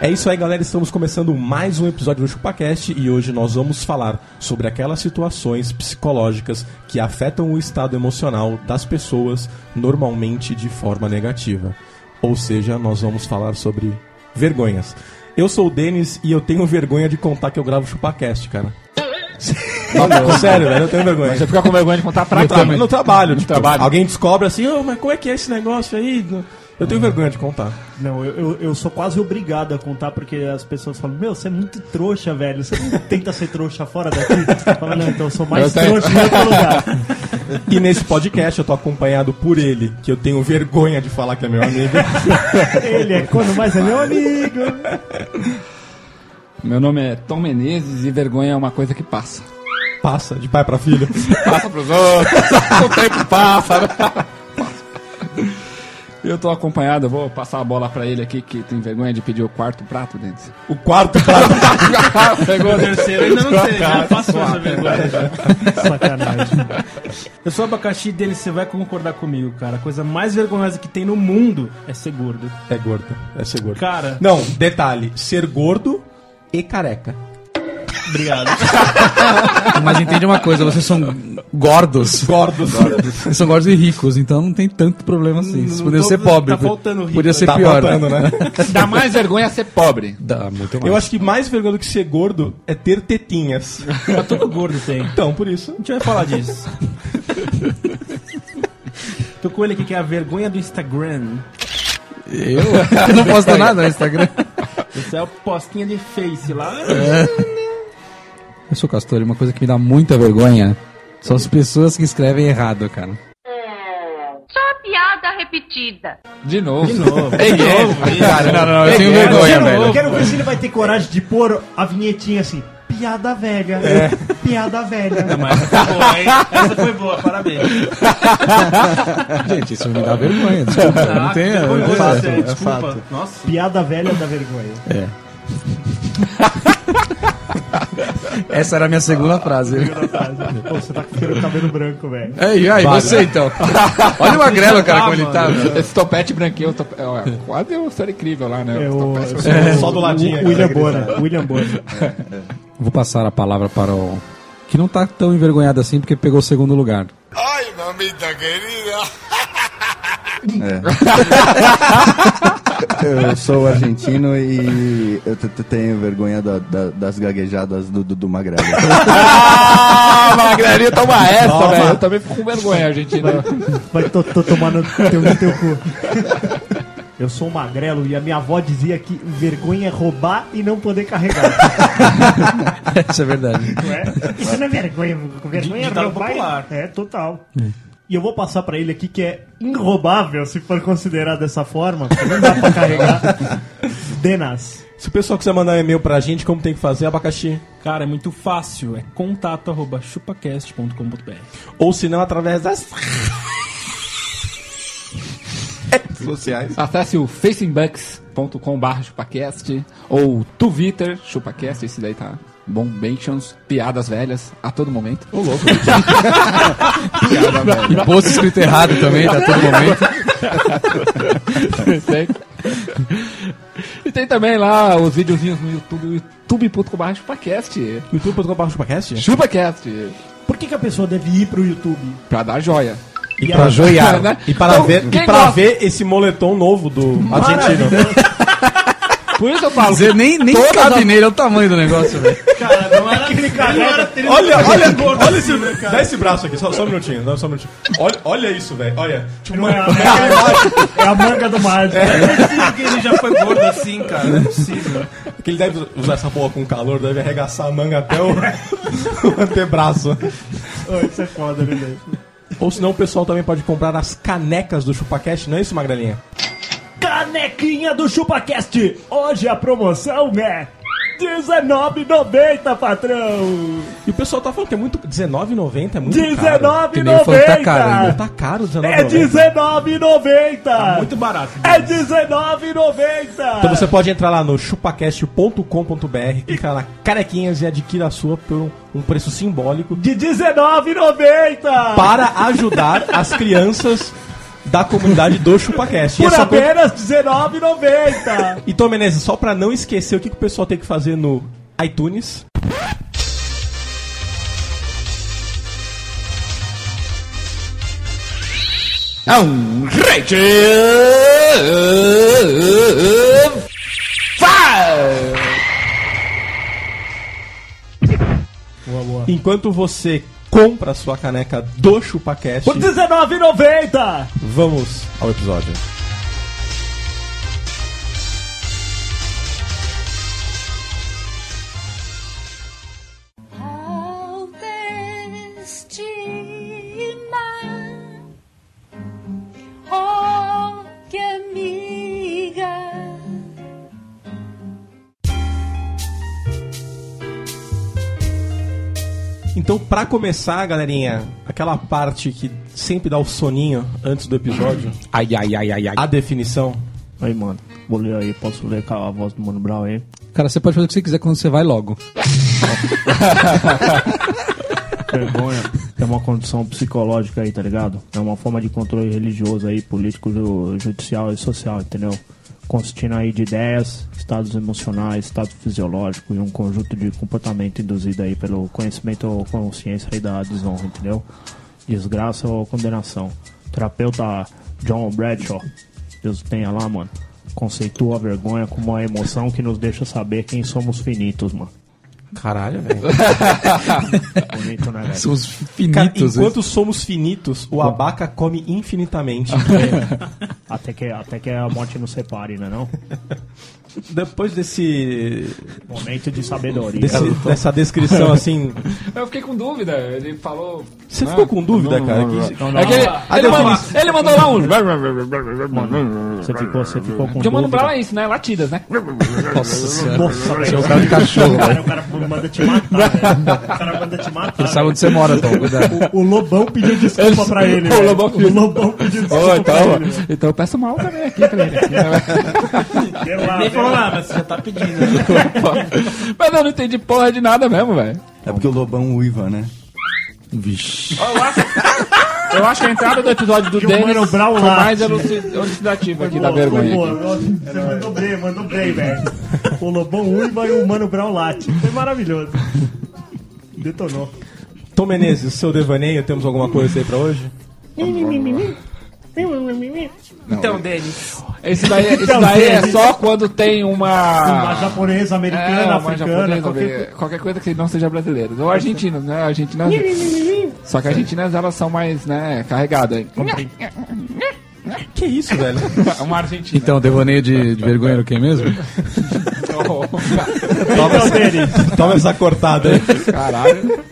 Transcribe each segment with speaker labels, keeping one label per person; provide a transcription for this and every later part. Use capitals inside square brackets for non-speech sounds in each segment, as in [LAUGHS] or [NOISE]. Speaker 1: É isso aí, galera. Estamos começando mais um episódio do ChupaCast e hoje nós vamos falar sobre aquelas situações psicológicas que afetam o estado emocional das pessoas normalmente de forma negativa. Ou seja, nós vamos falar sobre vergonhas. Eu sou o Denis e eu tenho vergonha de contar que eu gravo ChupaCast, cara. [LAUGHS] Sério, velho, eu tenho vergonha.
Speaker 2: Você fica com vergonha de contar pra
Speaker 1: No, tra- no trabalho, tipo,
Speaker 2: trabalho.
Speaker 1: alguém descobre assim, "Ô, mas como é que é esse negócio aí? Eu tenho vergonha de contar.
Speaker 3: Não, eu, eu, eu sou quase obrigado a contar, porque as pessoas falam, meu, você é muito trouxa, velho. Você não tenta ser trouxa fora daqui. Fala, não, então eu sou mais
Speaker 2: Eu tenho-
Speaker 3: trouxa em outro lugar.
Speaker 1: E nesse podcast eu tô acompanhado por ele, que eu tenho vergonha de falar que é meu amigo.
Speaker 3: Ele é quando mais é meu amigo.
Speaker 2: Meu nome é Tom Menezes e vergonha é uma coisa que passa.
Speaker 1: Passa de pai pra filho.
Speaker 2: Passa pros outros, o tempo passa. né? [LAUGHS] Eu tô acompanhado, eu vou passar a bola pra ele aqui que tem vergonha de pedir o quarto prato, Denis.
Speaker 1: O quarto prato.
Speaker 2: Pegou,
Speaker 4: Terceiro, ainda não sei, já passou essa vergonha.
Speaker 3: Sacanagem.
Speaker 4: Eu sou abacaxi dele, você vai concordar comigo, cara. A coisa mais vergonhosa que tem no mundo é ser gordo.
Speaker 1: É gordo, é ser gordo.
Speaker 4: Cara,
Speaker 1: Não, detalhe, ser gordo e careca.
Speaker 4: obrigado.
Speaker 5: Mas entende uma coisa, vocês são gordos.
Speaker 1: Gordo,
Speaker 5: Vocês são gordos e ricos, então não tem tanto problema assim. Vocês
Speaker 4: Não
Speaker 5: poderiam
Speaker 4: tô-
Speaker 5: ser pobre.
Speaker 4: tá faltando rico.
Speaker 5: Podia ser
Speaker 1: tá
Speaker 5: pior.
Speaker 1: faltando, né?
Speaker 2: Dá mais vergonha ser pobre.
Speaker 5: Dá muito mais.
Speaker 1: Eu acho que mais vergonha do que ser gordo é ter tetinhas.
Speaker 4: Mas todo Tá gordo tem. A
Speaker 1: Então, por isso.
Speaker 4: gente vai falar disso. Tô com ele aqui que é a vergonha do Instagram.
Speaker 5: [LAUGHS] Eu? Eu não posto nada no Instagram.
Speaker 4: Isso é o postinha de face lá.
Speaker 5: Eu sou castor e uma coisa que me dá muita vergonha são as pessoas que escrevem errado, cara.
Speaker 6: Só a piada repetida.
Speaker 2: De novo. De
Speaker 4: novo.
Speaker 2: De novo. Cara,
Speaker 5: Não, não, eu tenho vergonha,
Speaker 3: quero,
Speaker 5: velho.
Speaker 3: quero ver se ele vai ter coragem de pôr a vinhetinha assim. Piada velha. Piada velha.
Speaker 4: Mas essa foi boa, hein? Essa foi boa, parabéns.
Speaker 5: é. Gente, isso me dá [LAUGHS] vergonha. Desculpa, eu não tenho. eu não
Speaker 4: vergonha,
Speaker 5: tenho-
Speaker 4: você, é, desculpa. Nossa.
Speaker 3: Piada velha da vergonha.
Speaker 5: Essa era a minha segunda frase.
Speaker 3: Pô, você tá com o cabelo branco, velho.
Speaker 5: Ei, ai, você então. [LAUGHS] Olha o magrelo, cara, como ele tá. velho.
Speaker 2: Esse topete branquinho, top... é, ó, quase uma história incrível lá, né?
Speaker 3: É
Speaker 2: Esse
Speaker 3: o,
Speaker 2: [LAUGHS] topete-
Speaker 3: é o-
Speaker 1: Só do ladinho
Speaker 3: o William
Speaker 1: aqui, né,
Speaker 3: Bonner. William Bonner.
Speaker 5: Vou passar a palavra para o. Que não tá tão envergonhado assim porque pegou o segundo lugar.
Speaker 7: Ay, mamita querida.
Speaker 8: Eu sou argentino e eu t- t- tenho vergonha da- da- das gaguejadas do, do, do Magrelo.
Speaker 2: Ah, magrelinho, toma essa, velho. Eu também fico com vergonha, argentino.
Speaker 3: Vai tô, tô tomando teu, no teu cu. Eu sou um magrelo e a minha avó dizia que vergonha é roubar e não poder carregar.
Speaker 5: Isso é verdade.
Speaker 3: não é? Isso não é vergonha. Vergonha é
Speaker 4: Ditado
Speaker 3: roubar. e-
Speaker 4: popular.
Speaker 3: É, total.
Speaker 5: Hum.
Speaker 3: E eu vou passar pra ele aqui que é inrobável se for considerar dessa forma, porque não dá pra
Speaker 5: [LAUGHS]
Speaker 3: carregar. Denas.
Speaker 1: Se o pessoal quiser mandar um e-mail pra gente, como tem que fazer? Abacaxi.
Speaker 4: Cara, é muito fácil. É contato arroba chupacast.com.br.
Speaker 1: Ou se não, através das.
Speaker 2: Acesse o facebooks.com.br chupacast ou Twitter chupacast, esse daí tá bom, mentions, piadas velhas a todo momento. Ô louco.
Speaker 5: E post escrito errado também, tá a todo momento.
Speaker 2: Perfeito. Tá. [LAUGHS] e tem também lá os videozinhos no YouTube, youtube.com.br chupacast,
Speaker 1: youtube.com.br chupacast?
Speaker 2: chupacast,
Speaker 3: Por que, que a pessoa deve ir pro YouTube?
Speaker 2: pra dar joia.
Speaker 1: E,
Speaker 3: pra
Speaker 1: joiar.
Speaker 2: [LAUGHS] né?
Speaker 1: E para,
Speaker 2: Então,
Speaker 1: ver,
Speaker 2: quem
Speaker 1: e para
Speaker 2: gosta?
Speaker 1: ver esse moletom novo do argentino.
Speaker 2: Por isso eu falo,
Speaker 5: Zé, nem nem cabe nele, olha é o tamanho do negócio, velho.
Speaker 4: Cara, não era aquele cara.
Speaker 1: Olha,
Speaker 3: tá
Speaker 1: olha, olha esse, dá esse braço aqui, só, só um minutinho, dá só um minutinho. Olha, olha isso, velho, olha. Tipo,
Speaker 3: Não é a
Speaker 1: mano,
Speaker 3: manga do mágico, é a manga do mágico.
Speaker 1: É.
Speaker 4: que ele já foi gordo assim, cara. Não é possível.
Speaker 1: que ele deve usar essa porra com calor, deve arregaçar a manga até o, [LAUGHS] o antebraço.
Speaker 3: Ô, Isso é foda, né, velho?
Speaker 1: Ou senão o pessoal também pode comprar as canecas do ChupaCast, não é isso, Magrelinha?
Speaker 3: Canequinha do ChupaCast! Hoje a promoção é. 19,90, patrão!
Speaker 1: E o pessoal tá falando que é muito. R$19,90 é muito caro.
Speaker 5: Que nem o Fanta caro, né?
Speaker 1: Tá caro R$19,90.
Speaker 3: É
Speaker 4: Tá
Speaker 3: 19,90!
Speaker 4: muito barato.
Speaker 3: É 19,90!
Speaker 1: Então você pode entrar lá no chupacast.com.br, clicar na carequinhas e adquira a sua por um, um preço simbólico
Speaker 3: De 19,90!
Speaker 1: para ajudar as crianças da comunidade do ChupaCast. E
Speaker 3: Por
Speaker 1: essa coisa-
Speaker 3: apenas R$19,90!
Speaker 1: [LAUGHS] Então, Menezes, só pra não esquecer o que, que o pessoal tem que fazer no iTunes.
Speaker 2: É um rate!
Speaker 1: Enquanto você compra a sua caneca do ChupaCast,
Speaker 3: Por R$19,90!
Speaker 1: vamos ao episódio.
Speaker 6: Oh, que amiga.
Speaker 1: Então, pra começar, galerinha, aquela parte que sempre dá o soninho antes do episódio,
Speaker 2: Ai, ai, ai, ai, ai.
Speaker 1: a definição.
Speaker 3: Aí, mano, vou ler aí, posso ler a voz do Mano Brown aí?
Speaker 5: Cara, você pode fazer o que você quiser quando você vai logo.
Speaker 3: Vergonha é uma condição psicológica aí, tá ligado? É uma forma de controle religioso aí, político, ju- judicial e social, entendeu? Consistindo aí de ideias, estados emocionais, estado fisiológico e um conjunto de comportamento induzido aí pelo conhecimento ou consciência aí da desonra, entendeu? Desgraça ou condenação. Terapeuta John Bradshaw, Deus o tenha lá, mano. Conceitua a vergonha como uma emoção que nos deixa saber quem somos finitos, mano.
Speaker 1: Caralho, velho.
Speaker 3: Bonito, né, velho?
Speaker 5: Somos
Speaker 1: Cara,
Speaker 5: finitos.
Speaker 1: enquanto somos finitos, o abaca come [LAUGHS] infinitamente.
Speaker 3: Até que, até que a morte nos separe, né não?
Speaker 1: Depois desse,
Speaker 3: Momento de sabedoria.
Speaker 1: desse- dessa descrição assim,
Speaker 2: Eu fiquei com dúvida, ele falou.
Speaker 1: você ficou com dúvida, cara? Que-
Speaker 2: É que ele, ele, mandou, ele mandou lá um.
Speaker 3: Você ficou, você ficou com
Speaker 2: Porque o Mano
Speaker 3: dúvida.
Speaker 2: Brown é isso, né? Latidas, né?
Speaker 5: Nossa senhora.
Speaker 3: Nossa, velho.
Speaker 5: O cara de cachorro.
Speaker 3: Cara, o cara manda te matar, velho. O cara manda te matar.
Speaker 5: Ele sabe onde você mora, Tom. Cuidado.
Speaker 3: O, o Lobão pediu desculpa pra ele.
Speaker 2: o
Speaker 3: velho.
Speaker 2: Lobão
Speaker 3: o Lobão pediu desculpa
Speaker 2: Ô,
Speaker 3: pra
Speaker 2: então,
Speaker 3: ele.
Speaker 2: então eu peço mal também aqui pra ele. aqui, né?
Speaker 3: Deu lá,
Speaker 4: Nem
Speaker 3: deu
Speaker 4: falou
Speaker 3: lá.
Speaker 4: nada, mas você já tá pedindo.
Speaker 2: [LAUGHS] Mas eu não entendi porra de nada mesmo, velho.
Speaker 8: É porque o Lobão uiva, né?
Speaker 2: Eu acho que a entrada do episódio do Denis
Speaker 3: Mano
Speaker 2: foi
Speaker 3: Brown lá.
Speaker 2: mais eluci- elucidativa aqui da
Speaker 3: Pô, pô,
Speaker 2: vergonha. aqui.
Speaker 3: eu- Você mandou bem, mandou bem, velho. O Lobão Uiva e o Mano Brown late. Foi maravilhoso. Detonou.
Speaker 1: Tom Menezes, seu devaneio, temos alguma coisa aí pra hoje?
Speaker 4: Então, Denis.
Speaker 2: Esse daí, esse
Speaker 3: Então,
Speaker 2: daí é
Speaker 3: Denis.
Speaker 2: só quando tem
Speaker 3: A
Speaker 2: uma...
Speaker 3: japonesa,
Speaker 2: É,
Speaker 3: americana,
Speaker 2: uma
Speaker 3: africana,
Speaker 2: japonesa,
Speaker 3: qualquer
Speaker 2: qualquer... coisa que não seja brasileira. Ou argentina, né? Argentina. Só que argentinas, elas são mais, né, carregadas. hein?
Speaker 1: Que É isso, [LAUGHS] velho?
Speaker 2: Uma argentina.
Speaker 5: Então, devaneio de, de vergonha era o quê mesmo?
Speaker 1: Toma essa, toma essa cortada aí.
Speaker 2: Caralho.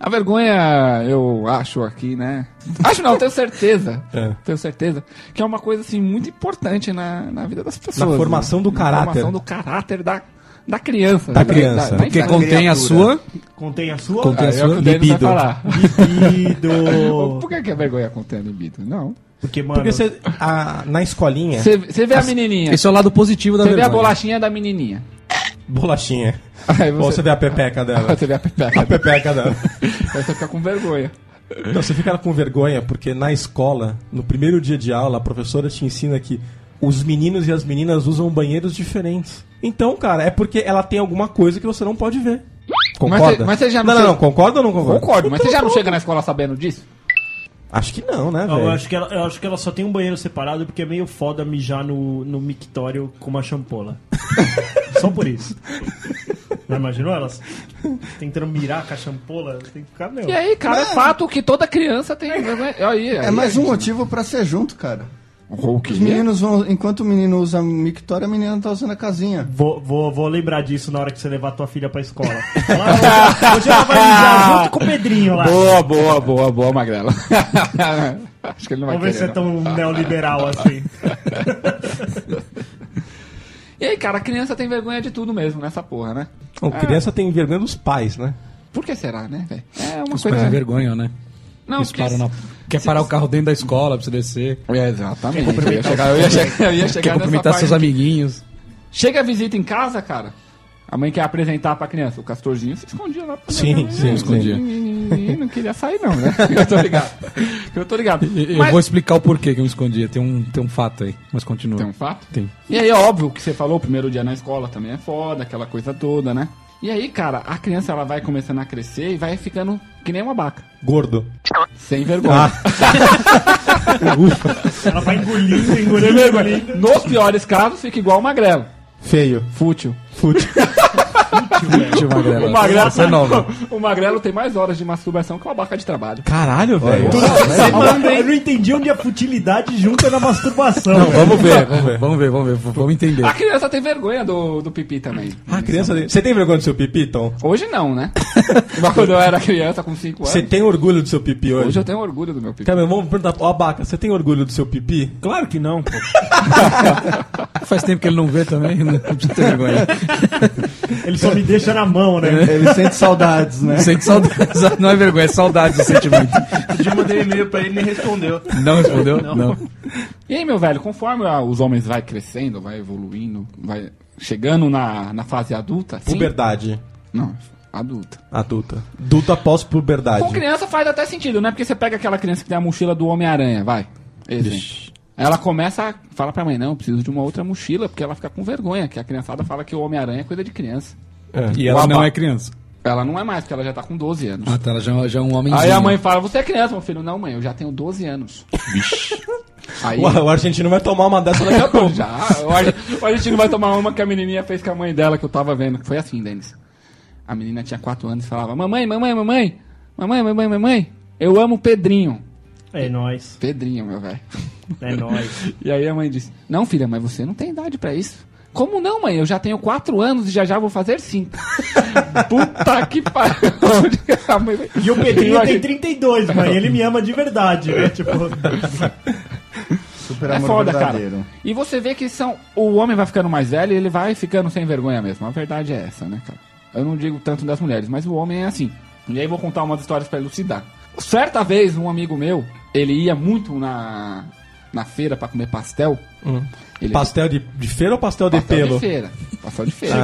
Speaker 2: A vergonha, eu acho aqui, né? Acho não, tenho certeza.
Speaker 1: É.
Speaker 2: Tenho certeza. Que é uma coisa, assim, muito importante na, na vida das pessoas. né?
Speaker 1: Na formação do
Speaker 2: Na
Speaker 1: caráter.
Speaker 2: formação do caráter da, da criança. né?
Speaker 1: Da criança.
Speaker 5: Porque
Speaker 2: infância.
Speaker 5: contém a sua.
Speaker 3: Contém a sua?
Speaker 5: Contém a
Speaker 2: É o que o
Speaker 5: sua.
Speaker 2: Denis vai
Speaker 1: libido. [LAUGHS]
Speaker 2: falar.
Speaker 3: Libido.
Speaker 2: Por que, que a vergonha contém a libido? Não.
Speaker 3: Porque, mano,
Speaker 1: Porque você, a- na escolinha,
Speaker 2: Você você vê a menininha.
Speaker 5: Esse é o lado positivo da
Speaker 2: Você vê a
Speaker 5: vergonha.
Speaker 2: bolachinha da menininha.
Speaker 1: bolachinha.
Speaker 2: Aí
Speaker 1: Ou Ah, você
Speaker 2: você,
Speaker 1: vê a pepeca dela.
Speaker 2: [LAUGHS] você vê a
Speaker 1: A
Speaker 2: pepeca.
Speaker 1: pepeca dela.
Speaker 2: Aí você fica com vergonha.
Speaker 1: [LAUGHS] Não, você fica com vergonha porque na escola, no primeiro dia de aula, a professora te ensina que os meninos e as meninas usam banheiros diferentes. Então, cara, é porque ela tem alguma coisa que você não pode ver. Concorda?
Speaker 2: Mas você- mas você já
Speaker 1: não,
Speaker 2: não
Speaker 1: não,
Speaker 2: chega-
Speaker 1: não, concorda ou não concorda? Então,
Speaker 2: Concordo, mas você já não chega na escola sabendo disso?
Speaker 1: Acho que não, né,
Speaker 3: eu
Speaker 1: velho?
Speaker 3: acho, que ela, eu acho que ela só tem um banheiro separado porque é meio foda mijar no, no mictório com uma champola. só por isso. Já imaginou elas tentando mirar com a champola? Tem que ficar, meu.
Speaker 2: E aí, cara, é fato que toda criança tem vergonha. Aí,
Speaker 8: É mais um motivo pra ser junto, cara.
Speaker 2: O
Speaker 8: Os meninos vão. Enquanto o menino usa mictório, a menina tá usando a casinha.
Speaker 3: Vou, vou, vou lembrar disso na hora que você levar tua filha pra escola. Ela- hoje ela vai mijar junto com o Pedrinho lá.
Speaker 2: Boa, boa, boa, boa, Magrela. Acho que ele não vai
Speaker 9: assim.
Speaker 3: Vamos ver se é
Speaker 2: querer. não.
Speaker 3: tão neoliberal assim.
Speaker 2: E aí, cara, a criança tem vergonha de tudo mesmo nessa porra, né?
Speaker 1: Bom, criança tem vergonha dos pais, né?
Speaker 2: Por que será, né, velho? É uma
Speaker 5: Mas
Speaker 2: coisa.
Speaker 5: é vergonha, né?
Speaker 2: Não,
Speaker 5: Eles
Speaker 2: porque-
Speaker 5: param na... Quer parar o carro dentro da escola pra você descer.
Speaker 2: É, exatamente. Eu ia chegar, eu ia chegar, eu ia
Speaker 5: Quer
Speaker 2: chegar nessa
Speaker 5: cumprimentar
Speaker 2: parte.
Speaker 5: seus amiguinhos.
Speaker 2: Chega a visita em casa, cara. A mãe quer apresentar pra criança. O castorzinho se escondia lá. pra-
Speaker 1: Sim, sim,
Speaker 5: escondia.
Speaker 2: Não queria sair, não, né? Eu tô ligado. Eu tô ligado.
Speaker 5: Eu
Speaker 2: Mas-
Speaker 5: vou explicar o porquê que eu me escondia. Tem um, tem um fato aí, mas continua.
Speaker 2: Tem um fato?
Speaker 5: Tem.
Speaker 2: E aí, é óbvio o que você falou, o primeiro dia na escola também é foda, aquela coisa toda, né? E aí, cara, a criança ela vai começando a crescer e vai ficando que nem uma vaca.
Speaker 1: Gordo.
Speaker 2: Sem
Speaker 1: Ah.
Speaker 2: [LAUGHS] vergonha.
Speaker 9: Ela vai engolindo, engolindo, engolindo.
Speaker 2: Nos piores casos, fica igual o magrelo.
Speaker 1: Feio.
Speaker 2: Fútil.
Speaker 5: Tio
Speaker 2: [LAUGHS]
Speaker 5: Magrela.
Speaker 2: O tá magrelo,
Speaker 5: Essa é nova.
Speaker 2: o magrelo tem mais horas de masturbação que uma vaca de trabalho.
Speaker 5: Caralho, velho.
Speaker 9: Eu não entendi onde a futilidade junta na masturbação. né?
Speaker 5: Não, vamos ver, vamos ver, vamos ver, vamos ver, vamos entender.
Speaker 2: A criança tem vergonha do, do pipi também.
Speaker 1: A Ah, criança. Você tem vergonha do seu pipi, Tom?
Speaker 2: Hoje não, né? [LAUGHS] Mas quando eu era criança, com 5 anos.
Speaker 1: Você tem orgulho do seu pipi hoje?
Speaker 2: Hoje eu tenho orgulho do meu pipi.
Speaker 1: Calma, vamos perguntar. Ó, Abaca, você tem orgulho do seu pipi?
Speaker 3: Claro que não, pô.
Speaker 5: Faz tempo que ele não vê também, né? não precisa ter vergonha.
Speaker 9: Ele só me deixa na mão, né?
Speaker 8: Ele sente saudades, né?
Speaker 5: Sente saudades, [LAUGHS] não é vergonha, é saudade do sentimento.
Speaker 3: Outro dia eu mandei e-mail pra ele e nem respondeu.
Speaker 5: Não respondeu?
Speaker 3: Não.
Speaker 2: E aí, meu velho, conforme ah, os homens vai crescendo, vai evoluindo, vai chegando na, na fase adulta, assim-
Speaker 1: Puberdade.
Speaker 2: Não, adulta.
Speaker 1: Adulta. Adulta após puberdade.
Speaker 2: Com criança faz até sentido, né? Porque você pega aquela criança que tem a mochila do Homem-Aranha, vai. Exemplo. Ela começa a falar pra mãe, não, eu preciso de uma outra mochila, porque ela fica com vergonha, que a criançada fala que o Homem-Aranha é coisa de criança.
Speaker 5: E ela não é criança.
Speaker 2: Ela não é mais, porque ela já tá com 12 anos.
Speaker 5: Ah, tá, ela já, já é um homenzinho.
Speaker 2: Aí a mãe fala, você é criança, meu filho. Não, mãe, eu já tenho 12 anos. Aí,
Speaker 1: Ué, [LAUGHS] o argentino vai tomar uma dessa daqui a pouco.
Speaker 2: já, o Arge- o argentino vai tomar uma que a menininha fez com a mãe dela, que eu tava vendo. que Foi assim, Denis. A menina tinha 4 anos e falava, mamãe, mamãe, mamãe, mamãe, mamãe, mamãe, eu amo o Pedrinho.
Speaker 9: É nóis,
Speaker 2: Pedrinho, meu velho.
Speaker 9: é nóis.
Speaker 2: E aí a mãe disse, não, filha, mas você não tem idade pra isso. Como não, mãe? Eu já tenho 4 anos e já já vou fazer 5. [LAUGHS] Puta que pariu. A mãe vai-
Speaker 9: [LAUGHS] E o Pedrinho
Speaker 2: Eu
Speaker 9: tem
Speaker 2: achei-
Speaker 9: 32, mãe. Ele me ama de verdade, né? Tipo,
Speaker 8: Super
Speaker 2: É
Speaker 8: amor
Speaker 2: foda,
Speaker 8: verdadeiro.
Speaker 2: cara. E você vê que são o homem vai ficando mais velho e ele vai ficando sem vergonha mesmo. A verdade é essa, né, cara? Eu não digo tanto das mulheres, mas o homem é assim. E aí vou contar umas histórias pra elucidar. Certa vez, um amigo meu, ele ia muito na, na feira pra comer pastel.
Speaker 1: [LAUGHS]
Speaker 2: Ele
Speaker 1: Hum. Pastel de, de feira ou pastel, de
Speaker 2: pastel
Speaker 1: pelo? Ah.
Speaker 2: de feira. Pastel de feira.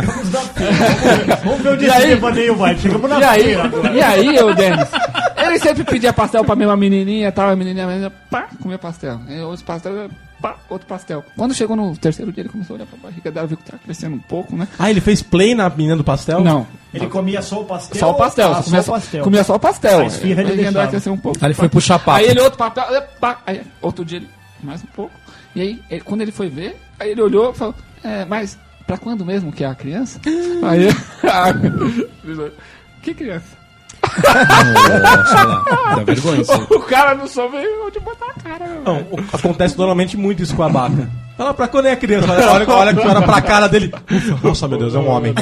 Speaker 9: vamos ver onde
Speaker 2: E
Speaker 9: esse
Speaker 2: aí?
Speaker 9: devaneio vai. Chegamos na
Speaker 2: E aí,
Speaker 9: feira agora.
Speaker 2: e aí, ô Denis? Ele sempre pedia pastel pra minha menininha e tal, a menininha, a menininha, pá, comia pastel. Aí, outro pastel, pá, outro pastel. Quando chegou no terceiro dia, ele começou a olhar pra barriga dela, viu que tava crescendo um pouco, né?
Speaker 1: Ah, ele fez play na menina do pastel?
Speaker 2: Não,
Speaker 9: Ele comia só o pastel?
Speaker 2: só o pastel.
Speaker 9: Ah,
Speaker 2: comia,
Speaker 9: só o pastel.
Speaker 2: comia só o pastel.
Speaker 9: A esfirra né? ele
Speaker 2: ia
Speaker 9: deixava.
Speaker 2: crescer um pouco.
Speaker 5: Aí ele foi puxar papo.
Speaker 2: Aí ele outro papel, eh, pá, aí outro dia ele, mais um pouco. E aí, ele- quando ele foi ver, aí ele olhou e falou, é, mas pra quando mesmo que é a criança? aí, [LAUGHS] ele falou, que criança?
Speaker 5: Sei lá, É, dá vergonha isso aí.
Speaker 2: [LAUGHS] O cara não soube onde botar a cara, meu
Speaker 1: Não, o- acontece normalmente muito isso com a Abaca. Fala pra quando é a criança, olha, olha, olha, olha pra cara dele. Ufa, Nossa, meu Deus, é um homem.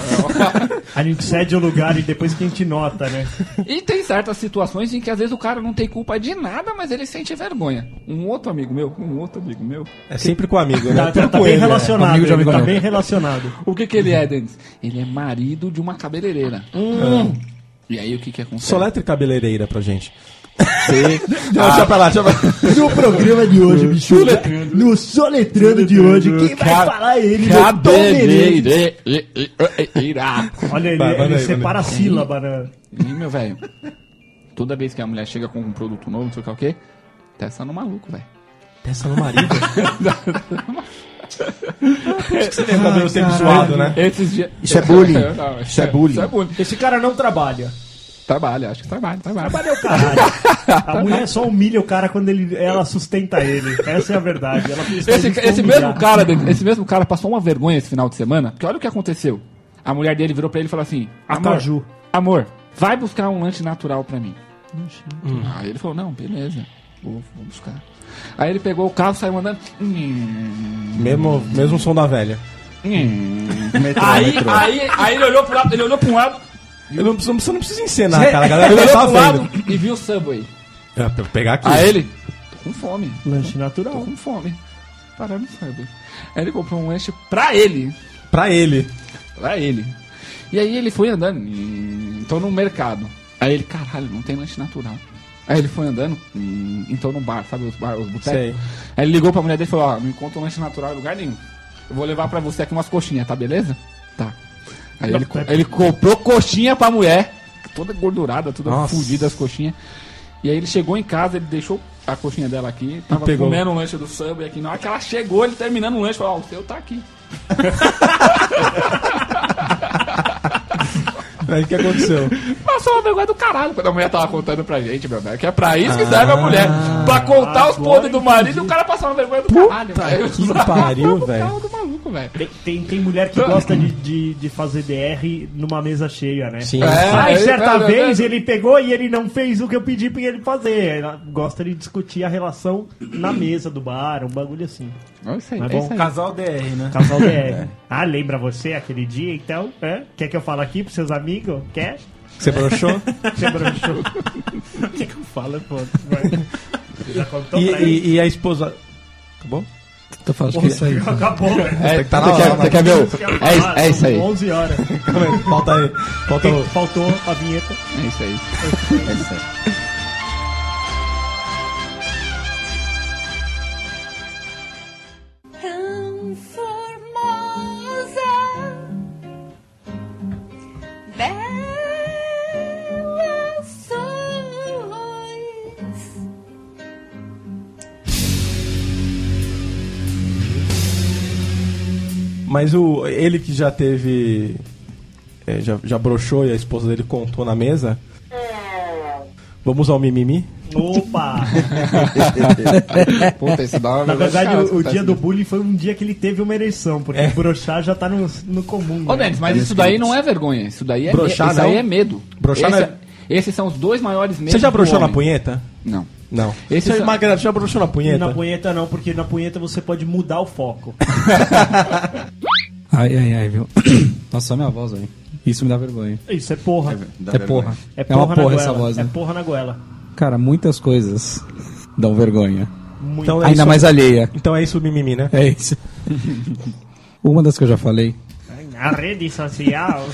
Speaker 9: A gente cede o lugar e depois que a gente nota, né?
Speaker 2: E tem certas situações em que às vezes o cara não tem culpa de nada, mas ele sente vergonha. Um outro amigo meu, um outro amigo meu.
Speaker 1: É sempre com o amigo, né?
Speaker 9: Tá, tá-
Speaker 1: Tudo
Speaker 9: tá bem
Speaker 1: com
Speaker 2: é.
Speaker 1: ele, né?
Speaker 9: relacionado.
Speaker 5: Amigo de
Speaker 9: ele
Speaker 5: amigo
Speaker 9: tá
Speaker 5: meu.
Speaker 9: bem relacionado.
Speaker 2: O que que ele é, Denis? Ele é marido de uma cabeleireira. E aí o que que acontece?
Speaker 1: Soletre cabeleireira pra gente. Não, [LAUGHS] deixa pra lá, deixa pra lá.
Speaker 9: No programa de hoje, bicho. né? No soletrando de hoje, quem vai
Speaker 2: Ca-
Speaker 9: falar é ele, doutor Menezes.
Speaker 2: Cabeleireira.
Speaker 9: Olha, ele,
Speaker 1: Vai, vai
Speaker 9: ele
Speaker 1: daí, vai
Speaker 9: separa a sílaba, né?
Speaker 2: E meu velho, toda vez que a mulher chega com um produto novo, não sei o que é o quê, testa no maluco, velho.
Speaker 1: Testa no marido. Por isso que você tem o cabelo sempre zoado, né?
Speaker 2: Esses dias.
Speaker 8: Isso é bullying.
Speaker 2: [LAUGHS] Não,
Speaker 8: Isso é bullying.
Speaker 2: Isso é bullying.
Speaker 9: Esse cara não trabalha.
Speaker 2: Trabalha, acho que trabalha, trabalha.
Speaker 9: Trabalha o caralho. A mulher só humilha o cara quando ele, ela sustenta ele. Essa é a verdade. Ela precisa
Speaker 2: Esse,
Speaker 9: de
Speaker 2: esse
Speaker 9: humilhar.
Speaker 2: mesmo cara, esse mesmo cara passou uma vergonha esse final de semana, porque olha o que aconteceu. A mulher dele virou pra ele e falou assim: Amor,
Speaker 9: Acaju.
Speaker 2: amor, vai buscar um lanche natural pra mim. Aí ele falou: Não, beleza, vou, vou buscar. Aí ele pegou o carro, saiu andando. Hum,
Speaker 1: Mesmo, mesmo som da velha.
Speaker 2: hum.
Speaker 8: Metrô,
Speaker 2: Aí,
Speaker 8: metrô.
Speaker 2: aí, aí ele olhou pro lado, ele olhou pra um lado,
Speaker 1: Eu não, preciso- você não precisa encenar, cara. A galera
Speaker 2: [LAUGHS]
Speaker 1: já
Speaker 2: ele olhou
Speaker 1: tá
Speaker 2: pro lado
Speaker 1: vendo.
Speaker 2: e viu o Subway.
Speaker 1: É, pra eu pegar aqui.
Speaker 2: Aí ele, tô com fome.
Speaker 9: Lanche
Speaker 2: Tô
Speaker 9: natural.
Speaker 2: com fome. Parando no Subway. Aí ele comprou um lanche pra ele.
Speaker 1: Pra ele.
Speaker 2: Pra é ele. E aí ele foi andando, e- então num mercado. Aí ele, caralho, não tem lanche natural. Aí ele foi andando, e- então num bar, sabe, os, bar, os
Speaker 1: Sei.
Speaker 2: botecos. Aí ele ligou pra mulher dele e falou, ó, não encontro lanche natural em lugar nenhum. Eu vou levar pra você aqui umas coxinhas, tá beleza? Tá. Aí ele, co- ele comprou coxinha pra mulher, toda gordurada, toda
Speaker 1: Nossa.
Speaker 2: fudida as coxinhas. E aí ele chegou em casa, ele deixou a coxinha dela aqui, tava
Speaker 1: pegou.
Speaker 2: comendo um lanche do Subway aqui. Na hora que ela chegou, ele terminando o lanche, falou, ó, o seu tá aqui.
Speaker 1: Aí o que aconteceu?
Speaker 2: Passou uma vergonha do caralho quando a mulher tava contando pra gente, meu velho. Que é pra isso que serve a mulher. Pra contar os podres do marido e o cara passar uma vergonha do caralho, velho.
Speaker 1: que pariu,
Speaker 2: O
Speaker 1: velho.
Speaker 2: carro do maluco, velho.
Speaker 3: Tem, tem, tem mulher que gosta de, de, de fazer DR numa mesa cheia, né?
Speaker 1: Sim.
Speaker 3: Mas
Speaker 2: aí,
Speaker 3: certa
Speaker 2: velho,
Speaker 3: vez
Speaker 2: velho.
Speaker 3: ele pegou e ele não fez o que eu pedi pra ele fazer. Ela gosta de discutir a relação na mesa do bar, um bagulho assim.
Speaker 2: É isso aí,
Speaker 3: Mas
Speaker 2: é
Speaker 3: bom,
Speaker 2: isso aí.
Speaker 3: casal- casal, casal
Speaker 5: DR, né?
Speaker 3: DR. Ah, lembra você aquele dia, então? É? Quer que eu fale aqui pros seus amigos? Quer?
Speaker 1: Você broxou?
Speaker 3: Você é broxou. [LAUGHS] O que, que eu falo, pô? Vai. Já contou
Speaker 1: E,
Speaker 3: pra ele?
Speaker 1: e- e a esposa. Acabou?
Speaker 5: Tô falando que é isso aí.
Speaker 3: [LAUGHS] Acabou, velho.
Speaker 2: É,
Speaker 1: que tá na hora,
Speaker 2: você quer-
Speaker 1: mano.
Speaker 2: Você quer ver? o-
Speaker 3: Isso que eu ia
Speaker 2: É,
Speaker 3: falar,
Speaker 2: isso- é isso
Speaker 3: são
Speaker 2: aí.
Speaker 3: 11 horas.
Speaker 1: [LAUGHS] Calma aí, Falta aí. Falta o.
Speaker 3: Faltou a vinheta.
Speaker 2: É isso aí.
Speaker 6: é tão formosa, bela sois.
Speaker 1: Mas o, ele que já teve. é, já, já broxou e a esposa dele contou na mesa. Vamos ao mimimi?
Speaker 3: Opa!
Speaker 2: Puta, isso dá uma tá
Speaker 3: Na
Speaker 2: vergonha de
Speaker 3: verdade,
Speaker 2: cara,
Speaker 3: o, o
Speaker 2: escutar
Speaker 8: tá assim.
Speaker 3: dia
Speaker 2: isso.
Speaker 3: do bullying foi um dia que ele teve uma ereção, porque broxar já tá no, no comum.
Speaker 2: Ô,
Speaker 3: né?
Speaker 2: Denis, mas isso daí não é vergonha. Isso daí é,
Speaker 1: Broxar,
Speaker 2: isso aí
Speaker 1: não?
Speaker 2: é medo.
Speaker 1: Broxar
Speaker 2: Esse-
Speaker 1: não é-
Speaker 2: Esses são os dois maiores medos.
Speaker 1: Você já
Speaker 2: do
Speaker 1: broxou na
Speaker 2: homem.
Speaker 1: punheta?
Speaker 2: Não.
Speaker 1: Não.
Speaker 2: Esse
Speaker 1: Você,
Speaker 2: só-
Speaker 1: Magrela, é já broxou na punheta?
Speaker 3: Na punheta não, porque na punheta você pode mudar o foco.
Speaker 5: Ai, ai, ai, viu? [COUGHS] Nossa, só minha voz, velho. Isso me dá vergonha.
Speaker 3: Isso é porra.
Speaker 5: é porra. É,
Speaker 3: porra
Speaker 5: uma
Speaker 3: na
Speaker 5: porra
Speaker 3: goela.
Speaker 5: essa voz,
Speaker 3: É
Speaker 5: né?
Speaker 3: porra na goela.
Speaker 5: Cara, muitas coisas dão vergonha.
Speaker 3: Muito.
Speaker 1: Então é
Speaker 5: Ainda
Speaker 1: isso-
Speaker 5: mais alheia.
Speaker 1: Então é isso o mimimi, né?
Speaker 5: É [LAUGHS] isso. Uma das que eu já falei.
Speaker 3: A rede social.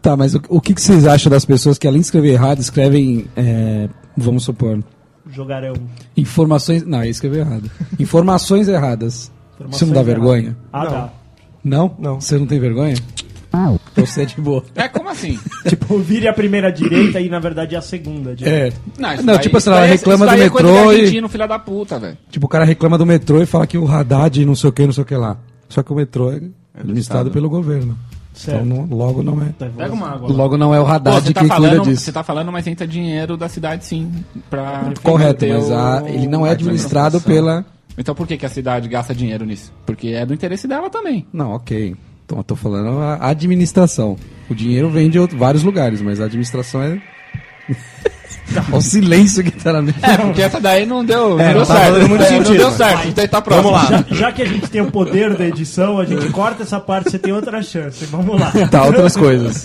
Speaker 5: Tá, mas o, o que, que vocês acham das pessoas que além de escrever errado, escrevem, é, vamos supor,
Speaker 3: Jogarão.
Speaker 5: informações... Não, eu escrevi errado. Informações erradas. Isso não dá
Speaker 3: Informações
Speaker 5: vergonha?
Speaker 3: Ah,
Speaker 1: Não.
Speaker 3: tá.
Speaker 5: Não?
Speaker 1: Não.
Speaker 5: Você não tem vergonha? Então Você é de boa.
Speaker 2: É como assim?
Speaker 3: [LAUGHS] Tipo, vire a primeira direita e na verdade é a segunda. tipo.
Speaker 5: É. Não,
Speaker 2: isso daí-
Speaker 5: tipo,
Speaker 2: isso
Speaker 5: sei lá,
Speaker 2: daí é-
Speaker 5: reclama
Speaker 2: isso
Speaker 5: do
Speaker 2: daí é coisa de
Speaker 5: metrô e...
Speaker 2: argentino, filha da puta, velho.
Speaker 5: Tipo, o cara reclama do metrô e fala que o Haddad e não sei o que, não sei o que lá. Só que o metrô é administrado
Speaker 8: Estado.
Speaker 5: pelo governo.
Speaker 3: Certo.
Speaker 5: Então não- logo não é.
Speaker 3: Tá, vou-
Speaker 2: Pega uma água. lá.
Speaker 5: Logo não é o
Speaker 2: Pô,
Speaker 5: Haddad
Speaker 2: você, tá
Speaker 5: quem cuida
Speaker 2: falando,
Speaker 5: disso.
Speaker 2: você tá falando, mas entra dinheiro da cidade sim. Pra
Speaker 5: Correto,
Speaker 2: manter
Speaker 5: mas
Speaker 2: o-
Speaker 5: a- ele não é
Speaker 2: a
Speaker 5: administrado pela.
Speaker 2: Então por que, que a cidade gasta dinheiro nisso? Porque é do interesse dela também.
Speaker 5: Não, ok. Então eu tô falando a administração. O dinheiro vem de outro- vários lugares, mas a administração
Speaker 3: [LAUGHS]
Speaker 5: é. [LAUGHS] Olha o silêncio que tá na minha. [LAUGHS]
Speaker 2: É, porque essa daí não deu,
Speaker 1: É,
Speaker 2: não deu
Speaker 1: não tá
Speaker 2: certo.
Speaker 1: fazendo muito
Speaker 2: É, não
Speaker 1: sentido.
Speaker 2: deu certo, então tá próximo.
Speaker 1: Vamos lá.
Speaker 3: Já que a gente tem o poder da edição, a gente corta essa parte, você tem outra chance. Vamos lá.
Speaker 5: Tá, outras coisas.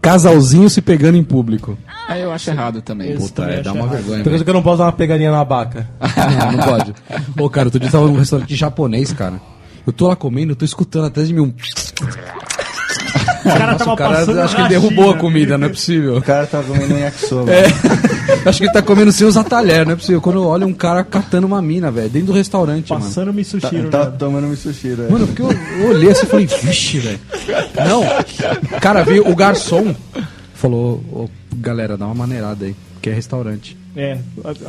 Speaker 5: Casalzinho se pegando em público.
Speaker 2: Aí eu acho errado também.
Speaker 5: Puta, é, dá uma vergonha.
Speaker 1: Por isso que eu não posso dar uma pegadinha na [LAUGHS] abaca.
Speaker 5: Não, não pode. Ô, cara, outro dia eu tava num restaurante japonês, cara. Eu tô lá comendo, eu tô escutando atrás de mim um.
Speaker 3: O cara
Speaker 5: Nossa,
Speaker 3: tava
Speaker 5: o cara
Speaker 3: passando
Speaker 5: acho que
Speaker 3: na
Speaker 5: ele derrubou
Speaker 3: China.
Speaker 5: a comida, não é possível.
Speaker 8: O cara tá comendo um yakisoba.
Speaker 5: Acho que ele tá comendo sem usar talher, não é possível. Quando eu olho um cara catando uma mina, velho, dentro do restaurante, mano.
Speaker 3: Passando me
Speaker 8: Tá,
Speaker 3: sushiro.
Speaker 8: tá
Speaker 3: né?
Speaker 8: tomando um sushi, né?
Speaker 5: Mano, porque eu, eu olhei assim e falei, vixe, velho. Não, cara, veio o garçom, falou, ô, galera, dá uma maneirada aí, porque é restaurante.
Speaker 3: É.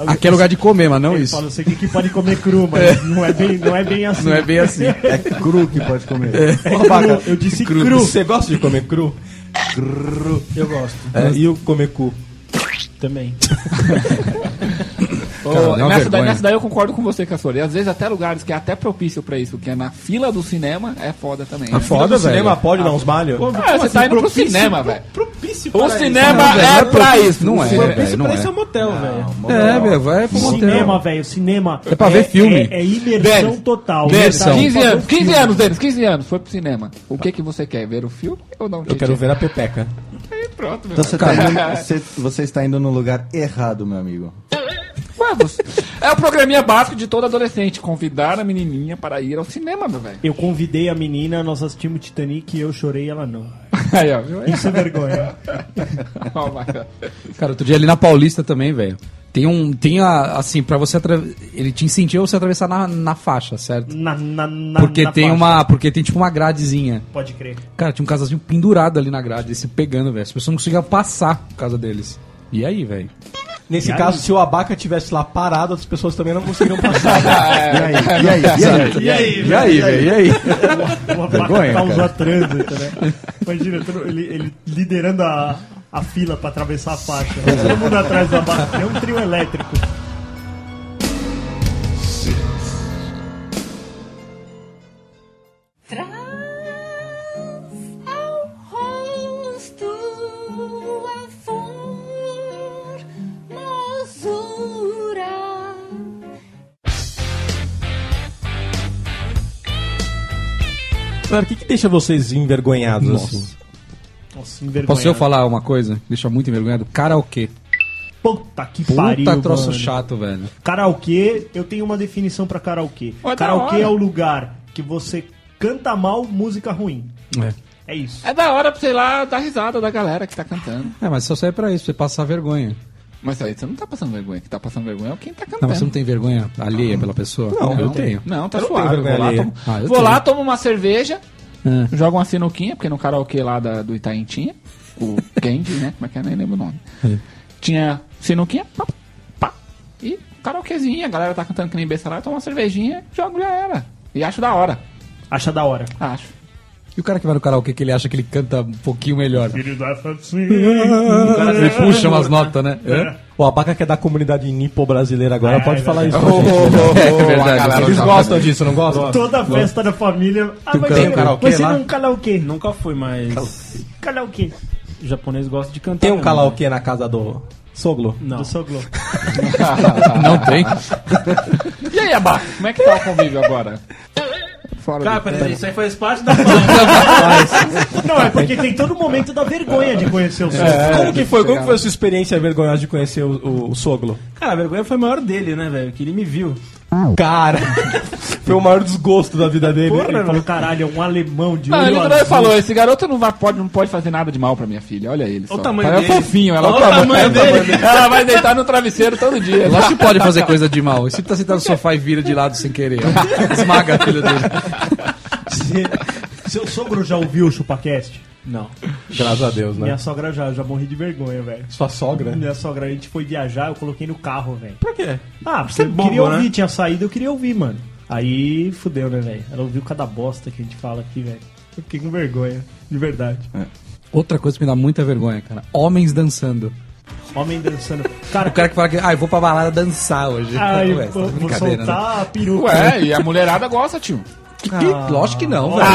Speaker 5: Aqui é lugar de comer, mas não
Speaker 3: Ele
Speaker 5: isso.
Speaker 3: Fala, eu sei que que pode comer cru, mas não, é bem, não é bem assim.
Speaker 5: Não é bem assim.
Speaker 8: É cru que pode comer.
Speaker 3: É cru, eu disse cru.
Speaker 1: Você gosta de comer cru?
Speaker 3: Eu gosto.
Speaker 1: É, e o comer cu?
Speaker 3: Também.
Speaker 2: Ô,
Speaker 5: Cara, dá uma
Speaker 2: nessa, daí,
Speaker 5: vergonha.
Speaker 2: nessa daí eu concordo com você, Castor. E às vezes até lugares que é até propício pra isso, que é na fila do cinema, é foda também. né?
Speaker 1: Foda,
Speaker 5: velho.
Speaker 1: cinema pode dar uns malhos?
Speaker 2: Ah, você tá indo pro cinema, velho. O cinema é
Speaker 5: Não, velho, não é
Speaker 2: pra
Speaker 5: propício,
Speaker 2: isso.
Speaker 5: não é,
Speaker 2: Cinema-
Speaker 5: velho, não
Speaker 3: Mas isso é
Speaker 5: é.
Speaker 3: um motel, velho.
Speaker 5: É, velho, vai pro
Speaker 3: Cinema,
Speaker 5: motel.
Speaker 3: velho, cinema.
Speaker 5: É pra ver filme.
Speaker 3: É, é imersão
Speaker 2: Velho,
Speaker 3: total.
Speaker 5: velho,
Speaker 3: Tá?
Speaker 2: 15
Speaker 3: Pra ver
Speaker 2: anos,
Speaker 3: filme.
Speaker 2: 15 anos, Denis, 15 anos, foi pro cinema. O que que você quer? Ver o filme ou não?
Speaker 1: Eu quero ver a pepeca.
Speaker 2: Pronto, meu
Speaker 8: Então você,
Speaker 2: velho.
Speaker 8: tá indo, você, você está indo no lugar errado, meu amigo.
Speaker 2: Ué, você- É o programinha básico de todo adolescente. Convidar a menininha para ir ao cinema, meu velho.
Speaker 3: Eu convidei a menina, nós assistimos Titanic e eu chorei ela não.
Speaker 2: Aí, ó. viu?
Speaker 3: Isso é vergonha.
Speaker 2: Ó, vai, ó.
Speaker 3: é.
Speaker 5: Cara, outro dia ali na Paulista também, velho. Tem um. Tem a, assim, pra você. atra- Ele te incentiva você a atravessar na, na faixa, certo?
Speaker 3: Na, na, na,
Speaker 5: Porque
Speaker 3: na
Speaker 5: tem
Speaker 3: faixa.
Speaker 5: uma. Porque tem tipo uma gradezinha.
Speaker 3: Pode crer.
Speaker 5: Cara, tinha um casalzinho pendurado ali na grade, eles se pegando, velho. As pessoas não conseguiam passar por causa deles. E aí, velho?
Speaker 1: Nesse
Speaker 3: E aí?
Speaker 1: caso, se o abaca tivesse lá parado, as pessoas também não conseguiriam passar.
Speaker 4: [LAUGHS]
Speaker 8: E aí? E aí? E aí?
Speaker 3: E aí,
Speaker 5: E aí, velho? E aí?
Speaker 3: Uma tá placa
Speaker 8: Vergonha,
Speaker 3: causa trânsito, né? Imagina, todo- ele, ele liderando a, a fila pra atravessar a faixa.
Speaker 5: é.
Speaker 3: Todo mundo atrás da barra. É um trio elétrico.
Speaker 6: Traz ao rosto a formosura
Speaker 1: Cara, o que, que deixa vocês envergonhados
Speaker 5: Nossa.
Speaker 1: assim?
Speaker 3: Nossa, envergonhado.
Speaker 5: Posso eu falar uma coisa? que Deixa muito envergonhado. Karaokê.
Speaker 3: Puta que
Speaker 5: Puta
Speaker 3: pariu,
Speaker 5: troço
Speaker 3: mano.
Speaker 5: chato, velho.
Speaker 3: Karaokê, eu tenho uma definição pra karaokê.
Speaker 2: Ó, da
Speaker 3: karaokê
Speaker 2: hora.
Speaker 3: é o lugar que você canta mal música ruim.
Speaker 5: É.
Speaker 3: É isso.
Speaker 2: É da hora pra, sei lá, dar risada da galera que tá cantando.
Speaker 5: É, mas só serve pra isso, pra você passar vergonha.
Speaker 2: Mas aí você não tá passando vergonha. Quem tá passando vergonha é quem tá cantando.
Speaker 5: Não, mas você não tem vergonha alheia pela pessoa?
Speaker 1: Não, eu
Speaker 2: Não, tá
Speaker 1: Eu não tenho
Speaker 2: suave.
Speaker 1: vergonha
Speaker 2: vou lá,
Speaker 1: alheia.
Speaker 2: tomo,
Speaker 5: Ah, eu
Speaker 2: vou
Speaker 5: tenho.
Speaker 2: lá, tomo uma cerveja,
Speaker 5: É.
Speaker 2: jogo uma sinuquinha, porque no karaokê lá da- do Itaim tinha. O Genji, né? Como é que é? Nem lembro o nome. Tinha sinuquinha, pá, pá, e karaokezinha. A galera tá cantando que nem besta lá, eu tomo uma cervejinha, jogo já era. E acho da hora.
Speaker 3: Acha da hora.
Speaker 2: Acho.
Speaker 5: E o cara que vai no karaokê que ele acha que ele canta um pouquinho melhor? Ele
Speaker 3: Ele
Speaker 5: puxa umas notas, né? Hã?
Speaker 1: O abaca que é da comunidade nipo brasileira agora,
Speaker 3: É,
Speaker 1: pode
Speaker 3: é
Speaker 1: falar isso.
Speaker 3: verdade.
Speaker 1: pra gente.
Speaker 5: É verdade.
Speaker 1: Eles gostam disso, não gostam?
Speaker 3: Toda festa da família. Ah,
Speaker 5: Tu
Speaker 3: vai
Speaker 5: canta
Speaker 3: ter-
Speaker 5: um karaokê
Speaker 3: vai ser
Speaker 5: lá?
Speaker 3: num é karaokê. Num
Speaker 4: Nunca fui, mas.
Speaker 3: karaokê.
Speaker 4: O japonês gosta de cantar.
Speaker 1: Tem um
Speaker 4: mesmo,
Speaker 1: karaokê na casa do Soglo?
Speaker 4: né? Não.
Speaker 3: Do seu Globo.
Speaker 5: Não tem?
Speaker 2: E aí, Abá, como é que tá o convívio agora? Fora
Speaker 4: Cara,
Speaker 2: do-
Speaker 4: peraí, isso aí faz parte da fala.
Speaker 3: Não, é porque tem todo o momento da vergonha de conhecer o seu.
Speaker 1: É.
Speaker 4: É,
Speaker 1: Como que foi? Como que foi a sua experiência vergonhosa de conhecer o, o- o Soglo?
Speaker 4: Cara, a vergonha foi maior dele, né, velho? Que ele me viu.
Speaker 1: Cara, [LAUGHS] foi o maior desgosto da vida dele.
Speaker 3: Ele falou, caralho, é um alemão de
Speaker 2: Não,
Speaker 3: olho
Speaker 2: ele virou e
Speaker 3: azul.
Speaker 2: falou: esse garoto não, vai, pode, não pode fazer nada de mal pra minha filha. Olha ele. Só.
Speaker 4: o tamanho
Speaker 2: ela
Speaker 4: dele.
Speaker 2: é fofinho, ela
Speaker 4: Olha o tamanho dele.
Speaker 2: [LAUGHS] Ela vai deitar no travesseiro todo dia.
Speaker 5: Eu acho que pode fazer coisa de mal. E se tá sentado no sofá e vira de lado sem querer? Esmaga a filha dele.
Speaker 3: Se- [LAUGHS] Seu sogro já ouviu o ChupaCast?
Speaker 4: Não.
Speaker 1: Graças a Deus, né?
Speaker 3: Minha sogra já, já morri de vergonha, velho.
Speaker 1: Sua sogra?
Speaker 3: Minha sogra, a gente foi viajar, eu coloquei no carro, velho.
Speaker 1: Por quê?
Speaker 3: Ah, porque eu
Speaker 4: bobo,
Speaker 3: queria ouvir,
Speaker 4: né?
Speaker 3: tinha saído, eu queria ouvir, mano. Aí fudeu, né, velho? Ela ouviu cada bosta que a gente fala aqui, velho. Eu fiquei com vergonha, de verdade.
Speaker 5: Outra coisa que me dá muita vergonha, cara. Homens dançando.
Speaker 3: Homem dançando. Cara,
Speaker 5: O cara que fala que, ah, eu vou pra balada dançar hoje. Ué,
Speaker 3: ai, eu
Speaker 5: você tá
Speaker 3: vou,
Speaker 5: de
Speaker 3: vou
Speaker 5: brincadeira, né?
Speaker 3: soltar a peruca.
Speaker 2: Ué, e a mulherada gosta, tio.
Speaker 5: Que- que- lógico que não, velho.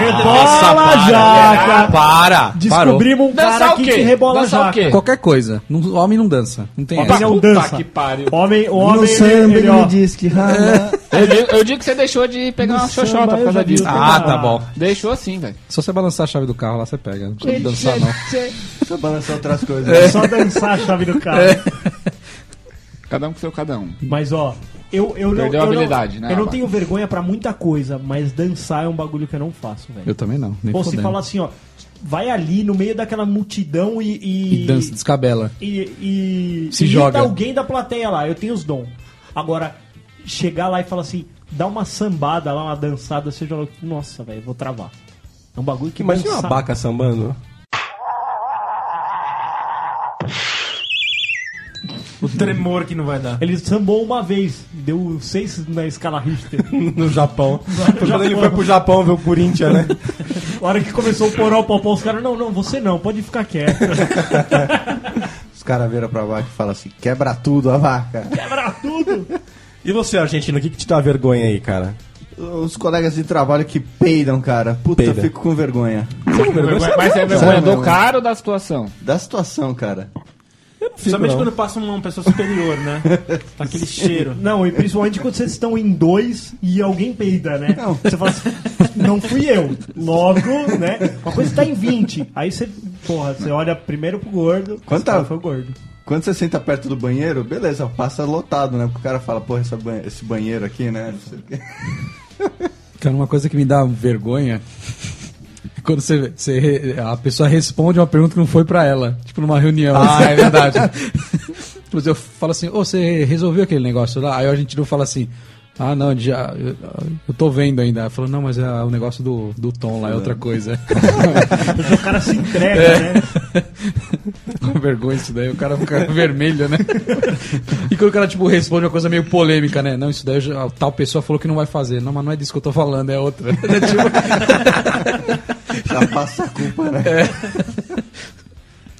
Speaker 3: Rebola jaca!
Speaker 5: Para! Parou.
Speaker 3: Descobrimos um
Speaker 2: Dançar
Speaker 3: cara
Speaker 2: o
Speaker 3: que
Speaker 2: quê?
Speaker 3: te rebola
Speaker 2: Dançar o
Speaker 3: jaca.
Speaker 2: quê?
Speaker 5: Qualquer coisa. Não- homem não dança. Não tem
Speaker 3: Homem
Speaker 5: essa.
Speaker 3: não
Speaker 2: Puta
Speaker 3: dança.
Speaker 2: que pariu.
Speaker 3: Homem, o
Speaker 8: No
Speaker 3: homem,
Speaker 8: samba
Speaker 3: ele,
Speaker 8: ele me
Speaker 3: ó,
Speaker 8: diz que rala.
Speaker 2: Eu digo, eu digo que você deixou de pegar uma xoxota por causa disso.
Speaker 5: Ah, tá bom.
Speaker 2: Deixou sim, velho.
Speaker 5: Se você balançar a chave do carro lá, você pega. Não precisa dançar, não.
Speaker 8: Deixa eu balançar outras coisas.
Speaker 3: só dançar a chave do carro.
Speaker 5: É.
Speaker 2: Cada um com seu cada um.
Speaker 3: Mas ó, eu, eu não.
Speaker 2: Perdeu a
Speaker 3: eu
Speaker 2: habilidade,
Speaker 3: não,
Speaker 2: né,
Speaker 3: Eu não
Speaker 2: Abaca?
Speaker 3: tenho vergonha pra muita coisa, mas dançar é um bagulho que eu não faço, velho.
Speaker 5: Eu também não. Nem
Speaker 3: Ou se
Speaker 5: fodendo.
Speaker 3: fala assim, ó, vai ali no meio daquela multidão e. E,
Speaker 5: E dança, descabela.
Speaker 3: e- e-
Speaker 5: Se
Speaker 3: imita
Speaker 5: joga.
Speaker 3: alguém da plateia lá, eu tenho os dom. Agora, chegar lá e falar assim, dá uma sambada lá, uma dançada, seja lá. o que- Nossa, velho, vou travar. É um bagulho que
Speaker 1: Imagina uma
Speaker 3: dançar-
Speaker 1: abaca sambando.
Speaker 4: O tremor que não vai dar.
Speaker 3: Ele sambou uma vez, deu seis na escala Richter.
Speaker 1: [LAUGHS] No Japão. Foi quando ele foi pro Japão ver o Corinthians, né?
Speaker 3: A hora que começou o poró, o popó, os caras, não, não, você não, pode ficar quieto.
Speaker 8: Os caras viram pra vaca e falam assim: quebra tudo a vaca.
Speaker 3: Quebra tudo.
Speaker 1: E você, argentino, o que, que te dá vergonha aí, cara?
Speaker 8: Os colegas de trabalho que peidam, cara. Puta,
Speaker 1: Peida.
Speaker 8: eu fico com vergonha.
Speaker 2: Mas, mas é vergonha do cara ou da situação?
Speaker 8: Da situação, cara.
Speaker 4: Principalmente
Speaker 1: não.
Speaker 4: quando passa uma pessoa superior, né?
Speaker 1: [LAUGHS]
Speaker 4: Tá aquele cheiro.
Speaker 3: Não, e principalmente quando vocês estão em dois e alguém peida, né? Você fala assim, não fui eu. Logo, né? Uma coisa que tá em 20. Aí você, porra, você olha primeiro pro gordo.
Speaker 8: Quanta-
Speaker 3: esse cara Foi o gordo.
Speaker 8: Quando você senta perto do banheiro, beleza, passa lotado, né? Porque o cara fala, porra, essa banhe- esse banheiro aqui, né? Não sei o quê.
Speaker 5: Cara, uma coisa que me dá vergonha [LAUGHS] é quando você, você re- a pessoa responde uma pergunta que não foi pra ela, tipo numa reunião.
Speaker 10: Ah, é verdade.
Speaker 5: [LAUGHS] Mas eu falo assim, ô, você resolveu aquele negócio lá? Aí a gente não fala assim, ah, não, já, eu, eu tô vendo ainda. Eu falo, não, mas é o negócio do, do tom lá, é outra [LAUGHS] coisa.
Speaker 3: o cara se entrega,
Speaker 5: É.
Speaker 3: né?
Speaker 5: [LAUGHS] Com vergonha isso daí, o cara fica [LAUGHS] vermelho, né? E quando o cara, tipo, responde uma coisa meio polêmica, né? Não, isso daí eu já- a tal pessoa falou que não vai fazer. Não, mas não é disso que eu tô falando, é outra. [LAUGHS] É tipo-
Speaker 8: Já passa
Speaker 4: [LAUGHS]
Speaker 8: a culpa, né?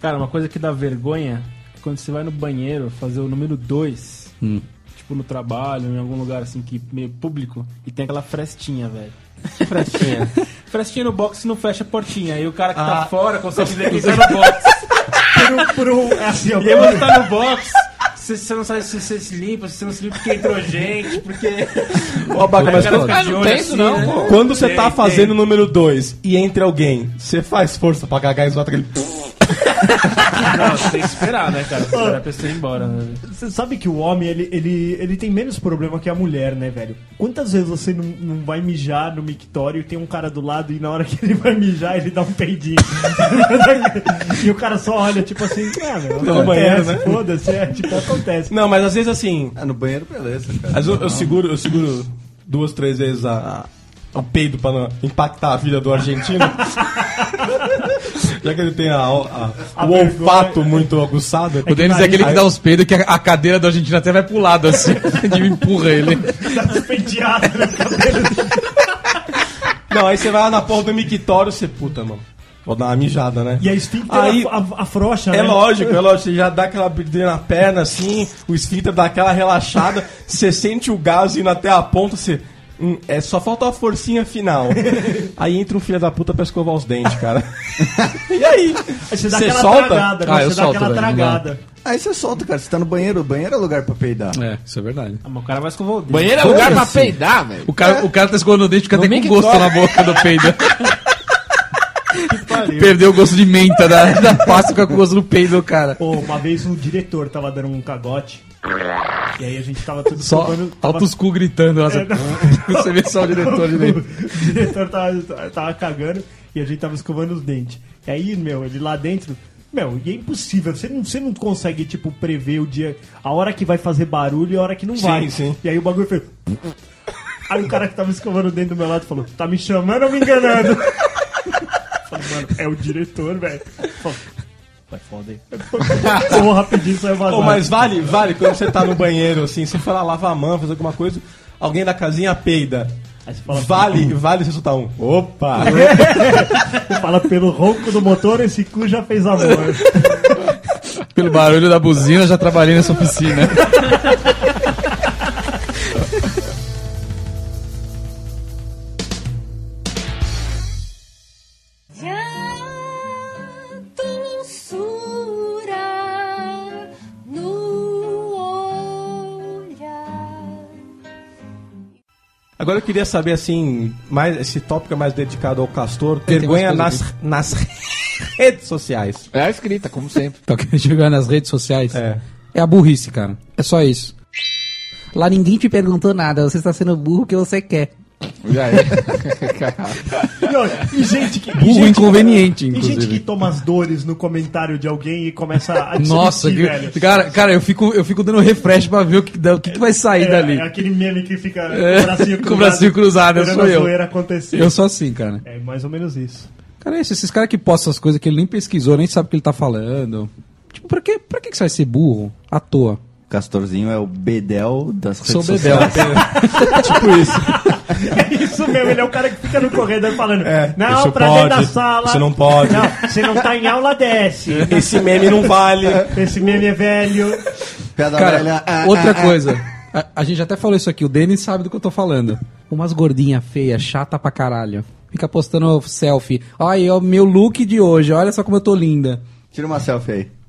Speaker 4: Cara, uma coisa que dá vergonha é quando você vai no banheiro fazer o número 2,
Speaker 5: Hum.
Speaker 4: tipo no trabalho, em algum lugar assim que meio público, e tem aquela frestinha, velho. Frestinha. frestinha no box não fecha a portinha. Aí o cara que tá
Speaker 3: Ah.
Speaker 4: fora consegue
Speaker 1: [LAUGHS]
Speaker 4: ver quem tá no box.
Speaker 3: Por um, é assim, ó.
Speaker 4: E aí você tá no box. Você, você não sabe se você se limpa, se você não se limpa porque entrou gente, porque.
Speaker 1: Ô, Abaca,
Speaker 4: Aí
Speaker 1: mas
Speaker 4: o cara
Speaker 1: quando-
Speaker 4: fica de olho assim, né?
Speaker 1: Quando você tá
Speaker 4: Tem,
Speaker 1: fazendo o
Speaker 4: tem.
Speaker 1: número 2 e entra alguém, você faz força pra cagar e solta aquele.
Speaker 4: Não, você Ah, tem que esperar, né, cara? Esperar a pessoa ir embora, né?
Speaker 3: Você sabe que o homem, ele, ele, ele tem menos problema que a mulher, né, velho? Quantas vezes você não, não vai mijar no mictório e tem um cara do lado e na hora que ele vai mijar, ele dá um peidinho. [LAUGHS] e o cara só olha, tipo assim, ah, meu,
Speaker 1: No banheiro,
Speaker 3: acontece,
Speaker 1: né?
Speaker 3: foda-se, é, tipo, acontece.
Speaker 1: Não, mas às vezes assim.
Speaker 8: Ah, no banheiro, beleza, cara.
Speaker 1: Mas eu, eu
Speaker 8: Não.
Speaker 1: seguro, eu seguro duas, três vezes a, a- o peido pra não impactar a vida do argentino. Já que ele tem a- a-
Speaker 3: A
Speaker 1: o olfato muito aguçado.
Speaker 5: O Denis é aquele que dá os peidos que a, a cadeira da Argentina até vai pro lado, assim. [LAUGHS] e me empurra ele.
Speaker 3: Penteado no cabelo.
Speaker 5: um-
Speaker 1: Não, aí você vai lá na porta do mictório e você, puta, mano. Vou dar uma mijada, né?
Speaker 3: E a esfíncter,
Speaker 1: Aí-
Speaker 3: a, a, a frocha,
Speaker 1: É
Speaker 3: né?
Speaker 1: lógico, é lógico. Você já dá aquela abridinha na perna, assim, o esfíncter dá aquela relaxada, [LAUGHS] você sente o gás indo até a ponta, você... hum, é, só falta a forcinha
Speaker 5: [LAUGHS]
Speaker 1: final. Aí entra um filho da puta pra escovar os dentes, cara. E aí?
Speaker 3: Aí Você dá
Speaker 1: Você
Speaker 3: aquela
Speaker 1: solta?
Speaker 3: tragada, né?
Speaker 5: Ah,
Speaker 3: você
Speaker 5: eu
Speaker 3: dá
Speaker 5: solto,
Speaker 3: aquela
Speaker 5: velho, não dá.
Speaker 3: tragada.
Speaker 8: Aí você solta, cara. Você tá no banheiro, o banheiro é lugar pra peidar.
Speaker 5: É, isso é verdade.
Speaker 4: Ah, mas o cara vai escovar o dedo.
Speaker 2: Banheiro é lugar pra peidar, velho.
Speaker 5: O cara, o cara tá escondendo o dente, fica
Speaker 4: No
Speaker 5: até com
Speaker 4: Mickey
Speaker 5: gosto
Speaker 4: Mouse.
Speaker 5: na boca do [LAUGHS] peido. Perdeu o gosto de menta da, da pasta, fica com o gosto do peido do cara.
Speaker 3: Pô, uma vez o diretor tava dando um cagote. E aí a gente tava tudo
Speaker 5: Só
Speaker 3: filmando, tava-
Speaker 5: altos cu gritando. nossa.
Speaker 3: É, não.
Speaker 5: [LAUGHS] Você vê só o diretor de dentro.
Speaker 3: [LAUGHS] O diretor tava, tava cagando e a gente tava escovando os dentes. E aí, meu, ele lá dentro. Meu, e é impossível. Você não, você não consegue, tipo, prever o dia, a hora que vai fazer barulho e a hora que não
Speaker 1: Sim,
Speaker 3: vai.
Speaker 1: sim.
Speaker 3: E aí o bagulho foi. Aí o cara que tava escovando o dente do meu lado falou: Tá me chamando ou me enganando? [LAUGHS] Eu Falei, mano, é o diretor, velho. Falei, Vai foda aí. Vou rapidinho saiu vazado.
Speaker 1: Ô, mas vale, vale, quando você tá no banheiro, assim, você foi lá lavar a mão, fazer alguma coisa, alguém da casinha peida.
Speaker 3: Aí você fala,
Speaker 1: Vale, vale você soltar um. Opa!
Speaker 3: fala pelo ronco do motor, esse cu já fez amor.
Speaker 5: Pelo barulho da buzina, já trabalhei nessa oficina.
Speaker 6: Janto doçura no olhar.
Speaker 1: [LAUGHS] Agora eu queria saber, assim, mais, esse tópico é mais dedicado ao Castor.
Speaker 5: Tem
Speaker 1: Vergonha
Speaker 5: mais
Speaker 1: nas, nas [LAUGHS] redes sociais.
Speaker 2: É a escrita, como sempre.
Speaker 5: Então, que a gente vê nas redes sociais.
Speaker 1: É.
Speaker 5: É a burrice, cara. É só isso.
Speaker 10: Lá ninguém te perguntou nada, você
Speaker 5: tá
Speaker 10: está sendo burro que você quer.
Speaker 2: Já é.
Speaker 3: E, gente que.
Speaker 5: Burro
Speaker 3: gente,
Speaker 5: inconveniente,
Speaker 3: E gente que
Speaker 5: inclusive.
Speaker 3: toma as dores no comentário de alguém e começa a discutir,
Speaker 5: Nossa, que-
Speaker 3: velho.
Speaker 5: cara, cara, eu fico, eu fico dando refresh pra ver o que, dá- o que, que vai sair
Speaker 3: É,
Speaker 5: dali.
Speaker 3: é aquele meme que fica
Speaker 5: É, com o bracinho cruzado, eu
Speaker 3: esperando
Speaker 5: sou
Speaker 3: a
Speaker 5: eu.
Speaker 3: zoeira acontecer.
Speaker 5: Eu sou assim, cara.
Speaker 3: É mais ou menos isso. [LAUGHS]
Speaker 5: Cara, esse- esses caras que postam as coisas que ele nem pesquisou, nem sabe o que ele tá falando. Tipo, pra que, pra que, que você vai ser burro? À toa.
Speaker 8: Castorzinho é o Bedel das redes
Speaker 5: Sou bebel. [LAUGHS]
Speaker 8: sociais.
Speaker 1: tipo isso.
Speaker 3: É isso mesmo, ele é o cara que fica no corredor falando:
Speaker 1: É, isso
Speaker 3: Não, pra
Speaker 1: pode,
Speaker 3: dentro da sala.
Speaker 1: isso não pode."
Speaker 3: Não, você não tá em aula, desce.
Speaker 4: É.
Speaker 1: [LAUGHS] Esse meme não vale.
Speaker 3: Esse meme é velho.
Speaker 8: Piada velha.
Speaker 5: Cara,
Speaker 8: ah,
Speaker 5: outra
Speaker 8: ah, ah.
Speaker 5: coisa. A, a gente até falou isso aqui, o Denis sabe do que eu tô falando. Umas gordinhas feias, chata pra caralho. Fica postando selfie. Ai, ó, meu look de hoje, olha só como eu tô linda.
Speaker 8: Tira uma selfie
Speaker 4: [LAUGHS]
Speaker 8: aí.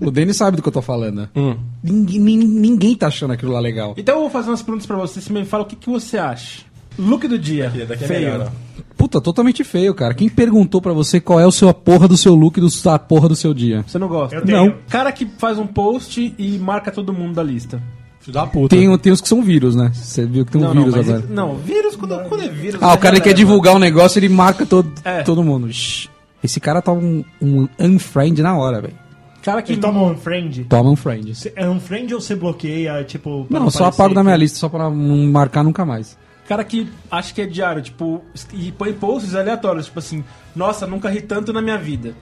Speaker 5: O Denis sabe do que eu tô falando.
Speaker 1: Hum.
Speaker 5: Ningu- nin- ninguém tá achando aquilo lá legal.
Speaker 4: Então eu vou fazer umas perguntas pra você. Você me fala o que, que você acha. Look do dia.
Speaker 1: Daqui é
Speaker 4: feio.
Speaker 1: melhor, ó.
Speaker 5: Puta, totalmente feio, cara. Quem perguntou pra você qual é o seu a porra do seu look e do a porra do seu dia?
Speaker 4: Você não gosta?
Speaker 5: Eu tenho. Não.
Speaker 4: Cara que faz um post e marca todo mundo da lista.
Speaker 1: Filho da puta.
Speaker 5: Tem, um tem os que são vírus, né? Você viu que tem um
Speaker 4: não,
Speaker 5: vírus
Speaker 4: não, mas
Speaker 5: agora.
Speaker 4: ele- não, vírus quando, quando é vírus.
Speaker 5: Ah, o
Speaker 4: ele
Speaker 5: cara ele quer divulgar um negócio, ele marca todo,
Speaker 4: É.
Speaker 5: todo mundo. Shhh. Esse cara toma um, um unfriend na hora, velho.
Speaker 4: Cara
Speaker 3: que toma um friend.
Speaker 5: Toma unfriend.
Speaker 3: É um friend ou você bloqueia, tipo. pra
Speaker 5: Não, só
Speaker 3: aparecer?
Speaker 5: apago da minha lista, só pra não marcar nunca mais.
Speaker 4: Cara que acha que é diário, tipo, e põe posts aleatórios, tipo assim, nossa, nunca ri tanto na minha vida.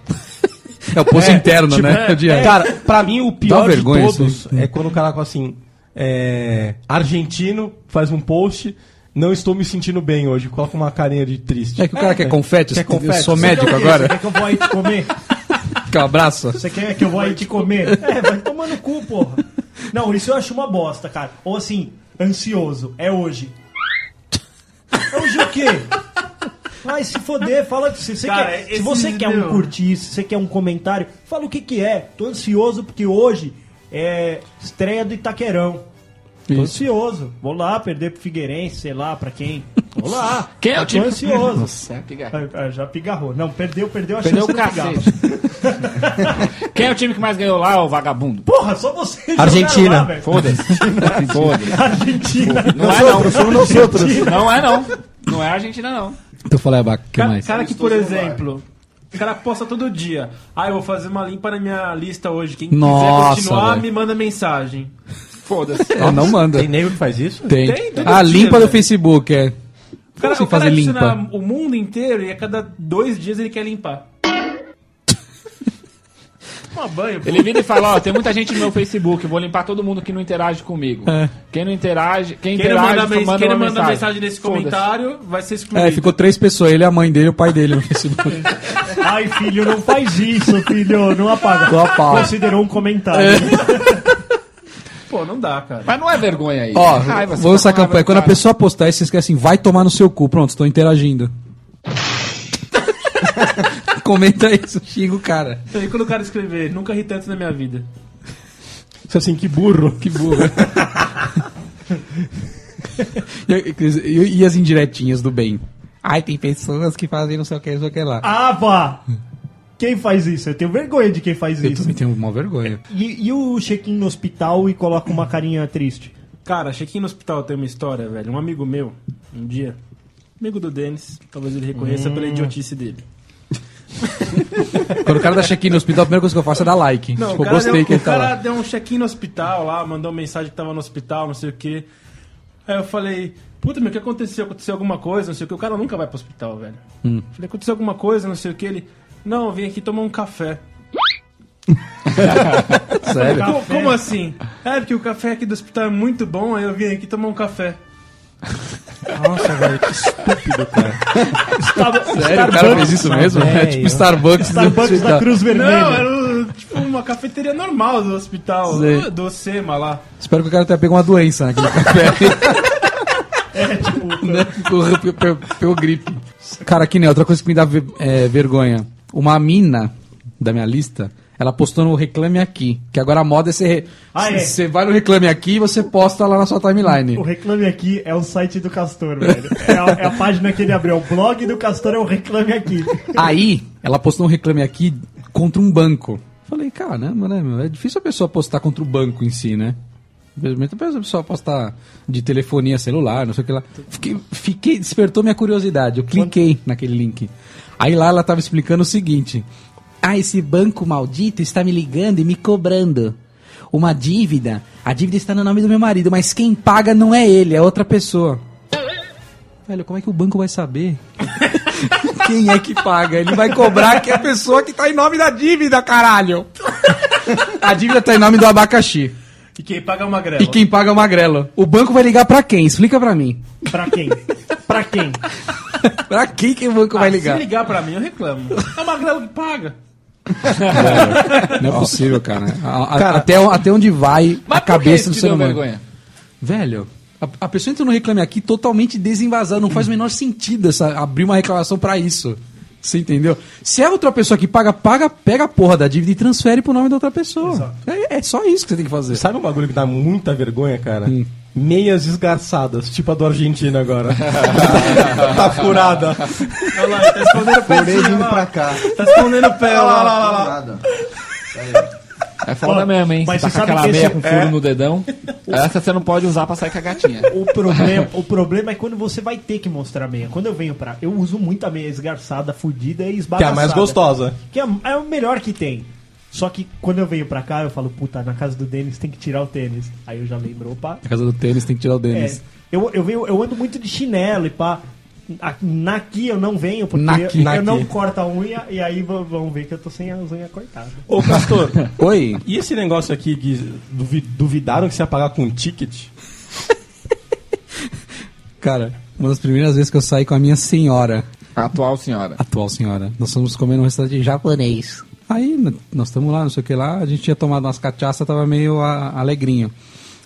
Speaker 5: É o post interno,
Speaker 4: tipo,
Speaker 5: [LAUGHS] né?
Speaker 4: é,
Speaker 5: O dia-
Speaker 1: Cara, pra mim o pior de
Speaker 5: vergonha isso, né?
Speaker 1: todos
Speaker 5: hein?
Speaker 1: é quando o cara fala assim, é, argentino, faz um post, não estou me sentindo bem hoje, coloca uma carinha de triste.
Speaker 5: É que o cara quer confete?
Speaker 1: Quer
Speaker 5: Eu
Speaker 1: confete?
Speaker 5: sou
Speaker 1: Você
Speaker 5: médico
Speaker 1: quer um o quê?
Speaker 5: agora?
Speaker 3: Você quer que eu vou aí te comer?
Speaker 5: Que abraço.
Speaker 3: Você quer que eu vou aí te comer? [LAUGHS] É, vai tomar no cu, porra. Não, isso eu acho uma bosta, cara. Ou assim, ansioso. É hoje. É Hoje o quê? Ai, se foder, fala que se você
Speaker 4: Cara,
Speaker 3: quer.
Speaker 4: esse
Speaker 3: Se você quer
Speaker 4: meu-
Speaker 3: um curtir, se você quer um comentário, fala o que que é. Tô ansioso porque hoje é estreia do Itaquerão. Tô ansioso. Vou lá perder pro Figueirense, sei lá, pra quem. Vou lá.
Speaker 2: Quem é o
Speaker 3: Eu
Speaker 2: time?
Speaker 3: Tô ansioso.
Speaker 2: Nossa, é pigarro.
Speaker 3: Ah, ah, Já pigarrou. Não, perdeu, perdeu a
Speaker 2: Perdeu
Speaker 3: chance
Speaker 2: o
Speaker 3: de pigarro.
Speaker 2: cacete. [LAUGHS] Quem é o time que mais ganhou lá, o vagabundo?
Speaker 3: Porra, só você jogaram
Speaker 1: Argentina.
Speaker 3: lá, velho.
Speaker 2: Foda-se. Foda-se.
Speaker 3: Argentina.
Speaker 2: Não é não.
Speaker 5: um
Speaker 2: Não, é não. Não é a Argentina não.
Speaker 5: Então fala aí, Abaca, o que
Speaker 4: Cara,
Speaker 5: mais?
Speaker 4: cara que, por exemplo, o cara posta todo dia. Ah, eu vou fazer uma limpa na minha lista hoje. Quem
Speaker 5: Nossa,
Speaker 4: quiser continuar,
Speaker 5: velho.
Speaker 4: me manda mensagem.
Speaker 2: Foda-se.
Speaker 5: É, não
Speaker 1: [LAUGHS]
Speaker 5: manda.
Speaker 1: Tem nego que faz isso?
Speaker 5: Tem.
Speaker 4: Tem, todo
Speaker 5: a
Speaker 4: dia,
Speaker 5: limpa do
Speaker 4: velho.
Speaker 5: Facebook, é. Como assim
Speaker 4: o cara
Speaker 5: fazer
Speaker 4: adiciona
Speaker 5: limpa?
Speaker 4: o mundo inteiro e a cada dois dias ele quer limpar. [LAUGHS] Toma banho, pô.
Speaker 2: Ele vira e fala, ó, tem muita gente no meu Facebook, eu vou limpar todo mundo que não interage comigo.
Speaker 5: É.
Speaker 2: Quem não interage, quem,
Speaker 4: Quem não
Speaker 2: interage,
Speaker 4: manda, mens-
Speaker 2: manda,
Speaker 4: quem não
Speaker 2: uma
Speaker 4: manda
Speaker 2: mensagem.
Speaker 4: mensagem. nesse
Speaker 2: Foda-se.
Speaker 4: comentário vai ser excluído.
Speaker 5: É, ficou três pessoas, ele, a mãe dele e o pai dele no Facebook.
Speaker 3: Ai, filho, não faz isso, filho. Não apaga.
Speaker 5: Não apaga.
Speaker 3: Considerou um comentário.
Speaker 4: Pô, não dá, cara.
Speaker 2: Mas não é vergonha aí.
Speaker 5: Ó,
Speaker 2: é raiva, você tá
Speaker 5: vou lançar a
Speaker 2: com raiva
Speaker 5: campanha.
Speaker 2: do
Speaker 5: Quando a
Speaker 2: cara.
Speaker 5: pessoa postar isso, vocês esquecem, vai tomar no seu cu. Pronto, estou interagindo. Comenta isso, xinga o cara.
Speaker 4: Então, E aí quando o cara escrever, nunca ri tanto na minha vida.
Speaker 1: Isso assim, que burro.
Speaker 5: é Que burro. e, e- e as indiretinhas do bem? Ai, tem pessoas que fazem não sei o que, não sei o que lá.
Speaker 3: Ah, vá. Quem faz isso? Eu tenho vergonha de quem faz
Speaker 5: eu
Speaker 3: isso.
Speaker 5: também tenho uma vergonha.
Speaker 3: E, e o check-in no hospital e coloca uma carinha triste?
Speaker 4: Cara, cheguei no hospital, tem uma história, velho. Um amigo meu, um dia, amigo do Denis, talvez ele reconheça
Speaker 5: Hum.
Speaker 4: pela idiotice dele.
Speaker 5: Tipo, Quando o cara dá check-in no hospital, a primeira coisa que eu faço é dar like.
Speaker 4: Não,
Speaker 5: tipo,
Speaker 4: o
Speaker 5: eu
Speaker 4: cara,
Speaker 5: gostei
Speaker 4: deu,
Speaker 5: que
Speaker 4: o
Speaker 5: ele tá
Speaker 4: cara
Speaker 5: lá.
Speaker 4: deu um check-in no hospital lá, mandou uma mensagem que tava no hospital, não sei o quê. Aí eu falei, puta, meu, o que aconteceu? Aconteceu alguma coisa, não sei o quê. O cara nunca vai pro hospital, velho.
Speaker 5: Hum.
Speaker 4: Falei, aconteceu alguma coisa, não sei o quê. Ele, não, eu vim aqui tomar um café.
Speaker 5: [LAUGHS] Sério?
Speaker 4: Co- Como assim? É, porque o café aqui do hospital é muito bom, aí eu vim aqui tomar um café.
Speaker 1: Nossa, velho, que estúpido, cara.
Speaker 5: Sério? O cara fez isso mesmo? [LAUGHS] É
Speaker 1: velho.
Speaker 5: tipo Starbucks.
Speaker 3: um Starbucks da Cruz
Speaker 4: Não,
Speaker 3: Vermelha.
Speaker 2: é-
Speaker 4: era o- tipo uma cafeteria normal do hospital, né,
Speaker 5: Sei.
Speaker 4: do SEMA lá.
Speaker 5: Espero que o cara tenha pego uma doença naquele
Speaker 3: [LAUGHS]
Speaker 5: café. [LAUGHS]
Speaker 3: É, tipo,
Speaker 5: Né? Pegou- pegou- Pegou pegou gripe. Cara, que nem outra coisa que me dá ve- é, vergonha. Uma mina da minha lista, ela postou no Reclame Aqui. Que agora a moda é você. re-
Speaker 3: Ah, é.
Speaker 5: Você vai no Reclame Aqui e você posta lá na sua timeline.
Speaker 3: O Reclame Aqui é o site do Castor, velho. É a, é a página que ele abriu. O blog do Castor é o Reclame Aqui.
Speaker 5: Aí, ela postou um reclame aqui contra um banco. Falei, caramba, né, meu? É difícil a pessoa postar contra o banco em si, né? Infelizmente, a pessoa postar de telefonia celular, não sei o que lá. Fiquei, fiquei- despertou minha curiosidade. Eu cliquei naquele link. Aí lá ela tava explicando o seguinte: Ah, esse banco maldito está me ligando e me cobrando. Uma dívida. A dívida está no nome do meu marido, mas quem paga não é ele, é outra pessoa. Velho, como é que o banco vai saber quem é que paga? Ele vai cobrar que é a pessoa que tá em nome da dívida, caralho. A dívida tá em nome do abacaxi.
Speaker 4: E quem paga é uma grela.
Speaker 5: E quem paga é o magrelo. O banco vai ligar pra quem? Explica
Speaker 2: [LAUGHS]
Speaker 5: pra mim.
Speaker 3: Pra quem? Pra quem?
Speaker 5: Pra quem que o banco
Speaker 2: Ah,
Speaker 5: vai ligar?
Speaker 4: Se ligar pra mim, eu reclamo. É uma grela que paga.
Speaker 5: Não é possível, cara. A- a- até, o- até onde vai
Speaker 2: por
Speaker 5: a
Speaker 2: que isso
Speaker 5: cabeça do
Speaker 2: te
Speaker 5: ser
Speaker 2: deu
Speaker 5: humano?
Speaker 2: vergonha?
Speaker 5: Velho, a, a pessoa entra no Reclame Aqui totalmente desenvasada.
Speaker 2: [CLEARS THROAT]
Speaker 5: Não faz o menor sentido essa, abrir uma reclamação pra isso. Você entendeu? Se é outra pessoa que paga, paga, pega a porra da dívida e transfere pro nome da outra pessoa. É, é só isso que você tem que fazer. Hum.
Speaker 1: Sabe um bagulho que dá muita vergonha, cara? Meias esgarçadas, tipo a do Argentina
Speaker 5: [LAUGHS]
Speaker 1: agora. tá furada.
Speaker 4: Olha lá, tá escondendo o pé.
Speaker 8: Furei
Speaker 4: assim,
Speaker 8: vindo
Speaker 4: olha lá.
Speaker 8: pra cá. Tá
Speaker 4: Tá escondendo o pé. Olha lá, olha lá, olha lá.
Speaker 8: Nada.
Speaker 2: É foda
Speaker 3: Ó,
Speaker 2: mesmo, hein?
Speaker 3: mas
Speaker 2: você
Speaker 3: você
Speaker 2: tá com
Speaker 3: sabe
Speaker 2: aquela
Speaker 3: que
Speaker 2: meia
Speaker 3: esse-
Speaker 2: com furo
Speaker 3: é.
Speaker 2: no dedão. Essa você não pode usar pra sair com a gatinha.
Speaker 3: O problema, o problema é quando você vai ter que mostrar a meia. Quando eu venho pra. Eu uso muita meia esgarçada, fudida e
Speaker 1: Que é
Speaker 3: esbagaçada.
Speaker 1: a mais gostosa.
Speaker 3: Que é, é o melhor que tem. Só que quando eu venho pra cá, eu falo, puta, na casa do Denis tem que tirar o tênis. Aí eu já lembro, opa.
Speaker 5: Na casa do tênis tem que tirar o
Speaker 3: É,
Speaker 5: tênis.
Speaker 3: eu, eu, venho, eu ando muito de chinelo e pá. A- Naqui eu não venho, porque
Speaker 5: Naqui.
Speaker 3: eu, eu
Speaker 5: Naqui.
Speaker 3: não corto a unha e aí v- vão ver que eu tô sem as unhas cortadas.
Speaker 1: Ô,
Speaker 5: [LAUGHS]
Speaker 1: Castor,
Speaker 5: Oi?
Speaker 1: e esse negócio aqui que duvi- duvidaram que você ia pagar com ticket?
Speaker 5: Cara, uma das primeiras vezes que eu saí com a minha senhora,
Speaker 2: A É. atual senhora.
Speaker 5: atual senhora, nós fomos comer num restaurante japonês. Aí n- nós estamos lá, não sei o que lá, a gente tinha tomado umas cachaça, tava meio a- alegrinho.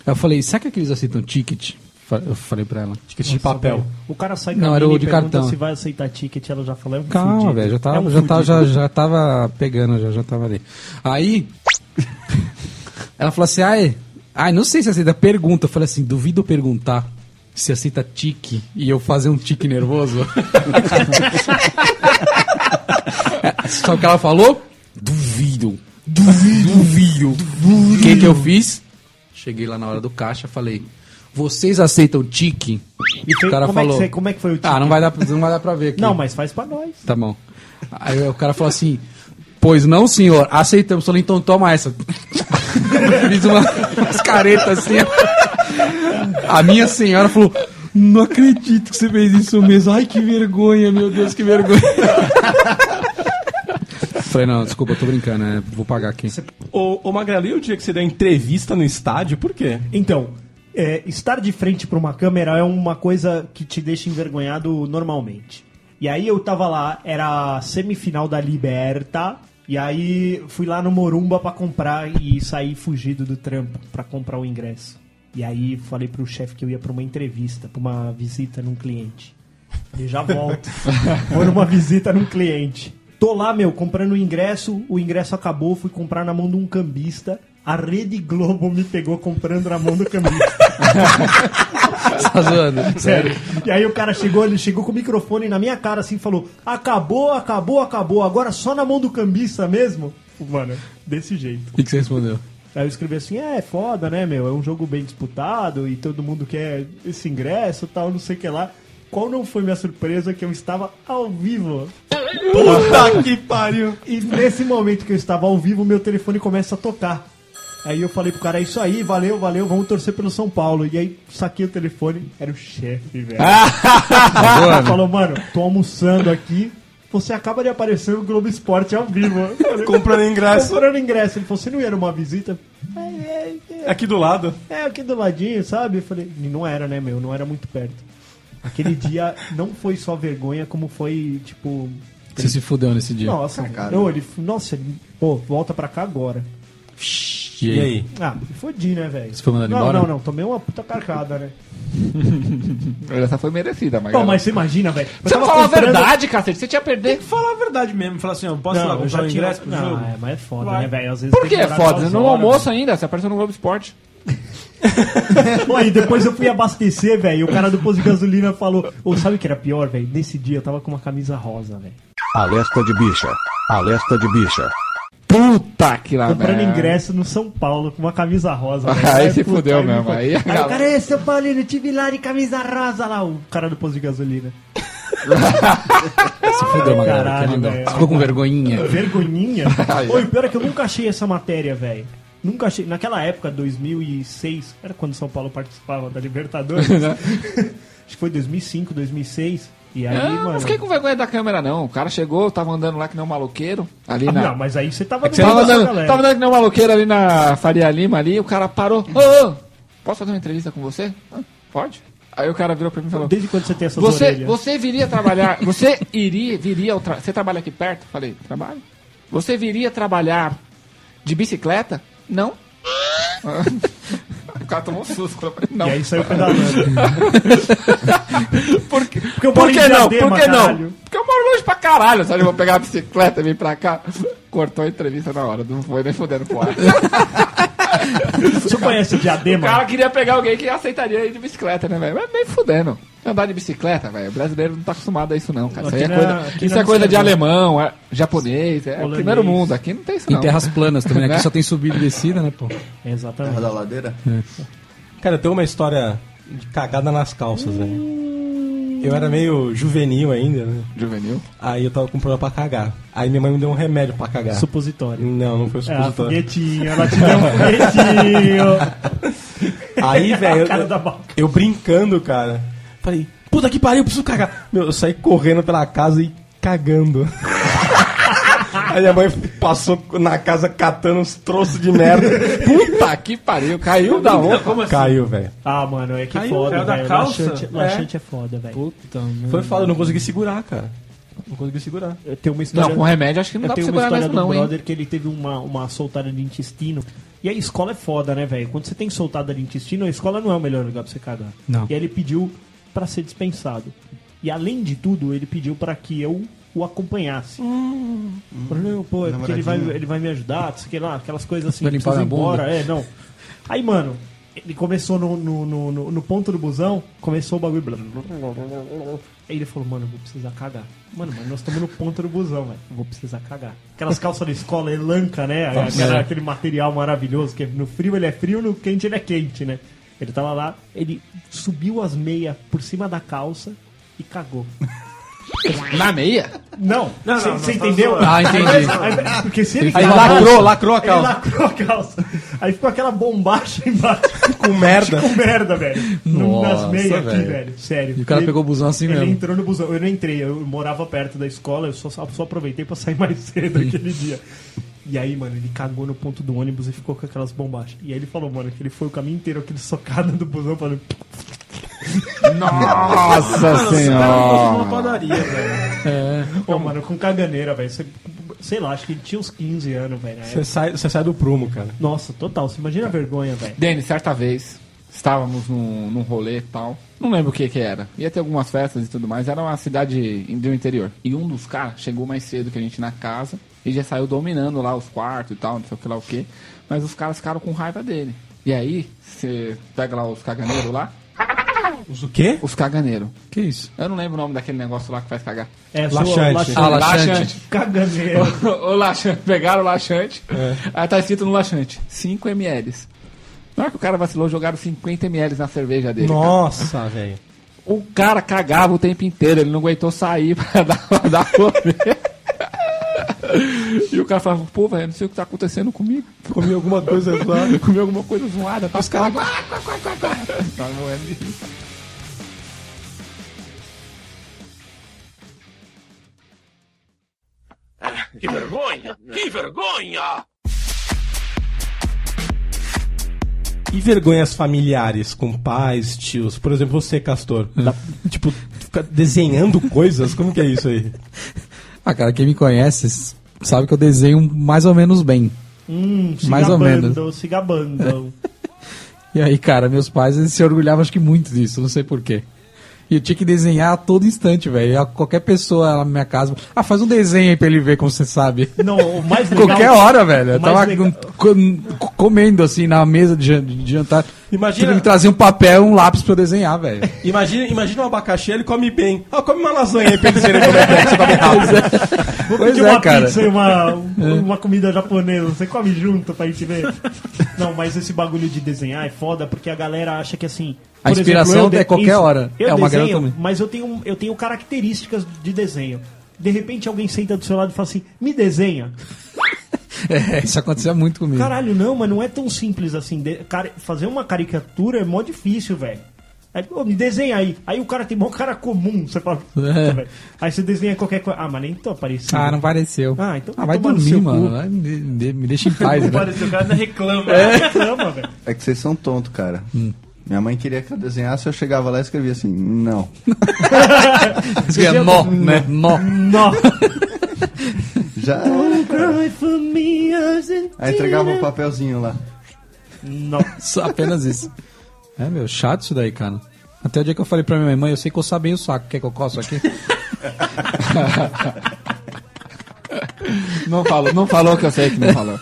Speaker 5: Aí eu falei, será que aqueles aceitam ticket? Fa- Eu falei pra ela.
Speaker 1: Ticket de papel.
Speaker 3: O cara sai
Speaker 5: Não, era
Speaker 3: mina
Speaker 5: o
Speaker 3: e
Speaker 5: de
Speaker 3: pergunta
Speaker 5: cartão.
Speaker 3: se vai aceitar ticket, ela já falou, é um
Speaker 5: Calma,
Speaker 3: fudido.
Speaker 5: velho, já tá
Speaker 3: É
Speaker 5: tava,
Speaker 3: um
Speaker 5: já, tava, já,
Speaker 3: fudido.
Speaker 5: já tava pegando, já, já tava ali. Aí, [LAUGHS] ela falou assim, ai, ai, não sei se aceita pergunta. Eu falei assim, duvido eu perguntar se aceita tique e eu fazer um tique nervoso. [LAUGHS] Só que ela falou, duvido, duvido, duvido. O que que eu fiz? Cheguei lá na hora do caixa, falei, vocês aceitam tique?
Speaker 3: E
Speaker 5: o
Speaker 3: foi-
Speaker 5: cara
Speaker 3: como, é que
Speaker 5: falou,
Speaker 3: você- como é que foi o ticket?
Speaker 5: ah, não vai dar, pra- não vai dar pra ver aqui.
Speaker 3: Não, mas faz pra nós.
Speaker 5: Tá bom. Aí o cara falou assim: Pois não, senhor, aceitamos. Falei, então toma essa. [LAUGHS] Fiz uma, umas caretas assim. ó. A minha senhora falou: Não acredito que você fez isso mesmo. Ai, que vergonha, meu Deus, que vergonha. Falei, não, desculpa, eu tô brincando, né? Vou pagar aqui.
Speaker 1: Ô, ô Magrelo, e o dia que você der entrevista no estádio, por quê?
Speaker 3: Então, é, estar de frente pra uma câmera é uma coisa que te deixa envergonhado normalmente. E aí eu tava lá, era a semifinal da Liberta, e aí fui lá no Morumba pra comprar e saí fugido do trampo pra comprar o ingresso. E aí falei pro chefe que eu ia pra uma entrevista, pra uma visita num cliente. Ele já volto. [LAUGHS] Foi numa visita num cliente. Tô lá, meu, comprando o ingresso, o ingresso acabou, fui comprar na mão de um cambista. A Rede Globo me pegou comprando na mão do cambista.
Speaker 5: Você tá zoando?
Speaker 3: Sério. E aí o cara chegou, ele chegou com o microfone na minha cara assim e falou: Acabou, acabou, acabou, agora só na mão do cambista mesmo? Mano, desse jeito.
Speaker 5: O que, que você respondeu?
Speaker 3: Aí eu escrevi assim, é, é foda, né, meu? É um jogo bem disputado e todo mundo quer esse ingresso e tal, não sei o que lá. Qual não foi minha surpresa que eu estava ao vivo? [LAUGHS]
Speaker 1: Puta que pariu!
Speaker 3: E nesse momento que eu estava ao vivo, meu telefone começa a tocar. Aí eu falei pro cara, é isso aí, valeu, valeu, vamos torcer pelo São Paulo. E aí saquei o telefone, era o chefe, velho.
Speaker 1: Ah.
Speaker 3: Ele falou, mano, tô almoçando aqui, você acaba de aparecer no Globo Esporte ao vivo. Eu falei,
Speaker 1: Comprando ingresso.
Speaker 3: Comprando ingresso. Ele falou, você não ia numa visita?
Speaker 1: Aqui do lado.
Speaker 3: É, aqui do ladinho, sabe? Eu falei, e não era, né, meu? Não era muito perto. Aquele dia não foi só vergonha, como foi, tipo.
Speaker 5: Você se fudeu nesse dia.
Speaker 3: Nossa,
Speaker 8: cara.
Speaker 3: Não, ele, nossa, ele, pô, volta pra cá agora.
Speaker 5: E aí?
Speaker 3: Ah, me fodi, né, velho?
Speaker 5: Você foi mandado
Speaker 3: não,
Speaker 5: embora?
Speaker 3: Não, não, tomei uma puta carcada, né?
Speaker 2: Essa foi merecida, mas.
Speaker 3: Pô, mas você imagina, velho. eu
Speaker 2: Você
Speaker 3: tava
Speaker 2: fala a
Speaker 3: comprando-
Speaker 2: verdade, cacete. Você tinha perdido.
Speaker 4: Falar a verdade mesmo, falar assim, ó, posso ir lá
Speaker 3: Não, eu
Speaker 4: comprar
Speaker 3: já
Speaker 4: o
Speaker 3: tinha...
Speaker 4: ingresso pro
Speaker 3: não,
Speaker 4: jogo?
Speaker 3: é, mas é foda,
Speaker 4: Vai.
Speaker 3: né, velho? Às vezes
Speaker 2: Por
Speaker 3: tem que
Speaker 2: que é
Speaker 3: parar
Speaker 2: foda?
Speaker 3: duas
Speaker 2: No
Speaker 3: horas,
Speaker 2: almoço ainda, você apareceu no Globo Esporte.
Speaker 3: Pô, e depois eu fui abastecer, velho. e O cara do posto de gasolina falou. Ou sabe o que era pior, velho? Nesse dia eu tava com uma camisa rosa, velho.
Speaker 11: Alesta de bicha. Alesta de bicha.
Speaker 2: Puta que lá.
Speaker 3: Comprando
Speaker 2: merda.
Speaker 3: ingresso no São Paulo com uma camisa rosa, velho.
Speaker 2: Ah, né? Aí se
Speaker 3: puta,
Speaker 2: fudeu
Speaker 3: aí me
Speaker 2: mesmo,
Speaker 3: fudeu.
Speaker 2: aí a
Speaker 3: aí
Speaker 2: galera-
Speaker 3: o cara, é São Paulino, tive lá de camisa rosa lá. O cara do posto
Speaker 2: [LAUGHS]
Speaker 3: de gasolina.
Speaker 5: Se fudeu, Magrela,
Speaker 3: Caralho,
Speaker 5: que mandou.
Speaker 3: velho.
Speaker 5: Você ficou com
Speaker 2: [LAUGHS]
Speaker 5: vergonhinha.
Speaker 3: Vergonhinha?
Speaker 2: Ah,
Speaker 3: Oi, pior é que eu nunca achei essa matéria, velho. Nunca achei. Naquela época, 2006, era quando São Paulo participava
Speaker 2: [LAUGHS]
Speaker 3: da Libertadores. Acho que foi 2005, 2006. E aí,
Speaker 2: Ah,
Speaker 3: mano.
Speaker 2: não fiquei com vergonha da câmera, não. O cara chegou, tava andando lá que não um maloqueiro. Ali
Speaker 3: Ah,
Speaker 2: na.
Speaker 3: Não, mas aí você tava
Speaker 2: É que você tava
Speaker 3: meio da
Speaker 2: andando,
Speaker 3: galera.
Speaker 2: tava andando que nem um maloqueiro ali na Faria Lima ali, o cara parou. Ô, ô, posso fazer uma entrevista com você? "Ah, pode. Aí o cara virou pra mim e falou.
Speaker 3: Desde quando você tem essas
Speaker 2: Você,
Speaker 3: orelhas?
Speaker 2: você viria trabalhar. Você iria, viria. ao tra- Você trabalha aqui perto? Falei, trabalho. Você viria trabalhar de bicicleta? Não. [LAUGHS] o cara tomou um susto. quando eu falei, Não.
Speaker 3: E aí saiu pedalando.
Speaker 2: [LAUGHS] Por que,
Speaker 3: eu
Speaker 2: por
Speaker 3: moro em
Speaker 2: que não?
Speaker 3: Diadema,
Speaker 2: Por que não?
Speaker 3: caralho.
Speaker 2: Porque eu moro longe pra caralho. Sabe, eu vou pegar a bicicleta e vir pra cá. Cortou a entrevista na hora. Não foi nem fudendo pro ar.
Speaker 3: Você conhece o
Speaker 2: O
Speaker 3: diadema?
Speaker 2: cara queria pegar alguém que aceitaria ir de bicicleta, né, velho? Mas nem fudendo. Andar de bicicleta, velho. O brasileiro não tá acostumado a isso, não, cara. Isso aí é
Speaker 5: Aqui na-
Speaker 2: coisa,
Speaker 5: aqui
Speaker 2: isso
Speaker 5: na
Speaker 2: é coisa de
Speaker 3: né?
Speaker 5: Amsterdã.
Speaker 2: alemão, é japonês, é
Speaker 5: Holandês.
Speaker 2: primeiro mundo. Aqui não tem isso, não.
Speaker 5: Em terras planas também. Aqui
Speaker 2: Né?
Speaker 5: só tem subida e descida, né, pô?
Speaker 3: Exatamente.
Speaker 8: da ladeira?
Speaker 1: Cara, tem uma história de cagada nas calças, velho. Eu era meio juvenil ainda, né?
Speaker 2: Juvenil?
Speaker 1: Aí eu tava com problema pra cagar. Aí minha mãe me deu um remédio pra cagar.
Speaker 3: Supositório.
Speaker 1: Não, não foi
Speaker 3: É, a
Speaker 1: supositório.
Speaker 3: foguetinha, ela te deu um foguetinho.
Speaker 1: [LAUGHS] Aí, velho,
Speaker 3: [LAUGHS] A cara da
Speaker 1: eu, eu brincando, cara. Falei, puta que pariu, eu preciso cagar. Meu, eu saí correndo pela casa e cagando. [LAUGHS] Aí minha mãe passou na casa catando uns troços de merda.
Speaker 2: Puta que pariu, caiu da
Speaker 1: onda.
Speaker 2: roupa. Como assim?
Speaker 1: Caiu, velho.
Speaker 3: Ah, mano, é que
Speaker 1: Caiu,
Speaker 3: foda,
Speaker 1: caiu da
Speaker 3: velho.
Speaker 1: calça?
Speaker 3: Laxante,
Speaker 1: É.
Speaker 3: laxante é foda, velho. Puta,
Speaker 1: Foi foda, eu não consegui segurar, cara. Não consegui segurar.
Speaker 3: Eu tenho uma história.
Speaker 2: Não, com remédio acho que não
Speaker 3: eu
Speaker 2: dá pra
Speaker 3: tenho
Speaker 2: segurar
Speaker 3: uma história
Speaker 2: mesmo
Speaker 3: do
Speaker 2: não, hein?
Speaker 3: brother que ele teve uma, uma soltada de intestino. E a escola é foda, né, velho? Quando você tem soltada de intestino, a escola não é o melhor lugar pra você cagar.
Speaker 5: Não.
Speaker 3: E aí ele pediu pra ser dispensado. E além de tudo, ele pediu pra que eu o acompanhasse. Falei, não, pô, é porque ele vai,
Speaker 5: Namoradinho.
Speaker 3: ele vai me ajudar, não sei o que lá, aquelas coisas assim,
Speaker 5: Vai limpar
Speaker 3: preciso ir
Speaker 5: minha bunda.
Speaker 3: embora, é, não. Aí, mano, ele começou no, no, no, no- no ponto do busão, começou o bagulho. blá, blá, blá, blá, blá, blá. Aí ele falou, mano, eu vou precisar cagar. Mano, mas nós estamos no ponto do busão, velho. eu Vou precisar cagar. Aquelas calças da escola elanca, né?
Speaker 5: Nossa. É.
Speaker 3: Aquela- aquele material maravilhoso, que no frio ele é frio, no quente ele é quente, né? Ele tava lá, ele subiu as meias por cima da calça e cagou.
Speaker 2: Na meia?
Speaker 3: Não,
Speaker 2: Não, não,
Speaker 3: você
Speaker 2: não,
Speaker 3: você
Speaker 2: tá
Speaker 3: entendeu?
Speaker 2: zoando. Ah, entendi.
Speaker 3: Aí- [LAUGHS] Porque se ele
Speaker 2: Aí
Speaker 3: cagar-
Speaker 2: lacrou, lacrou a
Speaker 3: ele
Speaker 2: calça.
Speaker 3: lacrou a calça. Aí ficou aquela bombacha embaixo.
Speaker 1: com merda.
Speaker 3: com merda, velho. No-
Speaker 5: Nossa,
Speaker 3: nas meias aqui,
Speaker 5: velho.
Speaker 3: velho. Sério.
Speaker 5: E o cara pegou o busão assim
Speaker 3: ele
Speaker 5: mesmo.
Speaker 3: entrou no busão. Eu não entrei, eu morava perto da escola, eu só, só aproveitei pra sair mais
Speaker 5: [LAUGHS]
Speaker 3: cedo aquele dia. E aí, mano, ele cagou no ponto do ônibus e ficou com aquelas bombachas. E aí ele falou, mano, que ele foi o caminho inteiro aquele socado do busão falando.
Speaker 8: Nossa
Speaker 3: Mano, você
Speaker 8: Senhora.
Speaker 3: tá numa padaria, velho.
Speaker 5: É.
Speaker 3: Ô, mano, com caganeira, velho. Você- Sei lá, acho que ele tinha uns 15 anos, velho. na
Speaker 1: Você
Speaker 3: época.
Speaker 1: sai, você sai do prumo, cara.
Speaker 3: Nossa, total. Você imagina a vergonha, velho.
Speaker 2: Denis, certa vez, estávamos num, num rolê e tal. Não lembro o que que era. Ia ter algumas festas e tudo mais. Era uma cidade in- do interior. E um dos caras chegou mais cedo que a gente na casa e já saiu dominando lá os quartos e tal, não sei o que lá o que. Mas os caras ficaram com raiva dele. E aí, você pega lá os caganeiros lá.
Speaker 1: Os o quê?
Speaker 2: Os caganeiros.
Speaker 5: Que isso?
Speaker 2: Eu não lembro o nome daquele negócio lá que faz cagar.
Speaker 3: É,
Speaker 5: sou- Laxante. laxante. Ah, laxante.
Speaker 3: Caganeiro.
Speaker 2: [LAUGHS] o, o laxante. Pegaram o laxante.
Speaker 5: É.
Speaker 2: Aí tá escrito no laxante: 5 ml. Na hora que o cara vacilou, jogaram 50 ml na cerveja dele. cara.
Speaker 1: Nossa, velho.
Speaker 2: O cara cagava o tempo inteiro, ele não aguentou sair [LAUGHS] pra dar, pra dar rolê. E o cara falava, pô, velho, não sei o que tá acontecendo comigo.
Speaker 1: [LAUGHS] Comi alguma coisa zoada.
Speaker 2: Comi alguma coisa zoada. Tá Os caras.
Speaker 7: Que vergonha! Que vergonha!
Speaker 1: E vergonhas familiares com pais, tios? Por exemplo, você, Castor. Dá- tipo, ficar desenhando coisas? Como que é isso aí?
Speaker 5: Ah, cara, quem me conhece sabe que eu desenho mais ou menos bem.
Speaker 3: Hum, se
Speaker 5: Mais ou
Speaker 3: gabando,
Speaker 5: menos.
Speaker 3: Se gabando.
Speaker 5: E aí, cara, meus pais eles se orgulhavam acho que muito disso, não sei porquê. E eu tinha que desenhar a todo instante, velho. A Qualquer pessoa lá na minha casa, ah, faz um desenho aí pra ele ver como você
Speaker 3: [LAUGHS]
Speaker 5: sabe.
Speaker 3: Não, o mais
Speaker 5: [LAUGHS]
Speaker 3: legal... é
Speaker 5: Qualquer hora, velho. Eu
Speaker 3: o um mais
Speaker 5: tava
Speaker 3: legal-
Speaker 5: com- com- comendo assim na mesa de jan- de jantar.
Speaker 1: Imagina-
Speaker 5: Tive que trazer um papel, um lápis pra eu desenhar,
Speaker 3: [LAUGHS]
Speaker 5: velho.
Speaker 1: Imagina, imagina um abacaxi, ele come bem. Ah, come uma lasanha aí pra eles verem como é que é, que você come rápido.
Speaker 3: Vou
Speaker 5: Pois
Speaker 3: pedir
Speaker 5: é,
Speaker 3: uma
Speaker 5: cara. É.
Speaker 3: pizza e uma, uma comida japonesa. Você come junto pra gente ver. Não, mas esse bagulho de desenhar é foda porque a galera acha que assim...
Speaker 5: A
Speaker 3: por
Speaker 5: inspiração
Speaker 3: eu
Speaker 5: é qualquer hora.
Speaker 3: Eu
Speaker 5: É uma
Speaker 3: desenho,
Speaker 5: grana também.
Speaker 3: mas eu tenho, eu tenho características de desenho. De repente alguém senta do seu lado e fala assim, me desenha.
Speaker 5: É, isso acontecia muito comigo.
Speaker 3: Caralho, não, mas não é tão simples assim. De- cara- fazer uma caricatura é mó difícil, velho. Aí, pô, me desenha aí. Aí o cara tem mó cara comum. Você fala. "Puta,
Speaker 5: É.
Speaker 3: velho." Aí você desenha qualquer coisa. Ah, mas nem tô aparecendo.
Speaker 5: Ah, não pareceu.
Speaker 3: Ah, então
Speaker 5: ah, vai
Speaker 3: vai tomar no
Speaker 5: dormir,
Speaker 3: seu
Speaker 5: mano.
Speaker 3: cu. É.
Speaker 5: Vai, me, de- me deixa em
Speaker 3: [LAUGHS]
Speaker 5: paz, né?
Speaker 4: Parece, o cara ainda reclama.
Speaker 3: Reclama, velho.
Speaker 8: É que vocês são tontos, cara.
Speaker 4: Hum.
Speaker 8: Minha mãe queria que eu desenhasse, eu chegava lá e escrevia assim, não.
Speaker 5: Isso que é nó, né? Nó.
Speaker 3: Nó.
Speaker 8: Já
Speaker 3: Cry for me, as in
Speaker 8: aí entregava um papelzinho lá.
Speaker 3: Nó.
Speaker 5: Só apenas isso. É, meu, chato isso daí, cara. Até o dia que eu falei pra minha mãe, eu sei coçar bem o saco. Quer que eu coço aqui?
Speaker 2: Não falou, não falou que eu sei que não falou.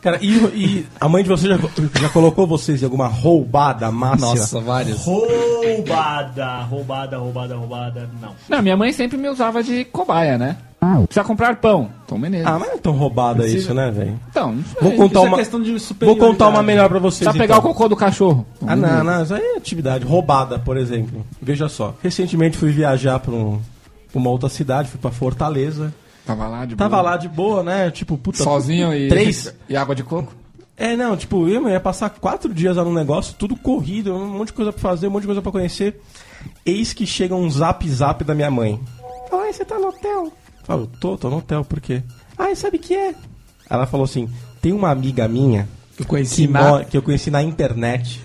Speaker 1: Cara, e, e a mãe de você já, já colocou vocês em alguma roubada máxima?
Speaker 5: Nossa, várias.
Speaker 3: Roubada, roubada, roubada, roubada. Não.
Speaker 2: Não, minha mãe sempre me usava de cobaia, né? Precisa comprar pão. Tom Menezes.
Speaker 1: Ah, mas não é tão roubada isso, né, velho?
Speaker 2: Então, não sei.
Speaker 1: Vou contar
Speaker 4: Isso é
Speaker 1: uma.
Speaker 4: questão de
Speaker 1: Vou
Speaker 4: superioridade.
Speaker 1: contar uma melhor pra vocês.
Speaker 2: Só
Speaker 1: então.
Speaker 2: pegar o cocô do cachorro.
Speaker 1: Ah, não, não, isso aí é atividade roubada, por exemplo. Veja só, recentemente fui viajar pra, um- pra uma outra cidade, fui pra Fortaleza.
Speaker 2: Tava lá de
Speaker 1: Tava
Speaker 2: boa.
Speaker 1: lá de boa, né? Tipo, puta.
Speaker 2: Sozinho e...
Speaker 1: Três.
Speaker 2: E água de coco?
Speaker 1: É, não, tipo, eu ia passar quatro dias lá no negócio, tudo corrido, um monte de coisa pra fazer, um monte de coisa pra conhecer. Eis que chega um zap zap da minha mãe. Fala, ai, você tá no hotel? Falo, tô, tô no hotel, por quê? Ai, sabe o que é? Ela falou assim: tem uma amiga minha
Speaker 5: Eu conheci
Speaker 1: que,
Speaker 5: na...
Speaker 1: mo- que eu conheci na
Speaker 3: [LAUGHS]
Speaker 1: internet.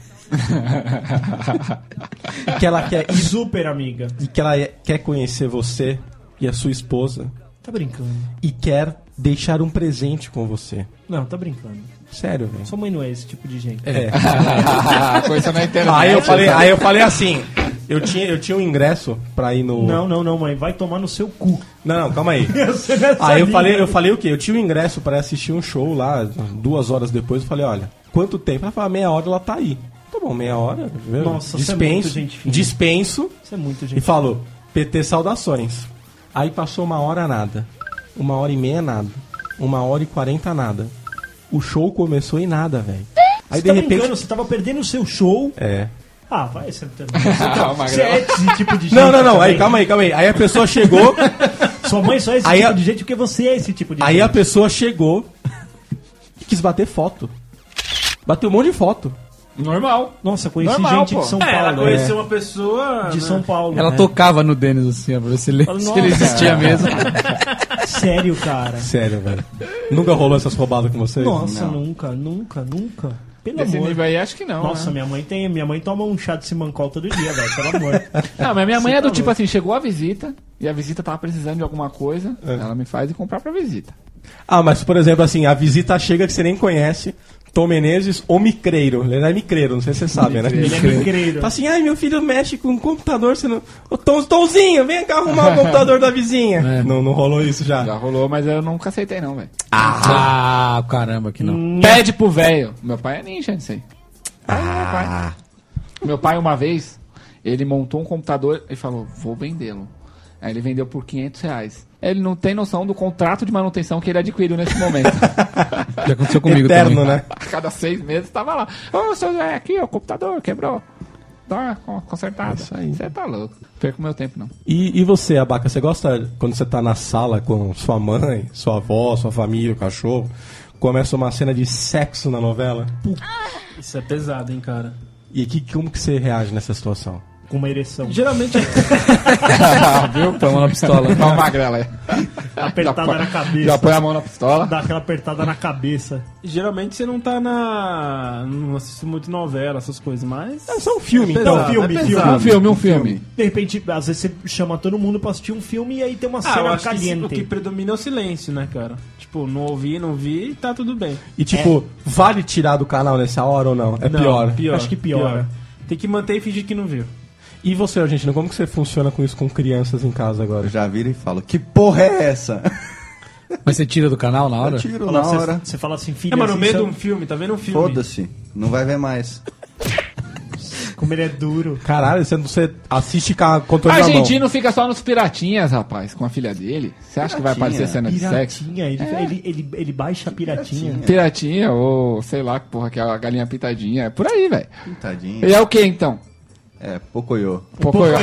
Speaker 1: que ela quer ir
Speaker 3: É Super amiga.
Speaker 1: e que ela é- quer conhecer você e a sua esposa
Speaker 3: Tá brincando.
Speaker 1: e quer deixar um presente com você.
Speaker 3: Não, tá brincando.
Speaker 1: Sério, velho.
Speaker 3: Sua mãe não é esse tipo de gente.
Speaker 1: É.
Speaker 2: Ah, Coisa na internet.
Speaker 1: aí eu falei, aí eu falei assim, eu tinha, eu tinha um ingresso pra ir no
Speaker 3: Não, não, não, mãe. Vai tomar no seu cu.
Speaker 1: Não, não, calma
Speaker 3: [LAUGHS]
Speaker 1: aí.
Speaker 3: Você não é essa
Speaker 1: Aí eu
Speaker 3: linha.
Speaker 1: falei, eu falei o quê? Eu tinha um ingresso pra assistir um show lá, duas horas depois, eu falei, olha, quanto tempo? Ela falou, meia hora ela tá aí. Tá bom, meia hora. viu?
Speaker 3: Nossa, você é muito gente fina.
Speaker 1: dispenso.
Speaker 3: Isso é muito
Speaker 1: e
Speaker 3: gente.
Speaker 1: falou: PT saudações. Aí passou uma hora nada, uma hora e meia nada, uma hora e quarenta nada. O show começou em nada, velho. Aí
Speaker 3: Você
Speaker 1: de
Speaker 3: tá
Speaker 1: repente.
Speaker 3: brincando, você tava perdendo o seu show.
Speaker 1: É.
Speaker 3: Ah, vai, você você-
Speaker 2: Calma,
Speaker 3: Você é esse tipo de [LAUGHS] gente.
Speaker 1: Não, não, não. Aí,
Speaker 3: também.
Speaker 1: calma aí, calma aí. Aí a pessoa chegou,
Speaker 3: Sua mãe só é esse
Speaker 1: Aí
Speaker 3: tipo
Speaker 1: a-
Speaker 3: de gente porque você é esse tipo de
Speaker 1: [LAUGHS] aí a
Speaker 3: gente.
Speaker 1: pessoa chegou e quis bater foto. Bateu um monte de foto.
Speaker 2: Normal.
Speaker 3: Nossa, eu conheci
Speaker 2: Normal,
Speaker 3: gente
Speaker 2: pô.
Speaker 3: de São
Speaker 4: É, ela
Speaker 3: Paulo.
Speaker 4: conheceu uma pessoa.
Speaker 3: De
Speaker 4: né?
Speaker 3: São Paulo.
Speaker 5: Ela
Speaker 3: né?
Speaker 5: tocava no Denis assim, ó, pra ver se ele, se ele existia mesmo.
Speaker 3: [LAUGHS] Sério, cara.
Speaker 1: Sério, velho. Nunca rolou essas roubadas com vocês?
Speaker 3: Nossa, nunca, nunca, nunca. Pelo
Speaker 2: Desse
Speaker 3: amor.
Speaker 2: nível aí, acho que não.
Speaker 1: né?"
Speaker 2: né?
Speaker 3: Nossa, minha mãe tem. Minha mãe toma um chá de simancol todo dia, velho. Pelo amor.
Speaker 2: Não, mas minha mãe
Speaker 3: Você
Speaker 2: é do
Speaker 3: tá
Speaker 2: tipo
Speaker 3: louco.
Speaker 2: assim, chegou a visita e a visita tava precisando de alguma coisa,
Speaker 1: É.
Speaker 2: ela me faz e comprar pra visita.
Speaker 1: Ah, mas por exemplo, assim, a visita chega que você nem conhece. Tom Menezes ou Micreiro. Ele é Micreiro, não sei se você sabe, né?
Speaker 3: Ele é migreiro.
Speaker 1: Tá assim, ai, meu filho mexe com um computador, você não... Ô, Tom, Tomzinho, vem cá arrumar o computador da vizinha. Não, não rolou isso É. já.
Speaker 2: Já rolou, mas eu nunca aceitei não, velho. Hum.
Speaker 5: Ah, caramba, que não.
Speaker 2: Pede pro velho. Meu pai é ninja, não sei. Ah. Meu pai, uma vez, ele montou um computador e falou, vou vendê-lo. Aí ele vendeu por 500 reais. Ele não tem noção do contrato de manutenção que ele adquiriu nesse momento. [LAUGHS]
Speaker 5: Já aconteceu comigo
Speaker 1: Eterno,
Speaker 5: [LAUGHS] também.
Speaker 1: né?
Speaker 2: A cada seis meses tava lá. Ô, seu Zé, aqui, ó, o computador quebrou. Dá uma con-
Speaker 3: É
Speaker 2: consertada.
Speaker 1: isso aí.
Speaker 2: Você tá louco. Perco meu tempo, não.
Speaker 1: E, e você, Abaca, você gosta quando você tá na sala com sua mãe, sua avó, sua família, o cachorro, começa uma cena de sexo na novela?
Speaker 4: Isso é pesado, hein, cara.
Speaker 1: E que, como que você reage nessa situação?
Speaker 3: Com uma ereção.
Speaker 4: Geralmente [LAUGHS]
Speaker 5: Viu? Põe a mão na
Speaker 2: [LAUGHS]
Speaker 5: pistola.
Speaker 2: Dá uma magrela aí.
Speaker 3: Apertada
Speaker 2: Já
Speaker 3: na
Speaker 2: põe-
Speaker 3: cabeça.
Speaker 2: Já põe a mão na pistola.
Speaker 3: Dá aquela apertada na cabeça.
Speaker 4: Geralmente você não tá na. Não assisto muito novela, essas coisas, mas.
Speaker 1: É só um filme,
Speaker 4: É
Speaker 1: então.
Speaker 3: Não, filme,
Speaker 4: pesado.
Speaker 3: filme.
Speaker 2: Um filme, um filme.
Speaker 3: De repente, às vezes você chama todo mundo pra assistir um filme e aí tem uma
Speaker 4: Ah, eu
Speaker 3: cena
Speaker 4: acho que se- o que
Speaker 3: caliente.
Speaker 4: predomina é o silêncio, né, cara? Tipo, não ouvi, não vi, tá tudo bem.
Speaker 1: E tipo, vale tirar do canal nessa hora ou não? É
Speaker 4: Não,
Speaker 1: pior.
Speaker 3: Acho que piora.
Speaker 4: Tem que manter e fingir que não viu.
Speaker 1: E você, Argentina, como que você funciona com isso com crianças em casa agora?
Speaker 8: Eu já viro e falo, que porra é essa?
Speaker 5: [LAUGHS] Mas você tira do canal na hora?
Speaker 8: Eu tiro
Speaker 3: Olha
Speaker 8: na
Speaker 3: lá, você-
Speaker 8: hora.
Speaker 3: Você fala assim, filho,
Speaker 4: É, mas no
Speaker 3: assim,
Speaker 4: meio de
Speaker 3: seu-
Speaker 4: um [LAUGHS] filme, tá vendo um filme?
Speaker 8: Foda-se, não vai ver mais.
Speaker 3: como ele é duro.
Speaker 1: Caralho, você, você assiste com a controle na mão.
Speaker 2: Argentino fica só nos piratinhas, rapaz, com a filha dele. Você acha que vai
Speaker 8: Piratinha.
Speaker 2: aparecer cena de sexo?
Speaker 3: Piratinha, ele, ele, ele, ele baixa a piratinha.
Speaker 2: Piratinha ou sei lá, que porra, que é a galinha pintadinha. É por aí, velho.
Speaker 8: Tadinho.
Speaker 2: E é o que então?
Speaker 8: É, Pocoyo.
Speaker 2: Pocoyo.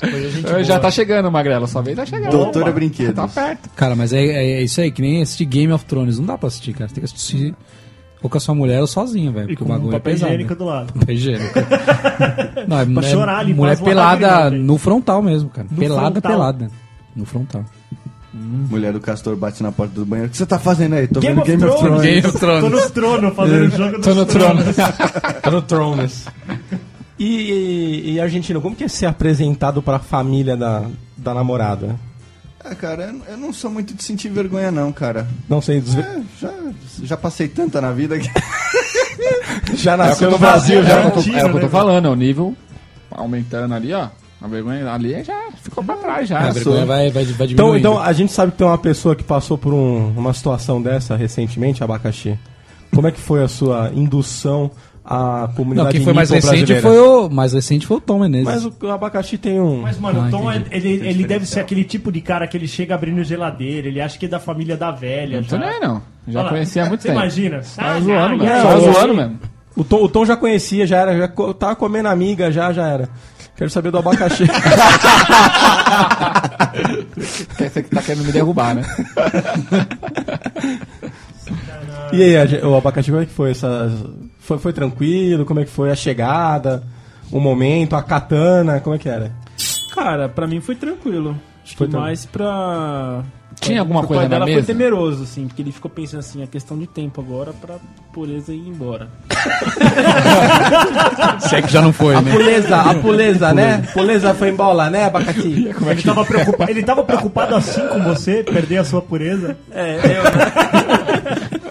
Speaker 3: Coisa gente
Speaker 2: [LAUGHS] Já
Speaker 3: boa.
Speaker 2: tá chegando, Magrela. Sua vez tá chegando.
Speaker 8: Doutora
Speaker 2: Tá
Speaker 8: Brinquedos.
Speaker 2: perto.
Speaker 5: Cara, mas é, é- é isso aí, que nem assistir Game of Thrones. Não dá pra assistir, cara. Você tem que assistir ou com a sua mulher ou sozinho, velho.
Speaker 3: E
Speaker 5: Porque
Speaker 3: com
Speaker 5: o bagulho
Speaker 3: um
Speaker 5: é
Speaker 3: papel
Speaker 5: pesado.
Speaker 3: higiênico do lado.
Speaker 5: Papel higiênico. Não, é,
Speaker 3: Pra
Speaker 5: é
Speaker 3: chorar ali,
Speaker 5: mulher
Speaker 3: faz uma
Speaker 5: pelada
Speaker 3: lágrima, né,
Speaker 5: no frontal mesmo, cara.
Speaker 3: No
Speaker 5: pelada,
Speaker 3: frontal.
Speaker 5: pelada. No
Speaker 3: [LAUGHS]
Speaker 5: frontal.
Speaker 8: Mulher do Castor bate na porta do banheiro. O que você tá fazendo aí? Tô
Speaker 3: Game
Speaker 8: vendo
Speaker 3: of
Speaker 8: Game of
Speaker 3: Thrones.
Speaker 8: Thrones.
Speaker 5: Game of
Speaker 3: Tô
Speaker 5: Thrones.
Speaker 3: no trono fazendo o jogo
Speaker 5: Tô no
Speaker 3: dos
Speaker 5: trono.
Speaker 3: tronos.
Speaker 1: Tá no Thrones. [LAUGHS] E, e, e, Argentino, como que é ser apresentado pra família da, da namorada?
Speaker 8: Ah, cara, eu, eu não sou muito de sentir vergonha, não, cara.
Speaker 1: Não sei, desve-
Speaker 8: É, já, já passei tanta na vida que.
Speaker 1: já nasceu no Brasil,
Speaker 2: Brasil, já
Speaker 1: já.
Speaker 2: é o que eu tô-
Speaker 3: Tira,
Speaker 2: é o que eu
Speaker 3: né,
Speaker 2: tô falando, é o nível aumentando ali, ó. A vergonha ali já ficou pra trás já.
Speaker 5: a vergonha é, vai, vai, vai
Speaker 1: Então,
Speaker 5: diminuindo.
Speaker 1: então, a gente sabe que tem uma pessoa que passou por um- uma situação dessa recentemente, abacaxi. Como é que foi a sua indução à comunidade
Speaker 5: não, quem foi mais
Speaker 1: nipo
Speaker 5: recente
Speaker 1: brasileira?
Speaker 5: foi o mais recente foi o Tom Menezes.
Speaker 1: Mas o abacaxi tem um...
Speaker 3: Mas, mano,
Speaker 5: Ah,
Speaker 3: o Tom,
Speaker 5: entendi.
Speaker 3: ele, ele deve ser aquele tipo de cara que ele chega abrindo geladeira, ele acha que é da família da velha.
Speaker 2: Não, não é não. Já conhecia há muito
Speaker 3: você
Speaker 2: tempo.
Speaker 3: Imagina.
Speaker 2: Tá zoando,
Speaker 3: ah,
Speaker 2: mano.
Speaker 3: ah,
Speaker 2: Tá
Speaker 3: ah,
Speaker 2: zoando mesmo.
Speaker 1: O Tom, o Tom já conhecia, já era, já co- tava comendo amiga, já, já era. Quero saber do abacaxi.
Speaker 2: Quer ser que tá querendo me derrubar, né?
Speaker 1: e aí, a ge- o abacaxi, como é que foi essa... Foi, foi tranquilo? Como é que foi a chegada? O momento? A katana? Como é que era?
Speaker 4: Cara, pra mim foi tranquilo. Acho
Speaker 1: Foi
Speaker 4: que
Speaker 1: tran-
Speaker 4: mais pra.
Speaker 2: Tinha alguma
Speaker 4: pro
Speaker 2: coisa
Speaker 4: pai
Speaker 2: na
Speaker 4: dela foi
Speaker 2: mesa?
Speaker 4: temeroso, assim, porque ele ficou pensando assim, a questão de tempo agora pra pureza ir embora.
Speaker 5: Se é que já não foi,
Speaker 1: A
Speaker 5: né?
Speaker 1: puleza, a puleza, né? Puleza foi embolar, né, abacaxi?
Speaker 3: Ele tava, preocupa- ele tava preocupado assim com você, perder a sua pureza.
Speaker 4: É, eu.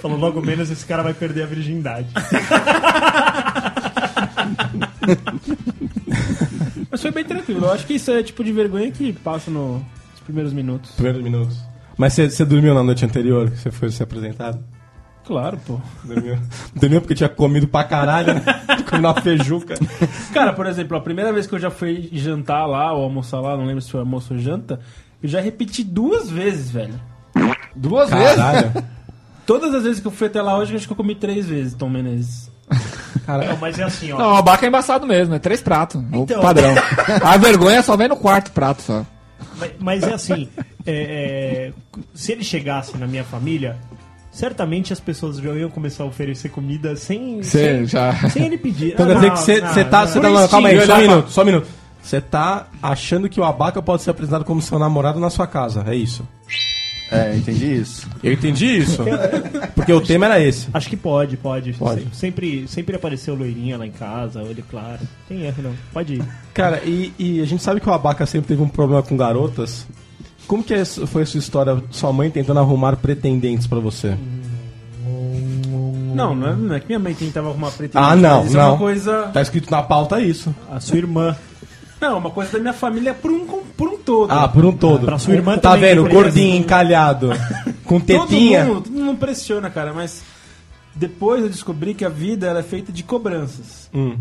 Speaker 3: Falou, logo menos esse cara vai perder a virgindade.
Speaker 4: Mas foi bem tranquilo. Eu acho que isso é tipo de vergonha que passa no- nos primeiros minutos.
Speaker 1: Primeiros minutos. Mas você- você dormiu na noite anterior que você foi ser apresentado?
Speaker 4: Claro, pô.
Speaker 1: Dormiu, dormiu porque tinha comido pra caralho, né? Comendo uma feijuca.
Speaker 4: Cara, por exemplo, a primeira vez que eu já fui jantar lá ou almoçar lá, não lembro se foi almoço ou janta, eu já repeti duas vezes, velho.
Speaker 2: Duas vezes?
Speaker 1: Caralho.
Speaker 4: Todas as vezes que eu fui até lá hoje, eu acho que eu comi três vezes, Tom Menezes.
Speaker 3: Não, mas é assim, ó.
Speaker 2: Não, o abaca é embaçado mesmo, é três pratos.
Speaker 3: Então.
Speaker 2: O [LAUGHS] padrão. A vergonha só vem no quarto prato só.
Speaker 3: Mas, mas é assim, é, é, se ele chegasse na minha família, certamente as pessoas já iam começar a oferecer comida sem,
Speaker 2: Você já.
Speaker 3: sem, sem ele pedir.
Speaker 1: Então
Speaker 3: Ah,
Speaker 1: quer dizer
Speaker 3: não,
Speaker 1: que você
Speaker 3: não,
Speaker 1: você tá.
Speaker 3: não.
Speaker 1: Você tá não, calma aí,
Speaker 3: Por
Speaker 1: só um
Speaker 3: instinto.
Speaker 1: minuto, só um minuto. Você tá achando que o abaca pode ser apresentado como seu namorado na sua casa, é isso?
Speaker 8: [LAUGHS] É, entendi isso.
Speaker 1: Eu entendi isso. [LAUGHS] Porque o tema era esse.
Speaker 3: Acho que pode, pode.
Speaker 1: Pode.
Speaker 3: Se- Sempre, sempre apareceu loirinha lá em casa, olho claro. Tem erro não. Pode ir.
Speaker 1: Cara, e, e a gente sabe que o abaca sempre teve um problema com garotas. Como que é- foi a sua história, sua mãe tentando arrumar pretendentes pra você?
Speaker 4: Não, não é, não é que minha mãe tentava arrumar preta.
Speaker 1: Ah, não,
Speaker 4: Isso é
Speaker 1: não.
Speaker 4: uma coisa.
Speaker 1: Tá escrito na pauta isso.
Speaker 3: A sua irmã.
Speaker 4: Não, é uma coisa da minha família por um, com- por um todo.
Speaker 1: Ah, por um todo.
Speaker 3: Pra sua irmã
Speaker 1: tá
Speaker 3: também,
Speaker 1: vendo?
Speaker 3: por exemplo.
Speaker 1: Gordinho,
Speaker 4: [LAUGHS]
Speaker 1: encalhado, com
Speaker 4: né? todo
Speaker 1: tetinha.
Speaker 4: mundo, todo mundo pressiona, cara, mas depois eu descobri que a vida ela é feita de cobranças.
Speaker 1: Hum.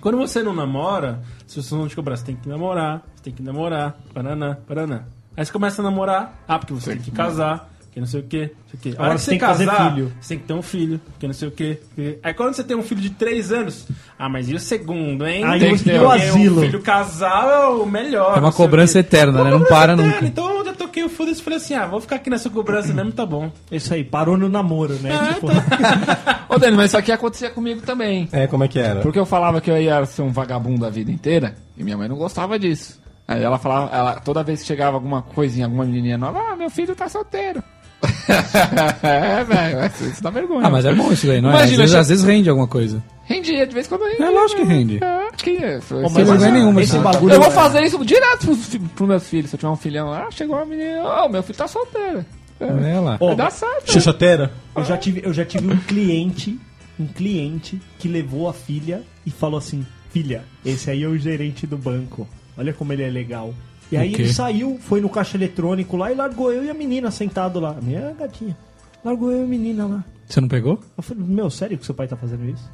Speaker 4: Quando você não namora, se você não te cobrar, você tem que namorar, você tem que namorar, paraná, paraná. Aí você começa a namorar, ah, porque você tem que casar, porque não sei o quê, não sei o quê. A hora que
Speaker 3: você
Speaker 4: você
Speaker 3: tem que fazer
Speaker 4: casar,
Speaker 3: filho.
Speaker 4: você tem que ter um filho, porque não sei o quê. porque- Aí quando você tem um filho de 3 anos, ah, mas e o segundo, hein?
Speaker 3: Aí
Speaker 4: Tem
Speaker 3: o-
Speaker 4: que ter
Speaker 3: e o
Speaker 4: alguém,
Speaker 3: asilo?
Speaker 4: Um filho casal é o melhor.
Speaker 5: É uma
Speaker 4: não sei o
Speaker 5: cobrança
Speaker 4: quê.
Speaker 5: eterna, né? Não
Speaker 4: cobrança
Speaker 5: para
Speaker 4: eterna,
Speaker 5: nunca.
Speaker 4: Então eu já toquei o foda-se e falei assim, ah, vou ficar aqui nessa cobrança mesmo, tá bom.
Speaker 3: É Isso aí, parou no namoro, né? Tipo, [LAUGHS]
Speaker 2: Ô, Dani, mas isso aqui acontecia comigo também.
Speaker 1: É, como é que era?
Speaker 2: Porque eu falava que eu ia ser um vagabundo a vida inteira e minha mãe não gostava disso. Aí ela falava, ela, toda vez que chegava alguma coisinha, alguma menininha nova, ah, meu filho tá solteiro. [LAUGHS] é, velho, isso isso dá vergonha.
Speaker 5: Ah, mas é bom isso daí, não é? Às
Speaker 2: Imagina,
Speaker 5: vezes,
Speaker 2: che-
Speaker 5: às vezes rende alguma coisa.
Speaker 2: Rendia, de vez em quando rendia.
Speaker 5: É lógico que rende.
Speaker 2: É, acho que é, foi-
Speaker 5: Sem
Speaker 2: sei lá.
Speaker 5: vergonha nenhuma.
Speaker 3: esse
Speaker 5: isso. um
Speaker 3: bagulho.
Speaker 2: Eu vou
Speaker 5: né?
Speaker 2: fazer isso direto pros, fi- pros meus filhos. Se eu tiver um filhão lá, chegou uma menina, ô, meu filho tá solteiro. É,
Speaker 5: Olha lá.
Speaker 2: vai dar certo.
Speaker 1: Xoxotera?
Speaker 3: Eu já tive, eu já tive um cliente, um cliente que levou a filha e falou assim: "Filha, esse aí é o gerente do banco. Olha como ele é legal." E aí
Speaker 5: quê?
Speaker 3: ele saiu, foi no caixa eletrônico lá e largou eu e a menina sentado lá, a minha gatinha. Largou eu e a menina lá.
Speaker 5: Você não pegou?
Speaker 3: Eu falei: "Meu, sério que seu pai tá fazendo isso?"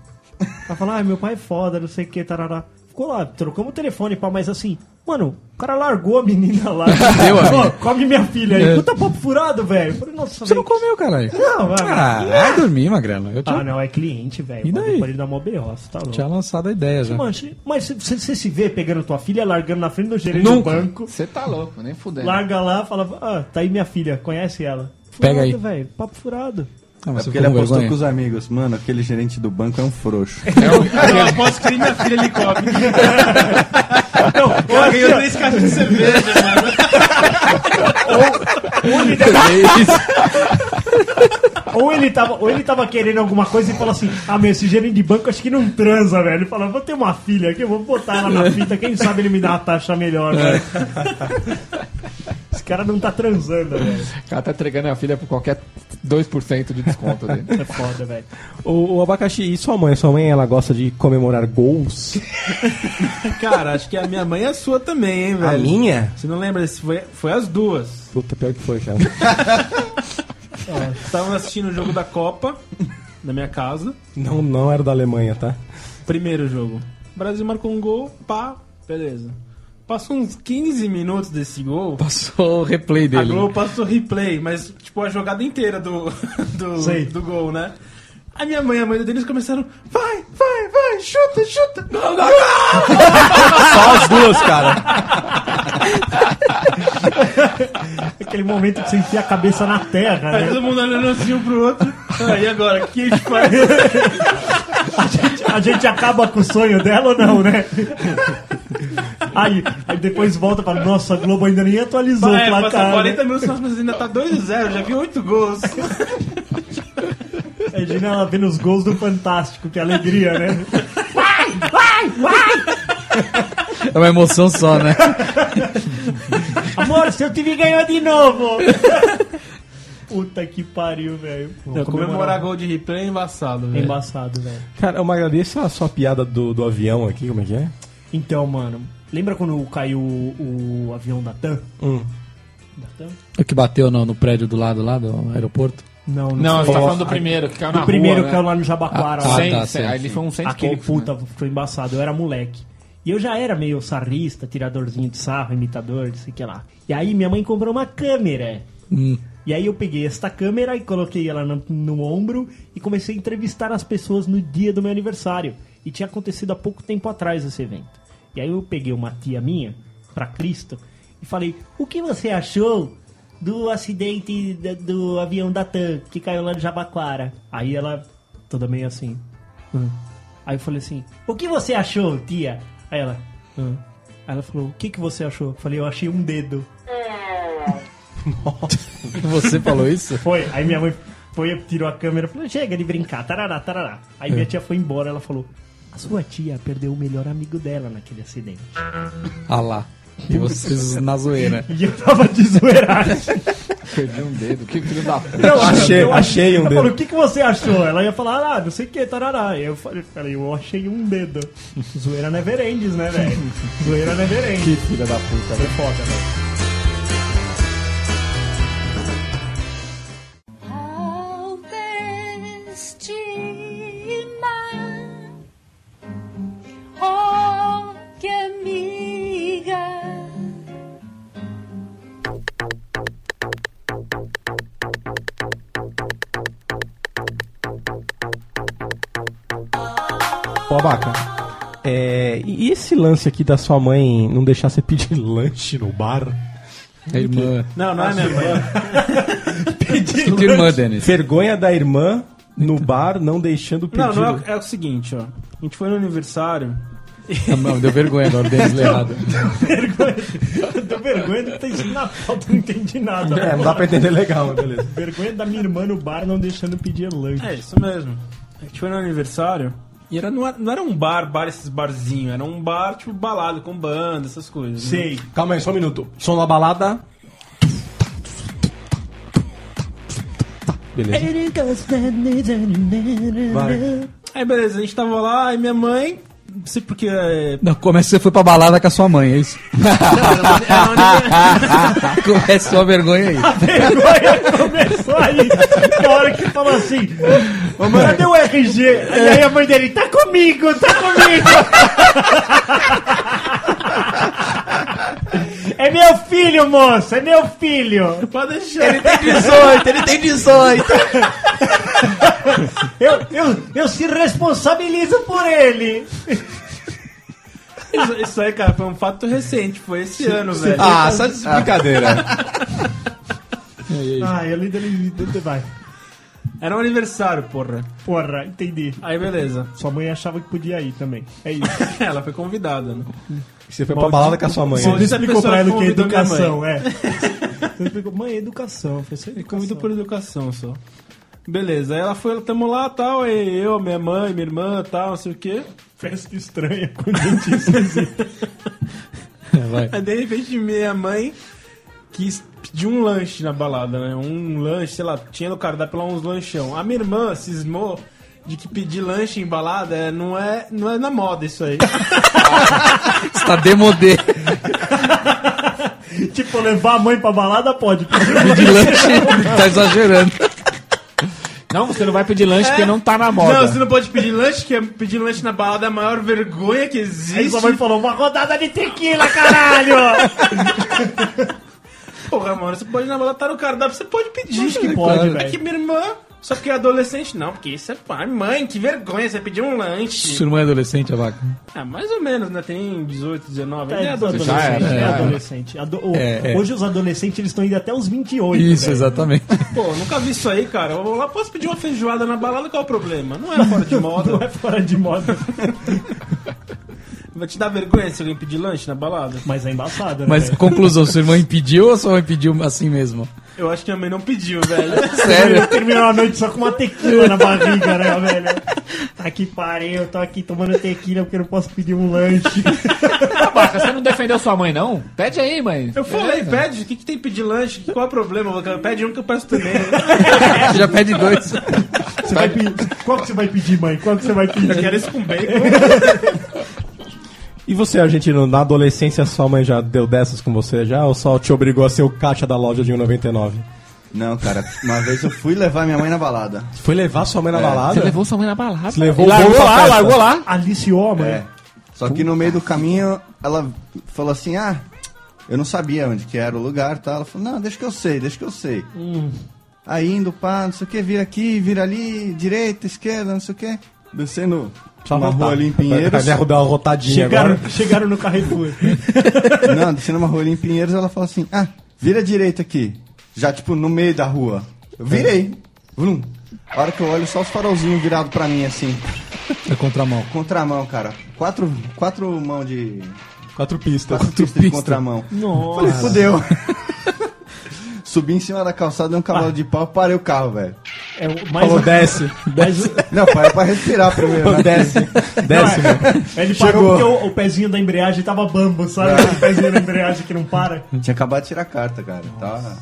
Speaker 3: Ela falou: "Ah, meu pai é foda, não sei o que, tarará." Ficou lá, trocamos o telefone, pá, mas assim, mano, o cara largou a menina lá.
Speaker 5: [LAUGHS] Deu,
Speaker 3: Ó,
Speaker 5: amigo.
Speaker 3: come minha filha aí.
Speaker 5: É.
Speaker 3: Puta papo furado, velho. Eu Falei, nossa,
Speaker 5: Você não
Speaker 3: velho,
Speaker 5: comeu, caralho.
Speaker 3: Não, vai, vai.
Speaker 5: Ah, vai dormir, magrela. Eu
Speaker 3: Ah,
Speaker 5: tinha,
Speaker 3: não, é cliente, velho.
Speaker 5: E
Speaker 3: Mas
Speaker 5: daí?
Speaker 3: Depois ele dá mó B.O., você tá louco.
Speaker 5: tinha lançado a ideia já.
Speaker 3: Mano, se- mas você se vê pegando tua filha, largando na frente do gerente do
Speaker 5: Nunca.
Speaker 3: banco,
Speaker 2: Você tá louco, nem fudendo.
Speaker 3: larga lá, fala, ah, tá aí minha filha, conhece ela.
Speaker 5: Pega aí.
Speaker 3: velho, papo furado.
Speaker 5: Ah,
Speaker 8: É
Speaker 5: mas você
Speaker 8: porque
Speaker 5: ficou
Speaker 8: ele
Speaker 5: com
Speaker 8: apostou
Speaker 5: vergonha?
Speaker 8: com os amigos. Mano, aquele gerente do banco é
Speaker 5: [LAUGHS]
Speaker 8: um frouxo.
Speaker 4: Eu aposto que nem minha filha ele come. Ela ganhou três caixas de cerveja, mano.
Speaker 3: Ou ele, tava, ou ele tava querendo alguma coisa e falou assim, ah, meu, esse gerente de banco acho que não transa, velho. Ele fala, vou ter uma filha aqui, eu vou botar ela
Speaker 5: É.
Speaker 3: na fita, quem sabe ele me dá uma taxa melhor, velho. Esse cara não tá transando, velho.
Speaker 2: O cara tá entregando a né? filha pra qualquer 2% de desconto dele.
Speaker 3: É foda, velho.
Speaker 1: [LAUGHS] O, abacaxi, e sua mãe? Sua mãe, ela gosta de comemorar gols?
Speaker 4: Cara, acho que a minha mãe é a sua também, hein, velho?
Speaker 1: A minha?
Speaker 4: Você não lembra? desse? Foi, foi as duas.
Speaker 1: Puta, pior que foi, cara. [LAUGHS]
Speaker 4: Estavam assistindo o jogo da Copa na minha casa.
Speaker 1: Não, não era da Alemanha, tá?
Speaker 4: Primeiro jogo. O Brasil marcou um gol, pá, beleza. Passou uns 15 minutos desse gol.
Speaker 5: Passou o replay
Speaker 4: A
Speaker 5: dele.
Speaker 4: Globo passou replay, mas tipo a jogada inteira do, [LAUGHS]
Speaker 3: Sei.
Speaker 4: do, do gol, né? A minha mãe e a mãe do Denis começaram. Vai, vai, vai, chuta, chuta. Gol, gol, gol!
Speaker 1: Só as duas, cara.
Speaker 3: Aquele momento que você enfia a cabeça na terra,
Speaker 4: Aí
Speaker 3: né?
Speaker 4: todo mundo olhando assim um pro outro. Ah, e agora? O que a gente [LAUGHS] faz?
Speaker 3: A gente acaba com o sonho dela ou não, né? Aí, aí depois volta e fala, nossa, a Globo ainda nem atualizou
Speaker 4: É,
Speaker 3: o
Speaker 4: passou
Speaker 3: placar.
Speaker 4: 40 minutos, nossa, mas ainda tá 2x0, já vi 8 gols.
Speaker 3: né? Imagina ela vendo os gols do Fantástico, que alegria, né?
Speaker 5: É uma emoção só, né?
Speaker 3: Amor, seu time ganhou de novo! Puta que pariu, velho.
Speaker 4: Não, comemorar gol de replay é embaçado,
Speaker 3: É
Speaker 4: velho.
Speaker 3: embaçado, velho.
Speaker 1: Cara, eu agradeço a sua piada do, do avião aqui, como é que é?
Speaker 3: Então, mano, lembra quando caiu o, o avião da TAM?
Speaker 1: Hum.
Speaker 3: Da TAM?
Speaker 5: O que bateu no, no prédio do lado lá, do aeroporto?
Speaker 3: Não,
Speaker 2: [LAUGHS] Não, você
Speaker 3: foi.
Speaker 2: tá falando do primeiro, que caiu na
Speaker 3: O primeiro
Speaker 2: rua, né?
Speaker 3: caiu lá no Jabaquara.
Speaker 5: Ah, tá,
Speaker 3: lá.
Speaker 2: Cem,
Speaker 5: tá,
Speaker 2: cem.
Speaker 5: sim,
Speaker 2: Aí ele foi um cento e
Speaker 3: Aquele
Speaker 2: poucos,
Speaker 3: puta foi embaçado, eu era moleque. E eu já era meio sarrista, tiradorzinho de sarro, imitador, não sei o que lá. E aí minha mãe comprou uma câmera. E aí eu peguei esta câmera e coloquei ela no, no ombro e comecei a entrevistar as pessoas no dia do meu aniversário. E tinha acontecido há pouco tempo atrás esse evento. E aí eu peguei uma tia minha, pra Cristo, e falei, o que você achou do acidente da- do avião da TAM que caiu lá no Jabaquara? Aí ela, toda meio assim, Aí eu falei assim, o que você achou, tia? Aí ela, "Hã?" Aí ela falou, o que, que você achou? Eu falei, eu achei um dedo.
Speaker 5: Você falou isso?
Speaker 3: Foi, aí minha mãe foi, tirou a câmera e falou, chega de brincar, tarará, tarará. Aí minha tia foi embora, ela falou, a sua tia perdeu o melhor amigo dela naquele acidente.
Speaker 5: Ah lá. E vocês na
Speaker 3: [LAUGHS]
Speaker 5: zoeira.
Speaker 3: [LAUGHS] E eu tava de zoeiragem.
Speaker 2: Perdi um dedo, que filho da puta.
Speaker 3: Eu
Speaker 1: Achei-
Speaker 3: eu
Speaker 1: achei um
Speaker 3: [LAUGHS] Ela
Speaker 1: dedo.
Speaker 3: falou, o que, tá que você achou? Ela ia falar, ah, não sei o que, tarará. Eu falei, falei, eu achei um dedo. Zoeira never ends, né, velho? [LAUGHS] Zoeira never ends. Que filha da puta. né? Foi foda, velho.
Speaker 6: How vestir Oh, que amiga
Speaker 1: Ô, abaca. É, e esse lance aqui da sua mãe não deixar você pedir lanche no bar?
Speaker 5: A irmã.
Speaker 4: Não, não é minha mãe.
Speaker 5: Que tua irmã, Denis?
Speaker 1: Vergonha da irmã no bar não deixando pedir.
Speaker 4: Não, não é, o- é o seguinte, ó. A gente foi no aniversário.
Speaker 5: Ah, Não, deu vergonha agora, o Denis errado.
Speaker 3: Deu vergonha de ter isso na foto, não entendi nada.
Speaker 1: É, não dá pra entender legal, mas beleza.
Speaker 3: Vergonha da minha irmã no bar não deixando pedir lanche.
Speaker 4: É, isso mesmo. A gente foi no aniversário. E era, não, era, não era um bar, bar, esses barzinhos. Era um bar, tipo, balado, com banda, essas coisas. né?
Speaker 3: Sei.
Speaker 1: Calma aí, só um minuto. Som da balada. Beleza. Vai.
Speaker 4: Aí, beleza, a gente tava lá e minha mãe... Não sei porque... é,
Speaker 5: Não, começa que você foi pra balada com a sua mãe, é isso?
Speaker 4: Era um aniversário.
Speaker 5: Começa sua vergonha aí.
Speaker 3: Vergonha começou aí. Na hora que fala assim, cadê o RG? E aí a mãe dele, tá comigo, tá comigo. É meu filho, moço, é meu filho.
Speaker 4: Pode deixar.
Speaker 5: ele tem 18.
Speaker 3: É, Eu, eu, eu se responsabilizo por ele.
Speaker 4: Isso, isso aí, cara, foi um fato recente. Foi esse ano, velho.
Speaker 5: Ah, só de brincadeira.
Speaker 3: Ah, eu li dele, dele, vai.
Speaker 4: Era um aniversário, porra.
Speaker 3: Porra, entendi.
Speaker 4: Aí, beleza.
Speaker 3: Sua mãe achava que podia ir também. É isso.
Speaker 4: [LAUGHS] Ela foi convidada, né?
Speaker 1: Você foi pra balada com a sua mãe.
Speaker 4: Maldito-
Speaker 1: né?
Speaker 3: Você explicou pra ela o que é
Speaker 4: Convidou minha mãe.
Speaker 3: educação, é. Você explicou, mãe, é educação. Eu falei, "Isso é
Speaker 4: Ele convidou
Speaker 3: educação.
Speaker 4: por educação só. Beleza, aí ela foi, ela tamo lá tal, aí eu, minha mãe, minha irmã tal, não sei o quê.
Speaker 3: Festa estranha com dentista.
Speaker 5: Vai.
Speaker 1: É.
Speaker 4: Aí de repente minha mãe quis pedir um lanche na balada, né? Um lanche, sei lá, tinha no cardápio lá uns lanchão. A minha irmã cismou de que pedir lanche em balada é, não, é, não é na moda
Speaker 1: [LAUGHS]
Speaker 4: isso aí.
Speaker 1: É
Speaker 5: Está demodê.
Speaker 3: tipo, levar a mãe pra balada pode.
Speaker 5: Pedir lanche, tá exagerando.
Speaker 2: Não, você não vai pedir lanche porque não tá na moda.
Speaker 4: Não, você não pode pedir lanche, que é pedir lanche na balada é a maior vergonha que existe.
Speaker 3: Aí sua mãe falou, uma rodada de tequila, caralho!
Speaker 4: Porra, mano, você pode ir na balada, tá no cardápio, você pode pedir.
Speaker 3: Diz que pode,
Speaker 4: É
Speaker 3: velho.
Speaker 4: que minha irmã, só porque é adolescente, não, porque isso é pai. Mãe, que vergonha, você pediu um lanche.
Speaker 5: Sua irmã é adolescente, a vaca.
Speaker 4: Ah, mais ou menos, né? Tem 18, 19,
Speaker 3: É
Speaker 4: é adolescente.
Speaker 3: adolescente,
Speaker 5: era, já
Speaker 3: é
Speaker 5: era.
Speaker 3: adolescente. Ado- o-
Speaker 5: É, é.
Speaker 3: Hoje os adolescentes eles estão indo até os 28.
Speaker 5: Isso,
Speaker 3: velho.
Speaker 5: exatamente.
Speaker 4: Pô, nunca vi isso aí, cara. Eu vou lá, posso pedir uma feijoada na balada, qual é o problema? Não é fora de
Speaker 3: Não [LAUGHS]
Speaker 4: moda.
Speaker 3: é fora de moda,
Speaker 4: Vai te dar vergonha se alguém pedir lanche na balada?
Speaker 3: mas é embaçado, né?
Speaker 5: Mas,
Speaker 3: velho?
Speaker 5: conclusão, sua irmã impediu ou sua mãe
Speaker 2: um,
Speaker 5: pediu
Speaker 2: [LAUGHS]
Speaker 5: assim mesmo?
Speaker 4: Eu acho que a mãe não pediu,
Speaker 3: [LAUGHS]
Speaker 4: velho.
Speaker 5: Sério?
Speaker 3: Terminou a noite só com uma tequila na barriga, né, velho? Tá que pariu, eu tô aqui tomando tequila porque eu não posso pedir um
Speaker 5: [LAUGHS]
Speaker 3: lanche.
Speaker 2: Baca, você não defendeu sua mãe, não? Pede aí, mãe.
Speaker 4: Eu
Speaker 3: É.
Speaker 4: falei, pede, o que, que tem que pedir lanche? Qual é o problema? Pede um que eu peço também.
Speaker 5: Já pede dois.
Speaker 3: Você vai pedir- Qual que você vai pedir, mãe? Qual que você vai
Speaker 4: Eu
Speaker 3: pedir?
Speaker 4: quero isso com bacon.
Speaker 3: [LAUGHS]
Speaker 1: E você, argentino, na adolescência sua mãe já deu dessas com você já ou só te obrigou a ser o caixa da loja de 1,99?
Speaker 8: Não, cara, uma vez eu fui levar minha mãe na balada.
Speaker 1: Foi levar sua mãe na balada?
Speaker 2: Você levou sua mãe na balada.
Speaker 1: Você levou
Speaker 2: E
Speaker 1: o
Speaker 2: largou
Speaker 1: bolso à
Speaker 2: lá,
Speaker 1: festa.
Speaker 2: largou lá.
Speaker 3: Aliciou, mãe?
Speaker 8: É. Só que no meio do caminho, ela falou assim, ah, eu não sabia onde que era o lugar, tá? Ela falou, não, deixa que eu sei, deixa que eu sei.
Speaker 5: Hum.
Speaker 8: Aí indo, pá, não sei o que, vira aqui, vira ali, direita, esquerda, não sei o que. Descendo uma rua ali em Pinheiros.
Speaker 1: Vai dar uma rotadinha
Speaker 3: Chegaram,
Speaker 1: agora.
Speaker 3: chegaram no Carrefour.
Speaker 8: não, descendo uma rua ali em Pinheiros, ela falou assim, ah, vira direita aqui. Já, tipo, no meio da rua. Eu virei. Vrum. A hora que eu olho, só os farolzinhos virados pra mim, assim.
Speaker 5: É contramão.
Speaker 8: Contramão, cara. Quatro, quatro mão de...
Speaker 1: Quatro pistas.
Speaker 8: Quatro pistas de contramão.
Speaker 3: Nossa.
Speaker 8: Falei, fudeu. [LAUGHS] Subi em cima da calçada, dei um cavalo de pau, parei o carro, velho.
Speaker 3: É, o- mais,
Speaker 1: Falou, desce.
Speaker 3: mais,
Speaker 8: Não, parei pra respirar primeiro, [LAUGHS] né?
Speaker 1: Desce. Desce, mano.
Speaker 3: é, ele parou
Speaker 8: Chegou.
Speaker 3: porque o, o pezinho da embreagem tava bambo, sabe?
Speaker 5: É.
Speaker 3: Aquele pezinho da embreagem que não para.
Speaker 8: Tinha acabado de tirar a carta, cara. Tava... Aí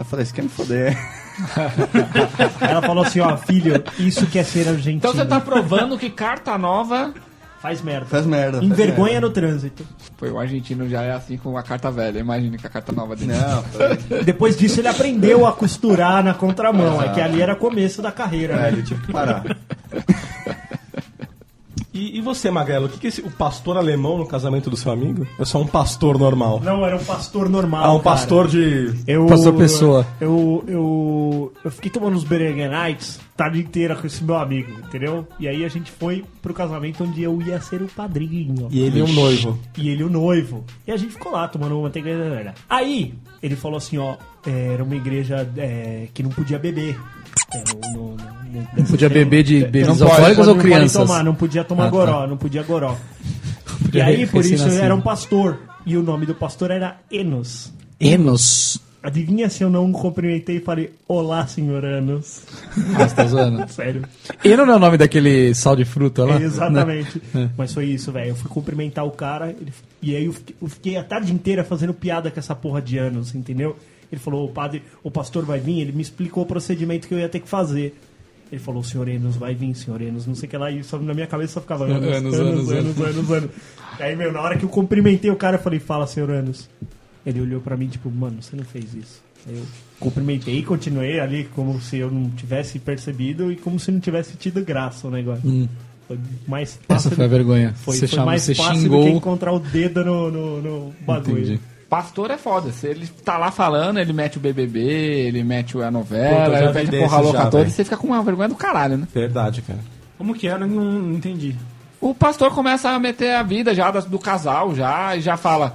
Speaker 8: eu falei, você quer me foder? [LAUGHS]
Speaker 3: Aí Ela falou assim, ó, filho, isso quer ser argentino.
Speaker 2: Então você tá provando que carta [LAUGHS] nova.
Speaker 3: Faz merda.
Speaker 8: Faz merda. faz
Speaker 3: Envergonha no trânsito.
Speaker 2: Pô, o argentino já é assim com a carta velha. Imagina que a carta nova dele.
Speaker 8: merda. Não, foi-
Speaker 3: Depois disso ele aprendeu a costurar na contramão, é que ali era começo da carreira, né?
Speaker 8: velho, tive que parar.
Speaker 1: E, e você, Magrelo, o que, que esse- o pastor alemão no casamento do seu amigo? É só um pastor normal.
Speaker 3: Não, era um pastor normal.
Speaker 1: ah, um
Speaker 3: cara.
Speaker 1: pastor de.
Speaker 3: Eu,
Speaker 5: Pastor Pessoa.
Speaker 3: Eu, eu, eu fiquei tomando uns Berenguenites tarde inteira com esse meu amigo, entendeu? E aí a gente foi pro casamento onde eu ia ser o padrinho.
Speaker 1: E ele é um noivo.
Speaker 3: E ele o noivo. E a gente ficou lá tomando uma manteiga. Aí, ele falou assim, ó, era uma igreja é, que não podia beber. É, no- no- no-
Speaker 5: Não podia beber de
Speaker 3: não
Speaker 5: bebidas
Speaker 3: pode,
Speaker 5: alcoólicas ou
Speaker 3: não podem
Speaker 5: crianças?
Speaker 3: tomar, não podia tomar
Speaker 5: Ah, tá.
Speaker 3: goró, não
Speaker 5: [LAUGHS]
Speaker 3: podia goró. e
Speaker 5: Podia
Speaker 3: aí, por isso,
Speaker 5: recém-nascido.
Speaker 3: era um pastor. E o nome do pastor era Enos.
Speaker 5: Enos.
Speaker 3: Adivinha se eu não cumprimentei e falei, olá, senhor Enos.
Speaker 5: Ah, você tá zoando?
Speaker 3: [LAUGHS] Sério.
Speaker 5: Eno não é o nome daquele sal de fruta
Speaker 3: né?
Speaker 5: lá? Né?
Speaker 3: [LAUGHS] Exatamente. Mas foi isso, velho. Eu fui cumprimentar o cara ele- e aí eu fiquei, eu fiquei a tarde inteira fazendo piada com essa porra de anos, entendeu? Ele falou, o padre, o pastor vai vir, ele me explicou o procedimento que eu ia ter que fazer. Ele falou, senhor Enos vai vir, senhor Enos, não sei o que lá. E só na minha cabeça só ficava anos, anos, anos, anos, anos. Aí, meu, na hora que eu cumprimentei o cara, eu falei, fala, senhor Enos. Ele olhou pra mim, tipo, mano, você não fez isso. Aí eu cumprimentei e continuei ali como se eu não tivesse percebido e como se não tivesse tido graça o negócio. Foi mais fácil.
Speaker 5: Hum. Essa foi a vergonha.
Speaker 3: Foi,
Speaker 5: você
Speaker 3: foi
Speaker 5: chama,
Speaker 3: mais
Speaker 5: você
Speaker 3: fácil do que
Speaker 5: xingou.
Speaker 3: encontrar o dedo no, no, no bagulho.
Speaker 5: Entendi.
Speaker 2: Pastor é foda. Se ele tá lá falando, ele mete o BBB, ele mete a
Speaker 1: Puta, eu
Speaker 2: novela,
Speaker 1: já
Speaker 2: ele
Speaker 1: vi
Speaker 2: mete a
Speaker 1: desses
Speaker 2: porra louca
Speaker 1: já,
Speaker 2: toda.
Speaker 1: velho.
Speaker 2: E você fica com uma vergonha do caralho, né?
Speaker 1: Verdade, cara.
Speaker 4: Como que é? Não, não entendi.
Speaker 2: O pastor começa a meter a vida já das- do casal, já, e já fala: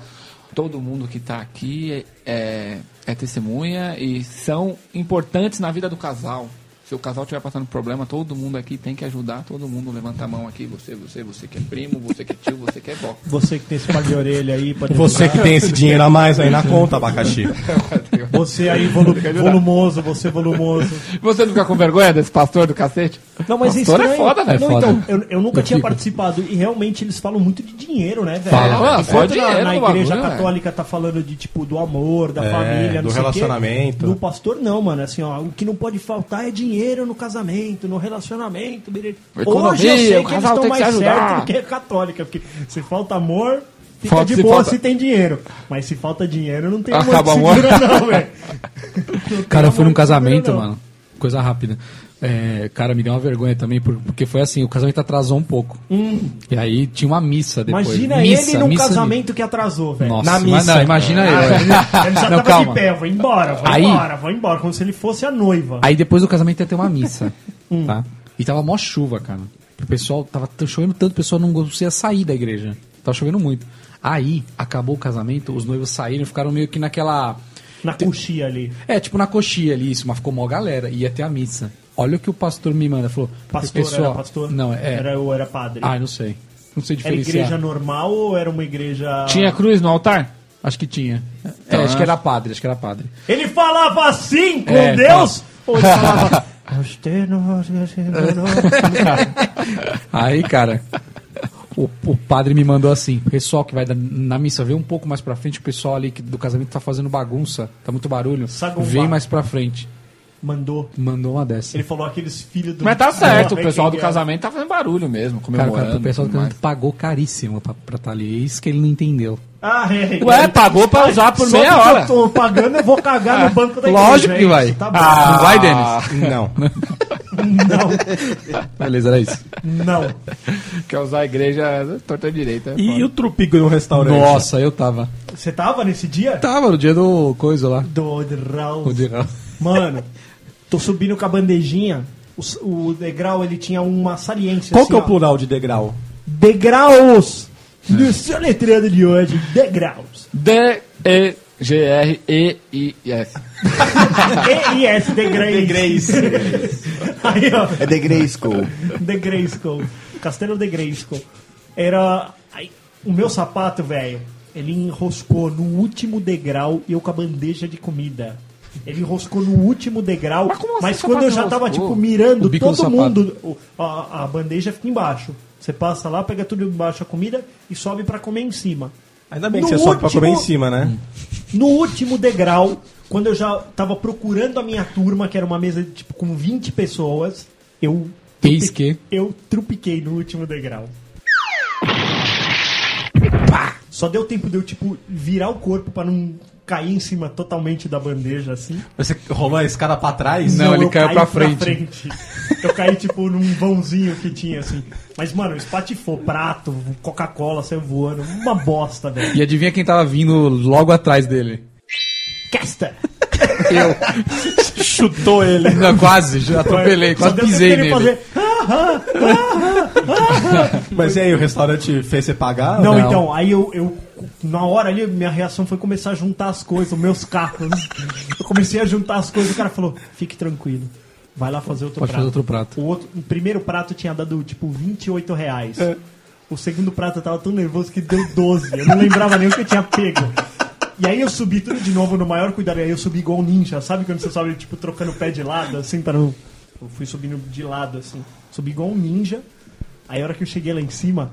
Speaker 2: todo mundo que tá é aqui é, é testemunha e são importantes na vida do casal. Se o casal estiver passando problema, todo mundo aqui tem que ajudar, todo mundo levanta a mão aqui. Você, você, você que é primo, você que é tio, você que é vó.
Speaker 3: Você que tem esse par de orelha aí pra
Speaker 1: Você que tem esse dinheiro a mais aí na conta, abacaxi.
Speaker 3: Você
Speaker 5: [LAUGHS]
Speaker 3: aí volu- volumoso, você volumoso.
Speaker 2: [LAUGHS] Você não fica com vergonha desse pastor do cacete?
Speaker 3: Não, mas
Speaker 2: pastor
Speaker 3: isso
Speaker 2: é foda, velho.
Speaker 3: Não,
Speaker 2: Foda.
Speaker 3: então, eu, eu nunca
Speaker 2: Eu
Speaker 3: tinha
Speaker 2: fico.
Speaker 3: participado e realmente eles falam muito de dinheiro, né, velho?
Speaker 2: Fala,
Speaker 3: Enquanto
Speaker 2: só dinheiro
Speaker 3: na, na
Speaker 2: no
Speaker 3: igreja
Speaker 2: bagulho, né?
Speaker 3: católica tá falando de tipo do amor, da
Speaker 1: É,
Speaker 3: família,
Speaker 1: do
Speaker 3: não sei o quê.
Speaker 1: relacionamento.
Speaker 3: No pastor não, mano, assim, ó, o que não pode faltar é dinheiro no casamento, no relacionamento. beleza.
Speaker 2: Economia,
Speaker 3: Hoje eu sei
Speaker 2: o
Speaker 3: que eles
Speaker 2: casal
Speaker 3: estão
Speaker 2: tem que se
Speaker 3: mais
Speaker 2: ajudar.
Speaker 3: certo do que a católica, porque se falta amor, fica
Speaker 2: Falta-
Speaker 3: de
Speaker 2: se
Speaker 3: boa
Speaker 2: falta-
Speaker 3: se tem dinheiro. Mas se falta dinheiro, não tem
Speaker 5: Acaba
Speaker 3: amor
Speaker 5: amor.
Speaker 3: que segura,
Speaker 1: [LAUGHS]
Speaker 3: não, velho.
Speaker 5: Cara, eu fui num
Speaker 3: Não,
Speaker 5: casamento,
Speaker 3: não.
Speaker 5: mano. Coisa rápida. É, cara, me deu uma vergonha também, por- porque foi assim, o casamento atrasou um pouco. E aí tinha uma missa depois.
Speaker 3: Hum. Imagina
Speaker 5: missa,
Speaker 3: ele num
Speaker 5: missa,
Speaker 3: casamento que atrasou, velho.
Speaker 5: Nossa, mas não, imagina
Speaker 3: Ah,
Speaker 5: eu, é.
Speaker 3: [LAUGHS] Ele só
Speaker 5: Não,
Speaker 3: tava
Speaker 5: calma.
Speaker 3: de pé, vou embora, vou
Speaker 5: Aí-
Speaker 3: embora, vou embora, como se ele fosse a noiva.
Speaker 5: Aí depois do casamento ia ter uma
Speaker 3: [LAUGHS]
Speaker 5: missa,
Speaker 3: Hum.
Speaker 5: tá? E tava mó chuva, cara. O pessoal tava t- chovendo tanto, o pessoal não conseguia sair da igreja. Tava chovendo muito. Aí acabou o casamento, os noivos saíram, e ficaram meio que naquela
Speaker 3: Na coxia ali.
Speaker 5: é, tipo na coxia ali, isso, mas ficou mó galera, ia ter a missa. Olha o que o pastor me manda, falou:
Speaker 3: Pastor,
Speaker 5: pessoal,
Speaker 3: era pastor?
Speaker 5: Não, é.
Speaker 3: Era, ou era padre?
Speaker 5: Ah, não sei. Não sei
Speaker 3: era
Speaker 5: diferenciar.
Speaker 3: igreja normal ou era uma igreja...
Speaker 2: Tinha cruz no altar?
Speaker 5: Acho que tinha.
Speaker 2: Então,
Speaker 5: é, acho
Speaker 2: acho-
Speaker 5: que era padre, acho que era padre.
Speaker 3: Ele falava assim com
Speaker 5: É,
Speaker 3: Deus? Ou ele falava... "Austeno, austeno".
Speaker 5: Aí, cara, o, o padre me mandou assim: pessoal que vai da- na missa, vem um pouco mais pra frente, o pessoal ali que do casamento tá fazendo bagunça, tá muito barulho.
Speaker 3: Sagumbá.
Speaker 5: Vem mais pra frente.
Speaker 3: Mandou.
Speaker 5: Mandou uma dessa.
Speaker 3: Ele falou aqueles filhos do...
Speaker 2: Mas tá certo, o
Speaker 3: Sei
Speaker 2: pessoal do
Speaker 3: quem é.
Speaker 2: casamento tá fazendo barulho mesmo,
Speaker 5: Cara,
Speaker 2: comemorando.
Speaker 5: cara, o pessoal do
Speaker 2: tudo mais.
Speaker 5: casamento pagou caríssimo pra estar ali. É isso que ele não entendeu.
Speaker 3: Ah, é,
Speaker 2: Ué,
Speaker 3: ele-
Speaker 2: pagou pra usar por
Speaker 3: Só
Speaker 2: meia
Speaker 3: porque
Speaker 2: hora.
Speaker 3: eu tô pagando, eu vou
Speaker 5: [LAUGHS]
Speaker 3: cagar no banco da igreja.
Speaker 5: Lógico
Speaker 3: é
Speaker 5: que
Speaker 3: isso,
Speaker 5: vai. Ah.
Speaker 3: Tá bom.
Speaker 2: Ah.
Speaker 5: Não vai, Denis?
Speaker 1: Não.
Speaker 5: Beleza, era isso.
Speaker 3: Não, não.
Speaker 2: Quer usar a igreja torta direita. é
Speaker 1: E
Speaker 2: foda.
Speaker 1: o trupico de um restaurante?
Speaker 5: Nossa, eu tava.
Speaker 3: Você tava nesse dia?
Speaker 1: Tá.
Speaker 5: Tava no dia do coisa lá.
Speaker 3: Do de Raul.
Speaker 5: O dia-
Speaker 3: Mano, tô subindo com a bandejinha. O, s- o degrau ele tinha uma saliência.
Speaker 1: Qual
Speaker 3: assim,
Speaker 1: que é o
Speaker 3: ó.
Speaker 1: plural É. de degrau?
Speaker 3: Degraus! No seu letreiro de hoje,
Speaker 1: [LAUGHS]
Speaker 3: degraus.
Speaker 2: D-E-G-R-E-I-S.
Speaker 3: E, e S, degreis.
Speaker 1: [LAUGHS]
Speaker 8: Degreis.
Speaker 3: Aí, ó.
Speaker 8: É The Grey School.
Speaker 3: The Grayskull. Castelo The Grayskull. Era. aí, o meu sapato, velho, ele enroscou no último degrau e eu com a bandeja de comida. Ele enroscou no último degrau, mas,
Speaker 2: Mas como assim o
Speaker 3: quando
Speaker 2: sapato
Speaker 3: eu já tava,
Speaker 2: enroscou?
Speaker 3: tipo,
Speaker 5: O
Speaker 3: mirando
Speaker 5: bico do
Speaker 3: todo
Speaker 5: sapato.
Speaker 3: mundo, o- a, a bandeja fica embaixo. Você passa lá, pega tudo embaixo a comida e sobe pra comer em cima.
Speaker 1: Ainda bem
Speaker 3: No
Speaker 1: que você é sobe pra comer em
Speaker 3: último-
Speaker 1: cima, né?
Speaker 3: No último degrau, quando eu já tava procurando a minha turma, que era uma mesa tipo com 20 pessoas, eu
Speaker 5: Eis que.
Speaker 3: eu trupiquei no último degrau. Só deu tempo de eu tipo virar o corpo pra não cair em cima totalmente da bandeja assim.
Speaker 1: Você rolou a escada pra trás?
Speaker 5: Não, ele
Speaker 3: eu
Speaker 5: caiu
Speaker 3: caí
Speaker 5: pra frente.
Speaker 3: Eu caí tipo num vãozinho que tinha assim. Mas mano, espatifou prato, Coca-Cola saiu voando, uma bosta, velho.
Speaker 5: E adivinha quem tava vindo logo atrás dele?
Speaker 3: Casta.
Speaker 1: Chutou [LAUGHS] ele.
Speaker 5: Não, quase, já atropelei,
Speaker 3: Só
Speaker 5: quase
Speaker 3: deu tempo
Speaker 5: pisei
Speaker 3: dele
Speaker 5: nele.
Speaker 3: fazer
Speaker 1: Mas e aí, o restaurante fez você pagar?
Speaker 3: Não,
Speaker 5: Não.
Speaker 3: então, aí eu, eu- Na hora ali, minha reação foi começar a juntar as coisas, os meus carros. Eu comecei a juntar as coisas, o cara falou: fique tranquilo. Vai lá fazer outro
Speaker 5: Pode
Speaker 3: prato.
Speaker 5: fazer outro prato.
Speaker 3: O, outro, o primeiro prato tinha dado tipo 28 reais. O segundo prato eu tava tão nervoso que deu 12. Eu não lembrava nem o que eu tinha pego. E aí eu subi tudo de novo no maior cuidado. E aí eu subi igual um ninja, sabe? Quando você sobe, tipo, trocando o pé de lado, assim, para não. Eu fui subindo de lado, assim. Subi igual um ninja. Aí a hora que eu cheguei lá em cima,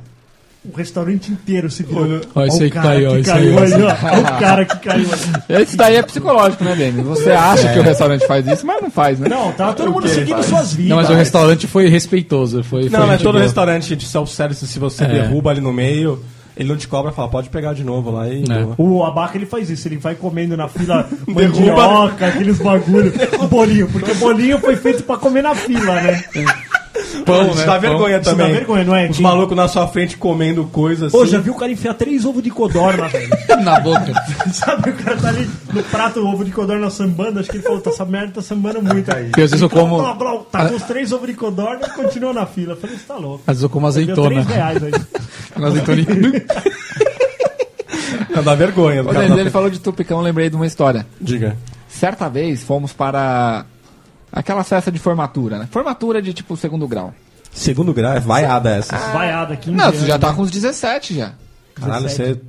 Speaker 3: o restaurante inteiro se virou.
Speaker 5: Ó, esse
Speaker 3: Ó o
Speaker 5: aí que
Speaker 3: cara
Speaker 5: caiu, ó,
Speaker 3: que
Speaker 5: esse aí,
Speaker 3: caiu
Speaker 5: ó.
Speaker 3: aí, ó. Ó É o cara que caiu aí.
Speaker 2: Esse daí é psicológico, né, Denis? Você acha que o restaurante faz isso, mas não faz, né?
Speaker 3: Não, tava todo mundo seguindo suas vidas.
Speaker 5: Não, mas o restaurante foi respeitoso. Foi,
Speaker 1: Não,
Speaker 5: foi
Speaker 1: mas
Speaker 5: gente
Speaker 1: todo
Speaker 5: boa.
Speaker 1: restaurante de self-service, se você
Speaker 5: É.
Speaker 1: derruba ali no meio, ele não te cobra, fala, pode pegar de novo lá e...
Speaker 5: É.
Speaker 3: O abaca ele faz isso, ele vai comendo na
Speaker 5: [LAUGHS]
Speaker 3: fila mandioca, aqueles bagulho, o bolinho, porque o bolinho foi feito pra comer na fila, né?
Speaker 5: Então,
Speaker 1: Pão,
Speaker 5: né,
Speaker 1: Isso dá vergonha
Speaker 3: Isso
Speaker 1: também.
Speaker 3: né? dá vergonha, não é?
Speaker 1: Os
Speaker 3: Que-
Speaker 1: malucos na sua frente comendo coisa assim.
Speaker 3: Pô, já viu o cara enfiar três ovos de codorna, velho? [LAUGHS]
Speaker 5: Na boca.
Speaker 3: Sabe, o cara tá ali no prato, o ovo de codorna sambando, acho que ele falou, tá, essa merda tá sambando muito aí.
Speaker 5: Porque às vezes eu como- Ah.
Speaker 3: Blá, blá, blá, tá com os três ovos de codorna e continuou na fila. Eu falei, você tá louco.
Speaker 5: Às vezes eu como
Speaker 3: Deu
Speaker 5: azeitona.
Speaker 3: três reais [LAUGHS] aí.
Speaker 5: Uma azeitona.
Speaker 1: [LAUGHS] Não, dá vergonha. do
Speaker 2: Ô,
Speaker 1: cara
Speaker 2: Denis,
Speaker 1: na
Speaker 2: ele
Speaker 1: frente.
Speaker 2: falou de Tupicão, eu lembrei de uma história.
Speaker 1: Diga.
Speaker 2: Certa vez fomos para Aquela festa de formatura, né? Formatura de tipo segundo grau.
Speaker 1: Segundo grau, é vaiada essa.
Speaker 3: Ah, Vaiada, 15
Speaker 2: Não, você
Speaker 3: anos,
Speaker 2: já tá
Speaker 3: né?
Speaker 2: com uns 17 já.
Speaker 1: Caralho, você,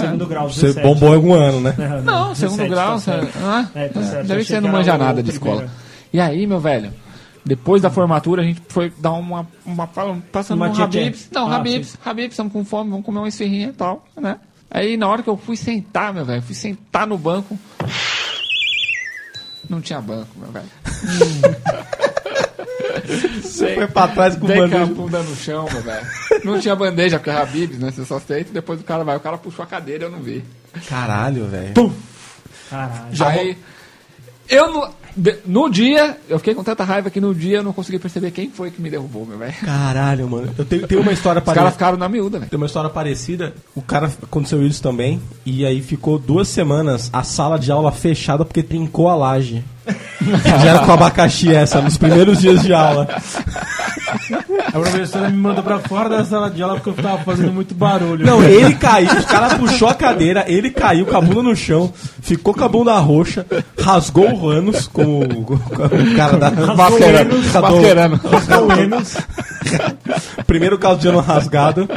Speaker 3: Segundo grau,
Speaker 1: você
Speaker 3: 17.
Speaker 1: bombou em algum ano, né?
Speaker 3: É,
Speaker 2: Não,
Speaker 3: 17,
Speaker 2: segundo grau,
Speaker 3: tá
Speaker 2: você.
Speaker 3: certo.
Speaker 2: Ah,
Speaker 3: É, tá
Speaker 2: Deve
Speaker 3: certo. Achei
Speaker 2: que você
Speaker 3: que
Speaker 2: não
Speaker 3: era
Speaker 2: manja
Speaker 3: o
Speaker 2: nada de
Speaker 3: primeiro.
Speaker 2: escola. E aí, meu velho, depois da formatura, a gente foi dar uma. uma fala- passando
Speaker 3: Uma
Speaker 2: no
Speaker 3: tia-
Speaker 2: Habibs. Não,
Speaker 3: Ah,
Speaker 2: Habibs, Habibs, estamos com fome, vamos comer uma esfirrinha e tal, né? Aí na hora que eu fui sentar, meu velho, fui sentar no banco. Não tinha banco, meu velho.
Speaker 1: Você foi pra trás com o
Speaker 2: Dei com a
Speaker 1: bandeja.
Speaker 2: bunda no chão, meu velho. Não tinha bandeja, porque é Habibs, né? Você só senta e depois o cara vai. O cara puxou a cadeira, eu não vi.
Speaker 1: Caralho, velho.
Speaker 3: Caralho.
Speaker 2: Já aí, eu não, de- no dia, eu fiquei com tanta raiva que no dia eu não consegui perceber quem foi que me derrubou, meu velho.
Speaker 1: Caralho, mano. Eu tenho, tenho uma história
Speaker 2: Os caras
Speaker 1: parecida.
Speaker 2: ficaram na miúda, velho.
Speaker 1: Tem uma história parecida. O cara aconteceu isso também. E aí ficou duas semanas a sala de aula fechada porque trincou a laje. Fizeram com abacaxi essa, nos primeiros dias de aula.
Speaker 4: A professora me mandou pra fora da sala de aula porque eu tava fazendo muito barulho.
Speaker 1: Não, ele caiu, o cara puxou a cadeira, ele caiu com a bunda no chão, ficou com a bunda roxa, rasgou o Ranos com o, com o cara da
Speaker 2: Vasqueirano.
Speaker 1: Rasgou o Ranos. Primeiro caso de ano rasgado.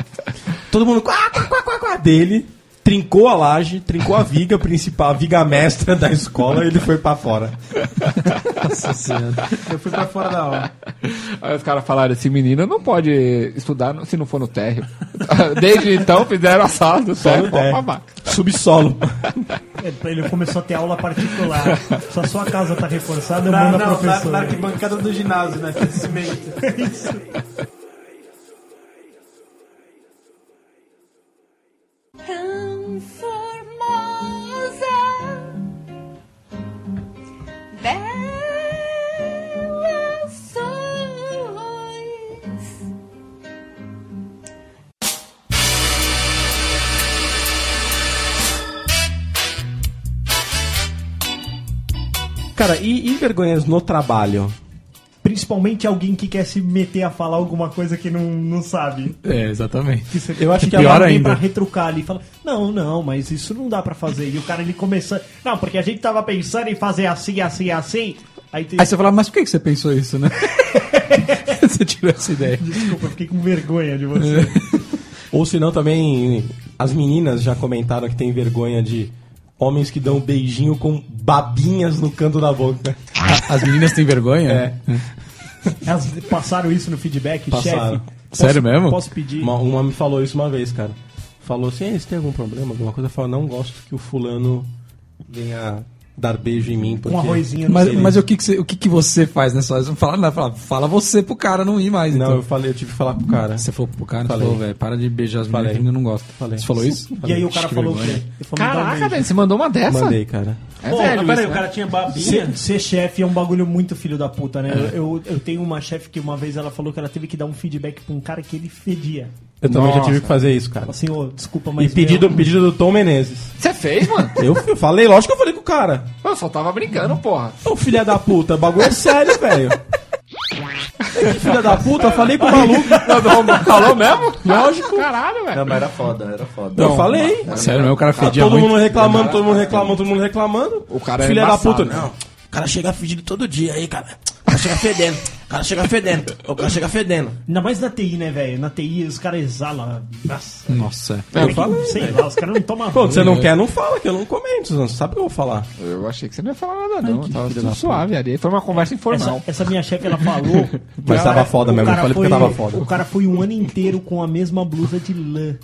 Speaker 1: Todo mundo quá, quá, quá, quá, quá, dele. Trincou a laje, trincou a viga principal, a viga mestra da escola e ele foi pra fora.
Speaker 4: Eu fui pra fora da aula.
Speaker 2: Aí os caras falaram, esse menino não pode estudar no- se não for no térreo. [LAUGHS] Desde então fizeram a sala do
Speaker 1: Só no
Speaker 2: térreo pra
Speaker 1: térreo.
Speaker 2: babar.
Speaker 1: Subsolo.
Speaker 3: Ele- É, Ele começou a ter aula particular. Se a sua casa tá reforçada, eu
Speaker 4: Na,
Speaker 3: mando a
Speaker 4: não, na, na
Speaker 3: professora.
Speaker 4: arquibancada do ginásio, né? Que é de cimento.
Speaker 6: tão formosa, bela sois.
Speaker 1: Cara, e, e vergonhas no trabalho?
Speaker 3: Principalmente alguém que quer se meter a falar alguma coisa que não, não sabe.
Speaker 5: É, exatamente.
Speaker 1: Eu acho que
Speaker 3: Tem
Speaker 1: a
Speaker 5: é Pior
Speaker 3: alguém
Speaker 5: ainda.
Speaker 3: pra retrucar ali e fala, não, não, mas isso não dá pra fazer. E o cara ele começa. Não, porque a gente tava pensando em fazer assim, assim, assim. Aí tem.
Speaker 5: Aí você fala, mas por que que você pensou isso,
Speaker 1: [LAUGHS]
Speaker 5: né? você tirou essa ideia.
Speaker 3: Desculpa, eu fiquei com vergonha de você.
Speaker 1: Ou se não, também as meninas já comentaram que tem vergonha de homens que dão beijinho com babinhas no canto da boca.
Speaker 5: As meninas têm vergonha?
Speaker 1: É.
Speaker 3: Elas passaram isso no feedback,
Speaker 1: Passaram.
Speaker 3: chefe.
Speaker 5: Sério
Speaker 3: Posso-
Speaker 5: mesmo?
Speaker 3: Posso pedir?
Speaker 1: Uma, uma me falou isso uma vez, cara. Falou assim, "Ei, você tem algum problema, alguma coisa? Eu falo, não gosto que o fulano venha dar beijo em mim. Porque...
Speaker 3: Um arrozinho no
Speaker 5: Mas,
Speaker 3: seu-
Speaker 5: mas o, que que você, o que que você faz nessa hora? Você não fala nada, fala, fala você pro cara não ir mais.
Speaker 1: Não,
Speaker 5: então.
Speaker 1: eu falei, eu tive que falar pro cara.
Speaker 5: Você falou pro cara, você
Speaker 1: Falei.
Speaker 5: falou, velho, para de beijar as meninas
Speaker 1: Falei.
Speaker 5: que eu não gosto.
Speaker 1: Falei.
Speaker 5: Você falou isso?
Speaker 3: E
Speaker 5: Falei,
Speaker 3: aí o cara
Speaker 5: "Ixi, que
Speaker 3: falou o
Speaker 5: vergonha."
Speaker 3: quê? Ele falou, me dá um
Speaker 2: Caraca,
Speaker 3: beijo.
Speaker 2: velho, você mandou uma dessa?
Speaker 1: Mandei, cara.
Speaker 2: É
Speaker 4: Pô,
Speaker 2: velho,
Speaker 4: mas peraí,
Speaker 2: isso,
Speaker 4: o
Speaker 2: né?
Speaker 4: cara tinha babinha.
Speaker 3: Ser, ser chefe é um bagulho muito filho da puta, né? Eu, eu tenho uma chefe que uma vez ela falou que ela teve que dar um feedback pra um cara que ele fedia.
Speaker 1: Eu também já
Speaker 2: Nossa.
Speaker 1: tive que fazer isso, cara.
Speaker 3: Assim, ô, desculpa,
Speaker 1: E
Speaker 3: mas.
Speaker 1: pedido, pedido do Tom Menezes.
Speaker 2: Você fez, mano?
Speaker 1: Eu, eu falei, lógico que eu falei com o cara.
Speaker 2: Eu só tava brincando, porra.
Speaker 1: Ô filha da puta, o bagulho é sério, velho. Que Filha da puta, eu falei com o maluco.
Speaker 2: Falou mesmo?
Speaker 1: Lógico.
Speaker 2: Caralho, velho.
Speaker 8: Não, mas era foda, era foda.
Speaker 1: eu falei.
Speaker 5: Sério mesmo, o cara fedia
Speaker 1: Tá, todo
Speaker 5: muito.
Speaker 1: mundo reclamando, todo mundo reclamando, todo mundo reclamando.
Speaker 2: O cara é
Speaker 1: Filha da
Speaker 2: embaçado,
Speaker 1: puta.
Speaker 2: né?
Speaker 1: Não.
Speaker 12: O cara chega fedido todo dia aí, cara. O cara chega fedendo. O cara chega fedendo. O cara chega fedendo.
Speaker 3: Ainda mais na TI, né, velho? Na TI os caras exalam. Nossa.
Speaker 5: Nossa.
Speaker 2: Eu,
Speaker 3: É que- sei
Speaker 2: né?
Speaker 3: lá, os caras não tomam
Speaker 1: Pô,
Speaker 3: banho.
Speaker 1: você não quer, não fala, que eu não comento. Você não sabe o que eu vou falar.
Speaker 2: eu achei que você não ia falar nada, não. tava tudo suave ali. Foi uma conversa informal.
Speaker 3: Essa, essa minha chefe, ela falou.
Speaker 1: Mas tava foda
Speaker 3: O
Speaker 1: mesmo, eu
Speaker 3: cara
Speaker 1: falei porque
Speaker 3: foi-
Speaker 1: tava foda.
Speaker 3: O cara foi um ano inteiro com a mesma blusa de lã.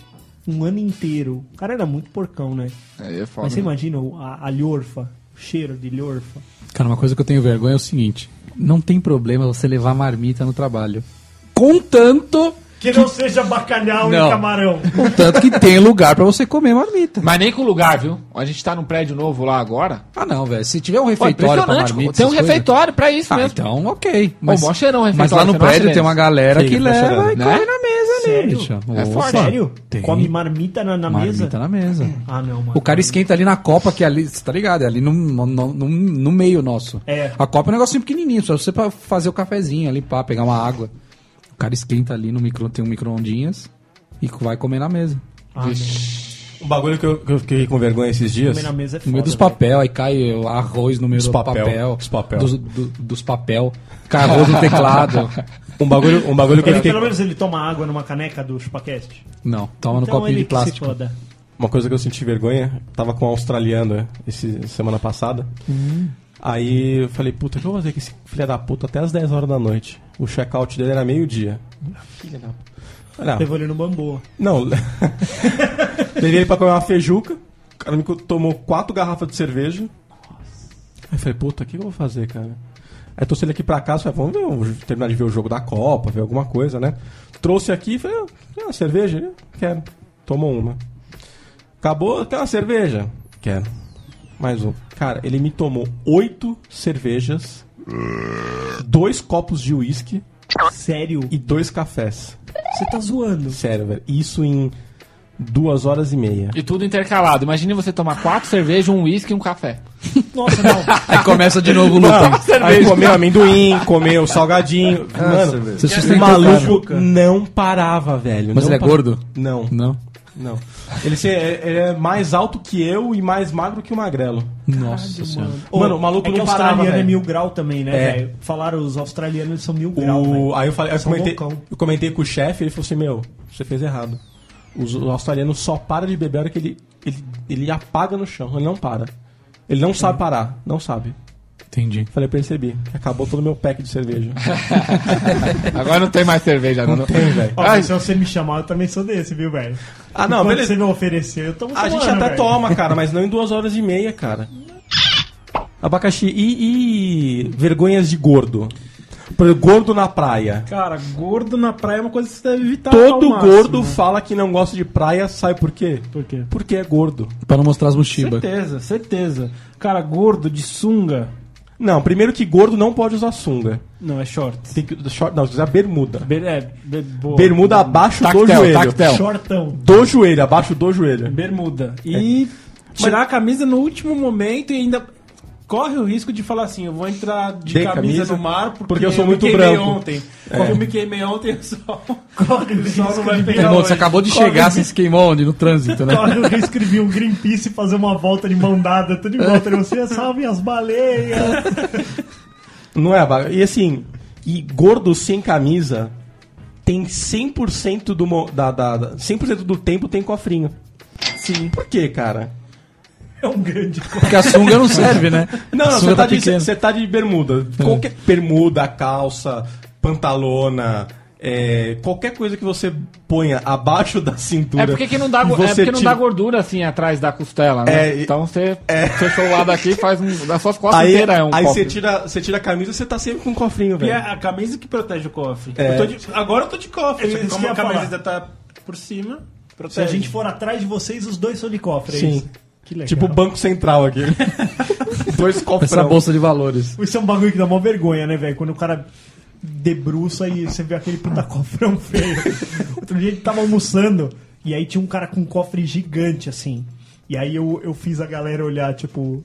Speaker 3: Um ano inteiro. O cara era muito porcão, né?
Speaker 2: Aí é foda.
Speaker 3: Mas você imagina o- a, a lhorfa, o cheiro de lhorfa.
Speaker 5: Cara, uma coisa que eu tenho vergonha é o seguinte: não tem problema você levar marmita no trabalho. Contanto.
Speaker 3: Que não seja bacalhau
Speaker 5: Não.
Speaker 3: e camarão.
Speaker 5: Contanto que tem lugar pra você comer marmita.
Speaker 2: Mas nem com lugar, viu? A gente tá num prédio novo lá agora.
Speaker 5: Ah, não, velho. Se tiver um
Speaker 2: Pô,
Speaker 5: refeitório pra
Speaker 2: impressionante.
Speaker 5: marmita.
Speaker 2: tem um
Speaker 5: essas coisas-
Speaker 2: refeitório pra isso
Speaker 5: Ah,
Speaker 2: mesmo.
Speaker 5: então, ok.
Speaker 2: mó cheirão o
Speaker 5: mas
Speaker 2: refeitório,
Speaker 5: lá
Speaker 2: você
Speaker 5: no
Speaker 2: não acha
Speaker 5: prédio tem
Speaker 2: deles?
Speaker 5: uma galera que,
Speaker 1: Sim, tá cheirando.
Speaker 5: leva e
Speaker 2: Né?
Speaker 5: come na mesa ali,
Speaker 3: Sério?
Speaker 5: bicho.
Speaker 2: É
Speaker 5: Nossa,
Speaker 2: forte.
Speaker 3: Sério?
Speaker 5: Tem.
Speaker 3: Come marmita na, na
Speaker 5: marmita
Speaker 3: mesa?
Speaker 5: na mesa.
Speaker 3: Ah, não, mano.
Speaker 5: O cara esquenta ali na copa, que ali, você tá ligado? É ali no, no, no, no meio nosso.
Speaker 3: É.
Speaker 5: A copa é um negocinho pequenininho, só você pra fazer o cafezinho, limpar, pegar uma água. O cara esquenta ali no micro, tem um micro-ondinhas e vai comer na mesa.
Speaker 3: Ah, não.
Speaker 1: Um bagulho que eu, que eu fiquei com vergonha esses dias.
Speaker 5: Comer na mesa é foda, No meio dos papel, aí cai o arroz no meio
Speaker 1: Dos
Speaker 5: do
Speaker 1: papel,
Speaker 5: papel.
Speaker 1: dos papel.
Speaker 5: Dos, do- dos papel. Cai arroz no
Speaker 3: [LAUGHS]
Speaker 5: teclado.
Speaker 1: Um bagulho, um bagulho que eu
Speaker 3: Ele,
Speaker 1: fiquei.
Speaker 3: Pelo menos ele toma água numa caneca do chupaquete.
Speaker 5: Não, toma no
Speaker 3: Então
Speaker 5: Um copinho
Speaker 3: ele
Speaker 5: de
Speaker 3: que se
Speaker 5: plástico.
Speaker 3: foda.
Speaker 1: Uma coisa que eu senti vergonha, tava com um australiano esse, semana passada.
Speaker 3: Hum.
Speaker 1: Aí eu falei, puta, o que eu vou fazer com esse filho da puta até as 10 horas da noite? O check-out dele era meio-dia. Filha da puta. Falei, ah,
Speaker 3: Levou ele no bambu.
Speaker 1: Não. [LAUGHS] Levei ele pra comer uma feijuca. O cara me co- tomou quatro garrafas de cerveja. Aí eu falei, puta, o que eu vou fazer, cara? Aí trouxe ele aqui pra casa, falei, vamos ver, o jo- terminar de ver o jogo da Copa, ver alguma coisa, né? Trouxe aqui e falei, ah, quer uma cerveja? Ele, Quero. Tomou uma. Acabou, quer uma cerveja? Quero. Mais um. Cara, ele me tomou oito cervejas, dois copos de uísque.
Speaker 3: Sério?
Speaker 1: E dois cafés.
Speaker 3: Você tá zoando.
Speaker 1: Sério, velho. Isso em duas horas e meia.
Speaker 2: E tudo intercalado. Imagine você tomar quatro cervejas, um uísque e um café.
Speaker 3: Nossa, não.
Speaker 5: Aí começa de
Speaker 3: [LAUGHS]
Speaker 5: novo o
Speaker 1: Não,
Speaker 5: looping.
Speaker 1: aí comeu amendoim, comeu salgadinho.
Speaker 3: Ah,
Speaker 1: Mano,
Speaker 5: velho. Você
Speaker 1: o
Speaker 5: sustentou,
Speaker 3: é um
Speaker 1: maluco não parava, velho.
Speaker 5: Mas
Speaker 1: Não
Speaker 5: ele é
Speaker 1: parava.
Speaker 5: gordo?
Speaker 1: Não.
Speaker 5: Não.
Speaker 1: Não. Ele, se- é, ele é mais alto que eu e mais magro que o magrelo.
Speaker 5: Nossa senhora.
Speaker 3: Ô,
Speaker 1: Mano, o maluco
Speaker 3: é que
Speaker 1: não
Speaker 3: australiano
Speaker 1: parava,
Speaker 3: é
Speaker 1: velho.
Speaker 3: mil grau também, né,
Speaker 1: É.
Speaker 3: velho? Falaram os australianos são mil grau,
Speaker 1: O-
Speaker 3: velho.
Speaker 1: aí eu falei, eu
Speaker 3: São
Speaker 1: comentei,
Speaker 3: loucão.
Speaker 1: eu comentei com o chefe, ele falou assim, meu, você fez errado. Os- O australiano só para de beber a hora que ele, ele, ele apaga no chão, ele não para. Ele não sabe parar, não sabe.
Speaker 5: Entendi.
Speaker 1: Falei, percebi. Acabou todo o meu pack de cerveja.
Speaker 2: Agora não tem mais cerveja, não.
Speaker 1: Não tem, velho.
Speaker 3: Ó, se você me chamar, eu também sou desse, viu, velho?
Speaker 1: Ah, não,
Speaker 3: Quando
Speaker 1: beleza.
Speaker 3: você me oferecer, eu tomo
Speaker 1: A gente
Speaker 3: tomando,
Speaker 1: até
Speaker 3: velho.
Speaker 1: toma, cara, mas não em duas horas e meia, cara. Abacaxi, e, e vergonhas de gordo? Por- Gordo na praia.
Speaker 4: Cara, gordo na praia é uma coisa que você deve evitar.
Speaker 1: Todo
Speaker 4: ao máximo,
Speaker 1: gordo
Speaker 4: né?
Speaker 1: fala que não gosta de praia, sabe por quê?
Speaker 4: Por quê?
Speaker 1: Porque é gordo.
Speaker 5: Pra não mostrar as mochibas.
Speaker 4: Certeza, certeza. Cara, gordo de sunga.
Speaker 1: Não, primeiro que gordo não pode usar sunga.
Speaker 4: Não, é shorts.
Speaker 1: Tem que short, não, tem que usar bermuda.
Speaker 4: Be- é, be- boa.
Speaker 1: bermuda abaixo do
Speaker 2: Tactel,
Speaker 1: joelho.
Speaker 2: tactel.
Speaker 3: Shortão.
Speaker 1: Do joelho, abaixo do joelho.
Speaker 4: Bermuda. E
Speaker 1: É.
Speaker 4: tirar a camisa no último momento e ainda corre o risco de falar assim, eu vou entrar
Speaker 1: De
Speaker 4: de camisa,
Speaker 1: camisa,
Speaker 4: no mar porque,
Speaker 1: porque eu sou muito
Speaker 4: me queimei
Speaker 1: branco.
Speaker 4: ontem.
Speaker 1: É.
Speaker 4: Eu me queimei ontem, o sol, o sol não vai pegar
Speaker 5: Irmão,
Speaker 4: hoje.
Speaker 5: você acabou de
Speaker 3: é?
Speaker 5: chegar, você se queimou onde? No trânsito,
Speaker 3: [LAUGHS]
Speaker 5: né?
Speaker 3: Olha, eu reescrevi um Greenpeace e fazer uma volta de mão dada, tudo de volta. de Você "É, salve as
Speaker 1: [LAUGHS]
Speaker 3: baleias.
Speaker 1: Não é, Abaca? E assim, e gordo sem camisa tem 100% do, mo- da, da, da- 100% do tempo tem cofrinho. Sim. Por quê, cara?
Speaker 3: É um grande
Speaker 5: Porque a sunga não serve, né?
Speaker 1: Não,
Speaker 5: a
Speaker 1: não,
Speaker 5: sunga
Speaker 1: você tá, de,
Speaker 5: pequena.
Speaker 1: você tá de bermuda. Qualquer bermuda, calça, pantalona, é, qualquer coisa que você ponha abaixo da cintura.
Speaker 2: É porque, que não dá,
Speaker 1: e
Speaker 2: go- é
Speaker 1: você
Speaker 2: porque não
Speaker 1: tira-
Speaker 2: dá gordura assim atrás da costela, né?
Speaker 1: É, e-
Speaker 2: então você fechou o lado aqui e faz um. Das suas costas
Speaker 1: Aí,
Speaker 2: inteiras é um
Speaker 1: aí
Speaker 2: copo.
Speaker 1: você tira, você tira a camisa e você tá sempre com um cofrinho,
Speaker 4: E
Speaker 1: velho.
Speaker 4: é a camisa que protege o cofre.
Speaker 1: É.
Speaker 4: Eu tô de- agora eu tô de cofre,
Speaker 3: É
Speaker 4: só que
Speaker 3: isso
Speaker 4: como
Speaker 3: que
Speaker 4: a
Speaker 3: eu ia falar.
Speaker 4: camisa tá por cima, protege.
Speaker 3: Se a gente for atrás de vocês, os dois são de cofre, é
Speaker 1: Sim.
Speaker 3: isso? Que legal.
Speaker 1: Tipo o Banco Central aqui. Dois cofres.
Speaker 5: Essa bolsa de valores.
Speaker 3: Isso é um bagulho que dá mó vergonha, né, velho? Quando o cara debruça e você vê aquele puta cofrão [LAUGHS] feio. Outro dia ele tava almoçando e aí tinha um cara com um cofre gigante, assim. E aí eu, eu fiz a galera olhar, tipo...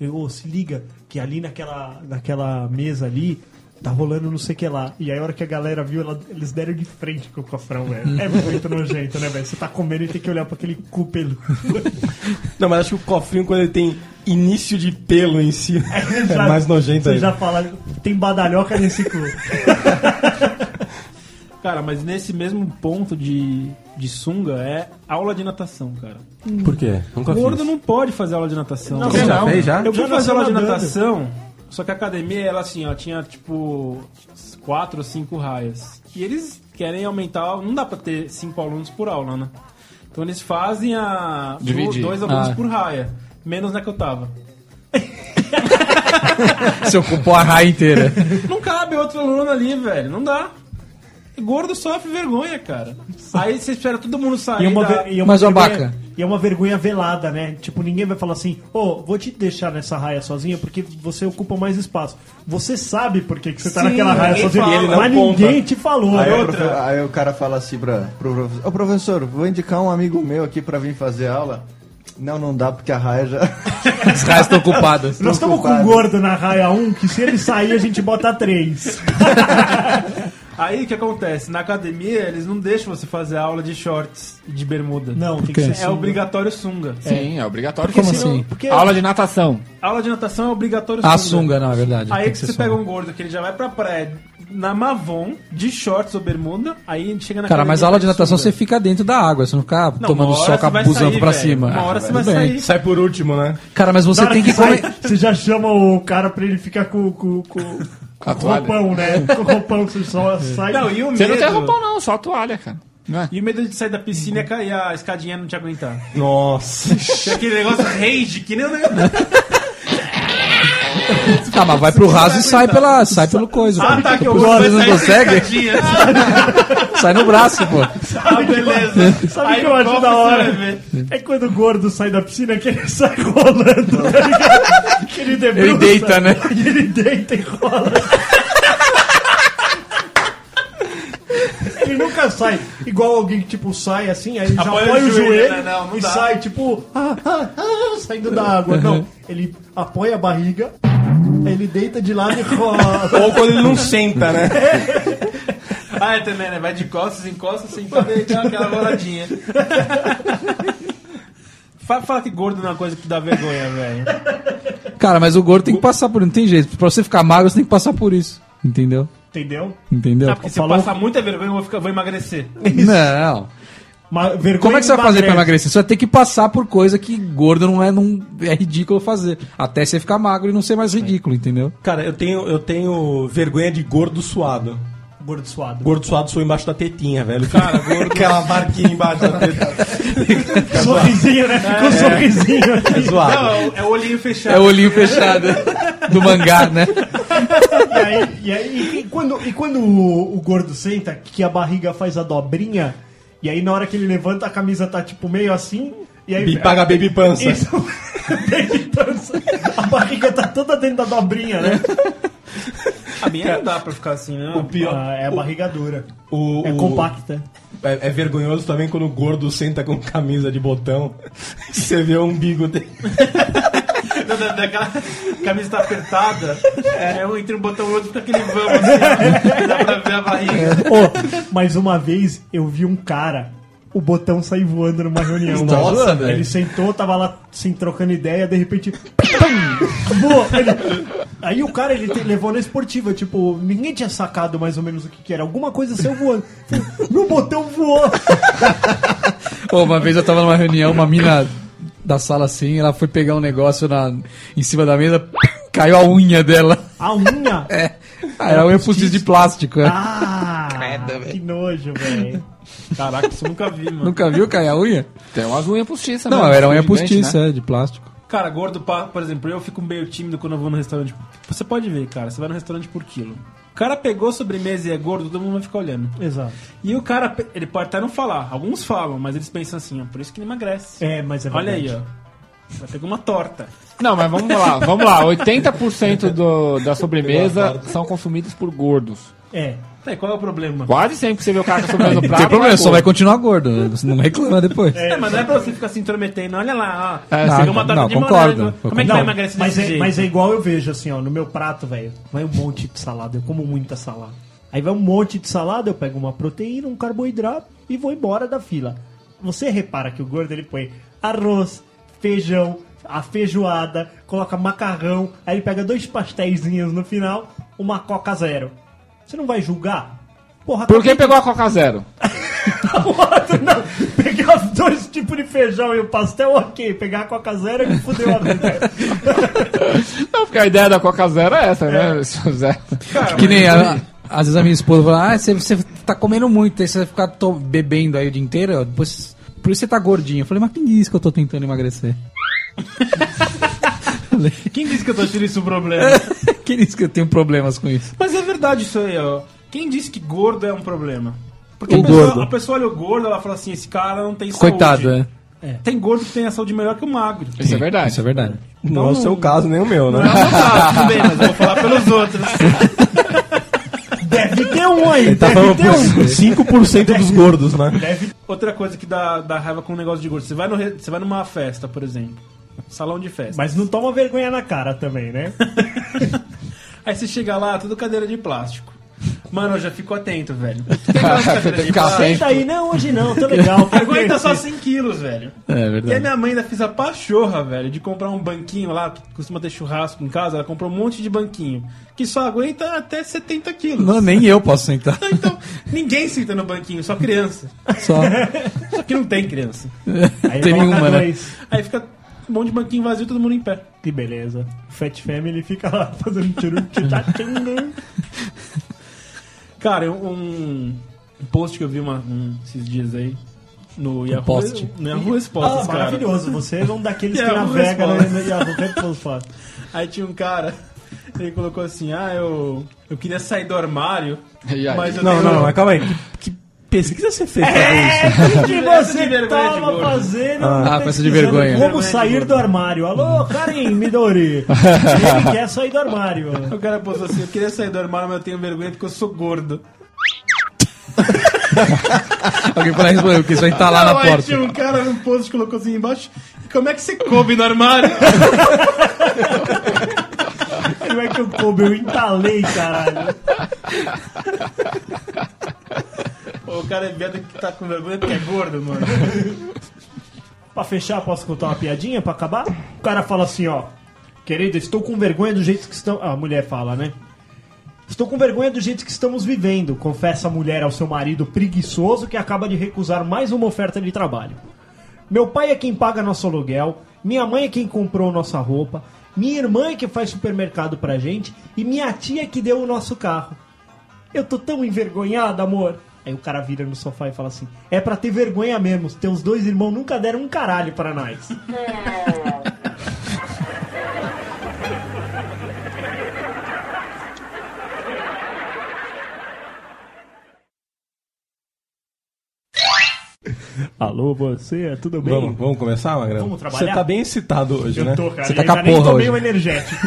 Speaker 3: Eu, "Ô, se liga, que ali naquela, naquela mesa ali... Tá rolando não sei o que lá. E aí, a hora que a galera viu, ela- eles deram de frente com o cofrão, velho. É muito nojento, né, velho? Você tá comendo e tem que olhar pra aquele cu peludo.
Speaker 1: Não, mas acho que o cofrinho, quando ele tem início de pelo em si, é
Speaker 3: Já-
Speaker 1: mais nojento
Speaker 3: Você
Speaker 1: aí.
Speaker 3: já fala, tem badalhoca nesse cu.
Speaker 4: Cara, mas nesse mesmo ponto de, de sunga é aula de natação, cara.
Speaker 1: Por quê? Nunca
Speaker 4: Gordo não pode fazer aula de natação.
Speaker 3: Não,
Speaker 4: Você
Speaker 3: você
Speaker 1: já fez, já?
Speaker 4: Eu fui
Speaker 3: Já
Speaker 4: fazer
Speaker 3: nasceu
Speaker 4: aula de
Speaker 3: nadando.
Speaker 4: natação, só que a academia, ela assim, ó, tinha tipo quatro ou cinco raias. E eles querem aumentar, não dá pra ter cinco alunos por aula, né? Então eles fazem a do-
Speaker 2: Dividir.
Speaker 4: dois alunos
Speaker 5: Ah.
Speaker 4: por raia, menos na que eu tava.
Speaker 5: Você ocupou a raia inteira.
Speaker 4: Não cabe outro aluno ali, velho, não dá. E Gordo sofre vergonha, cara. Aí você espera todo mundo sair
Speaker 3: E é uma,
Speaker 4: da...
Speaker 3: ver- e é uma
Speaker 5: Mas, ô,
Speaker 3: vergonha,
Speaker 5: Baca.
Speaker 3: E é uma vergonha velada, né? Tipo, ninguém vai falar assim, ô, vou te deixar nessa raia sozinha porque você ocupa mais espaço. Você sabe por que, que você tá
Speaker 4: Sim,
Speaker 3: naquela raia
Speaker 4: ninguém
Speaker 3: sozinha,
Speaker 4: fala. Ele não é
Speaker 3: mas
Speaker 1: conta.
Speaker 3: ninguém te falou.
Speaker 8: Aí,
Speaker 3: né?
Speaker 8: o profe- aí o cara fala assim pra, pro professor: Ô professor, vou indicar um amigo meu aqui pra vir fazer aula. Não, não dá porque a raia já. [LAUGHS]
Speaker 5: As raias estão ocupadas.
Speaker 3: Nós estamos com um
Speaker 8: culpado.
Speaker 3: gordo na raia 1 que se ele sair a gente bota 3.
Speaker 4: Aí o que acontece? Na academia, eles não deixam você fazer aula de shorts e de bermuda.
Speaker 3: Não,
Speaker 5: Por tem que quê? ser
Speaker 4: É
Speaker 3: assim.
Speaker 5: sunga.
Speaker 4: obrigatório sunga.
Speaker 2: Sim, é obrigatório.
Speaker 4: Porque
Speaker 2: Como
Speaker 4: senão-
Speaker 2: assim?
Speaker 4: porque-
Speaker 2: Aula de natação.
Speaker 4: Aula de natação é obrigatório
Speaker 5: Ah, sunga, não, é verdade,
Speaker 4: Aí que
Speaker 5: tem que ser
Speaker 4: você
Speaker 5: sunga.
Speaker 4: pega um gordo que ele já vai pra praia na Mavon, de shorts ou bermuda, aí a gente chega na
Speaker 5: Cara,
Speaker 4: academia
Speaker 5: mas aula de
Speaker 4: sunga.
Speaker 5: natação você fica dentro da água, você não fica
Speaker 4: Não,
Speaker 5: tomando
Speaker 4: uma hora
Speaker 5: sol
Speaker 4: você
Speaker 5: com a
Speaker 4: vai
Speaker 5: buzão
Speaker 4: sair,
Speaker 5: pra
Speaker 4: velho.
Speaker 5: cima.
Speaker 4: Uma hora
Speaker 5: Ah,
Speaker 4: você
Speaker 5: tudo
Speaker 4: vai
Speaker 5: bem.
Speaker 4: sair.
Speaker 1: Sai por último, né?
Speaker 5: Cara, mas você
Speaker 3: Na hora
Speaker 5: tem que
Speaker 3: sai,
Speaker 5: comer.
Speaker 3: [LAUGHS] Você já chama o cara pra ele ficar com com, com, com
Speaker 2: toalha.
Speaker 3: roupão, né? Com roupão que você só sai. [LAUGHS]
Speaker 4: Não, e o medo...
Speaker 2: Você não tem roupão, não, só toalha, cara. Não é?
Speaker 4: E o medo de sair da piscina e ca- e a escadinha não te aguentar.
Speaker 1: Nossa.
Speaker 4: Tem aquele negócio rage, que nem
Speaker 5: [LAUGHS]
Speaker 4: o [LAUGHS] negócio...
Speaker 5: Tá, mas vai pro raso e
Speaker 4: Você
Speaker 5: sai,
Speaker 4: vai
Speaker 5: pela, sai pelo coisa.
Speaker 4: Ah, tá, que eu vou
Speaker 5: Porra, você não
Speaker 4: sair sem
Speaker 5: consegue?
Speaker 4: escadinha.
Speaker 5: Sai no braço, pô.
Speaker 4: Ah,
Speaker 5: [LAUGHS]
Speaker 4: beleza.
Speaker 3: Sabe o
Speaker 4: Aí
Speaker 3: que eu acho
Speaker 4: qual
Speaker 3: da
Speaker 4: você
Speaker 3: hora?
Speaker 4: vai ver?
Speaker 3: É quando o gordo sai da piscina que ele sai rolando. tá ligado? que ele debruça.
Speaker 5: Ele deita, né?
Speaker 3: [LAUGHS] E ele deita e rola. Ele nunca sai igual alguém que, tipo, sai assim, aí já apoia, o joelho,
Speaker 4: né? Não, não
Speaker 3: e
Speaker 4: dá.
Speaker 3: sai, tipo, ah, ah, ah, saindo da água. Não, ele apoia a barriga, aí ele deita de lado e rola.
Speaker 4: [LAUGHS]
Speaker 1: Ou quando ele não senta, né?
Speaker 4: Ah, é também, né? Vai de costas, encosta, senta e dá aquela roladinha. [LAUGHS] Fa- Fala que gordo não é uma coisa que dá vergonha, [LAUGHS] velho.
Speaker 5: Cara, mas o gordo tem que passar por. Não tem jeito. Pra você ficar magro, você tem que passar por isso. Entendeu?
Speaker 3: Entendeu?
Speaker 5: Entendeu?
Speaker 4: Ah, porque se eu
Speaker 3: Falou-
Speaker 4: passar muita vergonha, eu vou, ficar, vou [LAUGHS] emagrecer.
Speaker 5: Não.
Speaker 3: Ma- vergonha
Speaker 5: Como é que você vai fazer pra
Speaker 3: emagrece.
Speaker 5: emagrecer? Você vai ter que passar por coisa que gordo não é, não é ridículo fazer. Até você ficar magro e não ser mais ridículo, entendeu?
Speaker 1: Cara, eu tenho, eu tenho vergonha de gordo suado.
Speaker 3: Gordo suado.
Speaker 1: Gordo suado sou embaixo da tetinha, velho. Cara, gordo. [LAUGHS] Aquela marquinha embaixo da tetinha.
Speaker 3: Sorrisinho,
Speaker 4: É.
Speaker 3: né? Com um sorrisinho
Speaker 1: É
Speaker 3: aqui.
Speaker 1: zoado.
Speaker 4: Não, é o olhinho fechado.
Speaker 5: É o olhinho fechado do mangá, né?
Speaker 3: [LAUGHS] E aí, e aí- e quando, e quando o, o gordo senta, que a barriga faz a dobrinha, e aí na hora que ele levanta a camisa tá tipo meio assim, e aí.
Speaker 1: E paga baby pança.
Speaker 3: [LAUGHS] Isso. Baby pança. a barriga tá toda dentro da dobrinha, né?
Speaker 4: A minha não dá pra ficar assim, né? [LAUGHS]
Speaker 1: O pior.
Speaker 3: Ah, é a barriga dura.
Speaker 1: O,
Speaker 3: É
Speaker 1: o-
Speaker 3: compacta.
Speaker 1: É, é vergonhoso também quando o gordo senta com camisa de botão. [LAUGHS] Você vê o umbigo dele.
Speaker 4: Da- da- Daquela camisa tá apertada, é. um entre um botão e outro fica aquele vamos [LAUGHS] assim, ó. dá pra ver a barriga.
Speaker 3: Ô, mas uma vez eu vi um cara, o botão sair voando numa reunião.
Speaker 5: Nossa,
Speaker 3: Ele
Speaker 5: velho.
Speaker 3: Ele sentou, tava lá assim, trocando ideia, de repente. pum, voou. Ele- Aí o cara ele te- levou na esportiva, tipo, ninguém tinha sacado mais ou menos o que, que era. Alguma coisa saiu voando. No botão voou.
Speaker 5: Ô, uma vez eu tava numa reunião, uma mina da sala assim, ela foi pegar um negócio na, em cima da mesa, [LAUGHS] caiu a unha dela.
Speaker 3: A unha.
Speaker 5: É. Ah, era um fuzil de plástico, é.
Speaker 3: Ah, que nojo, velho.
Speaker 4: Caraca, isso eu nunca vi, mano.
Speaker 5: Nunca viu cair a unha?
Speaker 2: Tem umas unhas postiças,
Speaker 5: Não,
Speaker 2: mesmo,
Speaker 5: era
Speaker 2: de
Speaker 5: unha
Speaker 2: dente,
Speaker 5: postiça,
Speaker 2: né?
Speaker 5: é, de plástico.
Speaker 4: Cara, gordo, pa- por exemplo, eu fico meio tímido quando eu vou no restaurante. Você pode ver, cara, você vai no restaurante por quilo. O cara pegou sobremesa e é gordo, todo mundo vai ficar olhando.
Speaker 3: Exato.
Speaker 4: E o cara, pe- ele pode até não falar. Alguns falam, mas eles pensam assim, ó, por isso que ele emagrece.
Speaker 3: É, mas é
Speaker 4: Olha aí,
Speaker 3: verdade.
Speaker 4: ó. Vai pegar uma torta.
Speaker 2: Não, mas vamos lá, vamos lá. 80% do, da sobremesa são consumidas por gordos.
Speaker 3: É.
Speaker 4: Tá, e qual é o problema?
Speaker 2: Quase sempre que você vê o cara com a sobremesa no
Speaker 5: Não
Speaker 2: prato.
Speaker 5: tem problema,
Speaker 2: é
Speaker 5: só vai
Speaker 2: gordo.
Speaker 5: continuar gordo. né? Você não reclama depois.
Speaker 4: É, mas não é pra você ficar se intrometendo. Olha lá, ó.
Speaker 2: É,
Speaker 4: Você
Speaker 2: não,
Speaker 4: pegou uma torta
Speaker 5: não,
Speaker 4: de
Speaker 5: concordo,
Speaker 4: morango. Como é que
Speaker 5: concordo.
Speaker 4: vai
Speaker 3: Não,
Speaker 4: emagrecer
Speaker 3: mas
Speaker 4: desse
Speaker 3: é,
Speaker 4: jeito?
Speaker 3: mas é igual eu vejo, assim, ó, no meu prato, velho, vai um monte de salada, eu como muita salada. Aí vai um monte de salada, eu pego uma proteína, um carboidrato e vou embora da fila. Você repara que o gordo, ele põe arroz, feijão, a feijoada, coloca macarrão, aí ele pega dois pastéisinhos no final, uma coca zero. Você não vai julgar? Porra,
Speaker 2: Por que pegou a Coca Zero?
Speaker 3: [LAUGHS] outro, não. Pegar os dois tipos de feijão e o pastel, ok. Pegar a coca zero que fudeu a vida.
Speaker 2: Não, porque a ideia da Coca Zero é essa, né, seu Zé?
Speaker 5: Que nem a- às vezes a minha esposa fala: Ah, você, você tá comendo muito, aí você vai ficar to- bebendo aí o dia inteiro, ó, depois, por isso você tá gordinho. Eu falei, mas quem disse que eu tô tentando emagrecer? [LAUGHS]
Speaker 4: Quem disse que eu tô achando isso um [LAUGHS] problema?
Speaker 5: quem disse que eu tenho problemas com isso?
Speaker 4: Mas é verdade isso aí, ó. Quem disse que gordo é um problema? Porque
Speaker 5: O
Speaker 4: a, pessoa,
Speaker 5: gordo.
Speaker 4: a pessoa olha o gordo, ela fala assim, esse cara não tem
Speaker 5: Coitado,
Speaker 4: saúde.
Speaker 5: é.
Speaker 4: Tem gordo que tem a saúde melhor que o magro.
Speaker 2: Isso é verdade.
Speaker 5: Isso é verdade.
Speaker 1: Não é o seu caso, nem o meu, né?
Speaker 4: Não, não
Speaker 5: [LAUGHS]
Speaker 4: tá, tudo bem, mas eu vou falar pelos outros.
Speaker 3: Deve ter um aí.
Speaker 1: Tá
Speaker 3: deve
Speaker 1: falando
Speaker 3: ter
Speaker 1: [LAUGHS]
Speaker 3: um.
Speaker 1: por 5% dos gordos, né?
Speaker 4: Outra coisa que dá, dá raiva com o negócio de gordo. Você vai, no, re- você vai numa festa, por exemplo. Salão de festa.
Speaker 3: Mas não toma vergonha na cara também, né?
Speaker 4: Aí você chega lá, tudo cadeira de plástico. Mano, eu já fico atento, velho.
Speaker 5: [LAUGHS]
Speaker 3: Senta aí, não, hoje não, tô legal. quero
Speaker 4: É, tipo- [LAUGHS] Aguenta só
Speaker 3: crescer.
Speaker 4: 100 quilos, velho.
Speaker 5: É
Speaker 4: E a
Speaker 5: verdade.
Speaker 4: minha mãe ainda fez a pachorra, velho, de comprar um banquinho lá, que costuma ter churrasco em casa, ela comprou um monte de banquinho, que só aguenta até 70 quilos. Então,
Speaker 5: Não, nem eu posso sentar.
Speaker 4: Ninguém senta no banquinho, só criança.
Speaker 5: [LAUGHS] Só.
Speaker 4: Só que não tem criança.
Speaker 3: Aí
Speaker 5: Tem
Speaker 3: coloca
Speaker 5: nenhuma, né?
Speaker 3: dois.
Speaker 4: Aí fica um monte de banquinho vazio, todo mundo em pé.
Speaker 3: Que beleza. Fat Family fica lá fazendo tá tchuru
Speaker 4: [LAUGHS]
Speaker 3: tchutchatinga.
Speaker 4: Cara, eu- um, um post que eu vi uma- um- esses dias aí no Yahoo,
Speaker 5: Um post.
Speaker 4: No Yahoo Respostas,
Speaker 3: ah,
Speaker 4: cara.
Speaker 3: maravilhoso. Você é um daqueles que né?
Speaker 4: Yeah,
Speaker 3: navega
Speaker 4: vamos
Speaker 3: no Yahoo Respostas.
Speaker 4: Aí tinha um cara, [LAUGHS] ele colocou assim, ah, eu, eu queria sair do armário,
Speaker 2: E aí?
Speaker 4: mas eu
Speaker 1: Não,
Speaker 4: tenho... um
Speaker 1: não, não, mas calma aí. Que, que pesquisa você fez pra
Speaker 3: né?
Speaker 1: ver isso?
Speaker 3: O é que
Speaker 4: É, tipo de
Speaker 3: você
Speaker 4: vergonha de
Speaker 3: tava
Speaker 4: gordo.
Speaker 3: fazendo? tá
Speaker 5: Ah,
Speaker 3: pesquisando
Speaker 5: peça de vergonha.
Speaker 3: Como
Speaker 4: Vergonha de
Speaker 3: sair
Speaker 4: gordo.
Speaker 3: do armário. Alô, Karim
Speaker 4: [LAUGHS]
Speaker 3: Midori. Ele quer sair do armário.
Speaker 4: O cara postou assim, eu queria sair do armário, mas eu tenho vergonha porque eu sou gordo.
Speaker 5: Alguém para responder, porque isso aí tá lá
Speaker 4: não,
Speaker 5: na
Speaker 4: aí
Speaker 5: porta.
Speaker 4: [LAUGHS] tinha [LAUGHS] um cara no post que colocou assim embaixo, e como é [LAUGHS] que você coube no armário?
Speaker 3: Como é que eu coube? Eu entalei, caralho.
Speaker 4: Pô, o cara é viado que tá com vergonha porque é gordo, mano.
Speaker 3: Pra fechar, posso contar uma piadinha pra acabar? O cara fala assim, ó. Querida, estou com vergonha do jeito que estão. Ah, a mulher fala, né? Estou com vergonha do jeito que estamos vivendo, confessa a mulher ao seu marido preguiçoso que acaba de recusar mais uma oferta de trabalho. Meu pai é quem paga nosso aluguel, minha mãe é quem comprou nossa roupa, minha irmã é que faz supermercado pra gente e minha tia é que deu o nosso carro. Eu tô tão envergonhado, amor. Aí o cara vira no sofá e fala assim: É pra ter vergonha mesmo, teus dois irmãos nunca deram um caralho pra nós. Alô, você, tudo bem?
Speaker 1: Vamos, vamos começar, Magrão?
Speaker 3: Vamos trabalhar?
Speaker 1: Você tá bem excitado hoje, né?
Speaker 3: Eu tô, cara.
Speaker 5: Você
Speaker 3: e
Speaker 5: tá com a
Speaker 3: ainda nem
Speaker 5: porra
Speaker 3: tomei
Speaker 5: hoje.
Speaker 3: um [LAUGHS] energético.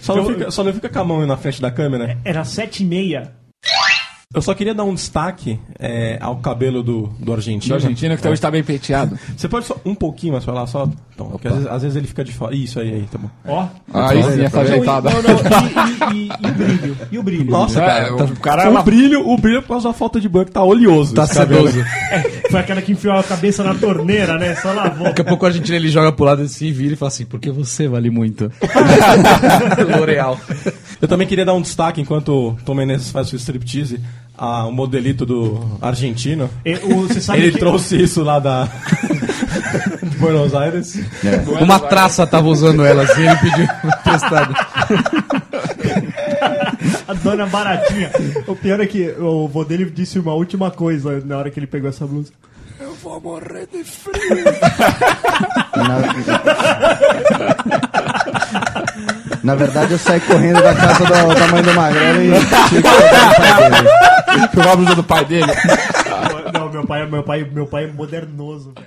Speaker 1: Só, não
Speaker 3: Eu-
Speaker 1: fica, só não fica com a mão na frente da câmera.
Speaker 3: Era sete e meia.
Speaker 1: Eu só queria dar um destaque é, ao cabelo do, do argentino.
Speaker 2: Do argentino que até hoje tá bem penteado.
Speaker 1: Você pode só um pouquinho mais pra lá, só. Então, porque às vezes, às vezes ele fica de fora. Isso aí, aí, tá bom.
Speaker 3: Ó.
Speaker 2: Aí sim, essa ajeitada.
Speaker 3: Não, não, e, e- e- e o brilho? E o brilho?
Speaker 1: Nossa,
Speaker 2: É,
Speaker 1: cara.
Speaker 2: o
Speaker 1: tá-
Speaker 2: cara- [LAUGHS]
Speaker 1: o, brilho, o brilho é por causa da falta de banco, tá oleoso.
Speaker 5: Tá
Speaker 1: esse cabelo.
Speaker 5: sedoso.
Speaker 3: É, Foi aquela que enfiou a cabeça na torneira, né? Só lavou.
Speaker 5: Daqui a pouco o argentino ele joga pro lado assim, vira e fala assim, porque você vale [LAUGHS] muito. L'Oreal.
Speaker 1: Eu também queria dar um destaque enquanto o Tom Menezes faz o striptease. a um modelito do argentino.
Speaker 3: E É, o- você sabe
Speaker 1: Ele
Speaker 3: que-
Speaker 1: trouxe isso lá da. [LAUGHS] de Buenos Aires.
Speaker 5: Uma traça tava usando ela assim, ele pediu emprestado.
Speaker 3: A dona baratinha. O pior é que o vô dele disse uma última coisa na hora que ele pegou essa blusa.
Speaker 8: Na... Na verdade, eu saí correndo da casa da, da mãe do Magrelo e tipo, tive que voltar pra casa.
Speaker 2: Pegou a blusa do pai dele.
Speaker 3: Não, meu pai, meu pai, meu pai é modernoso, velho.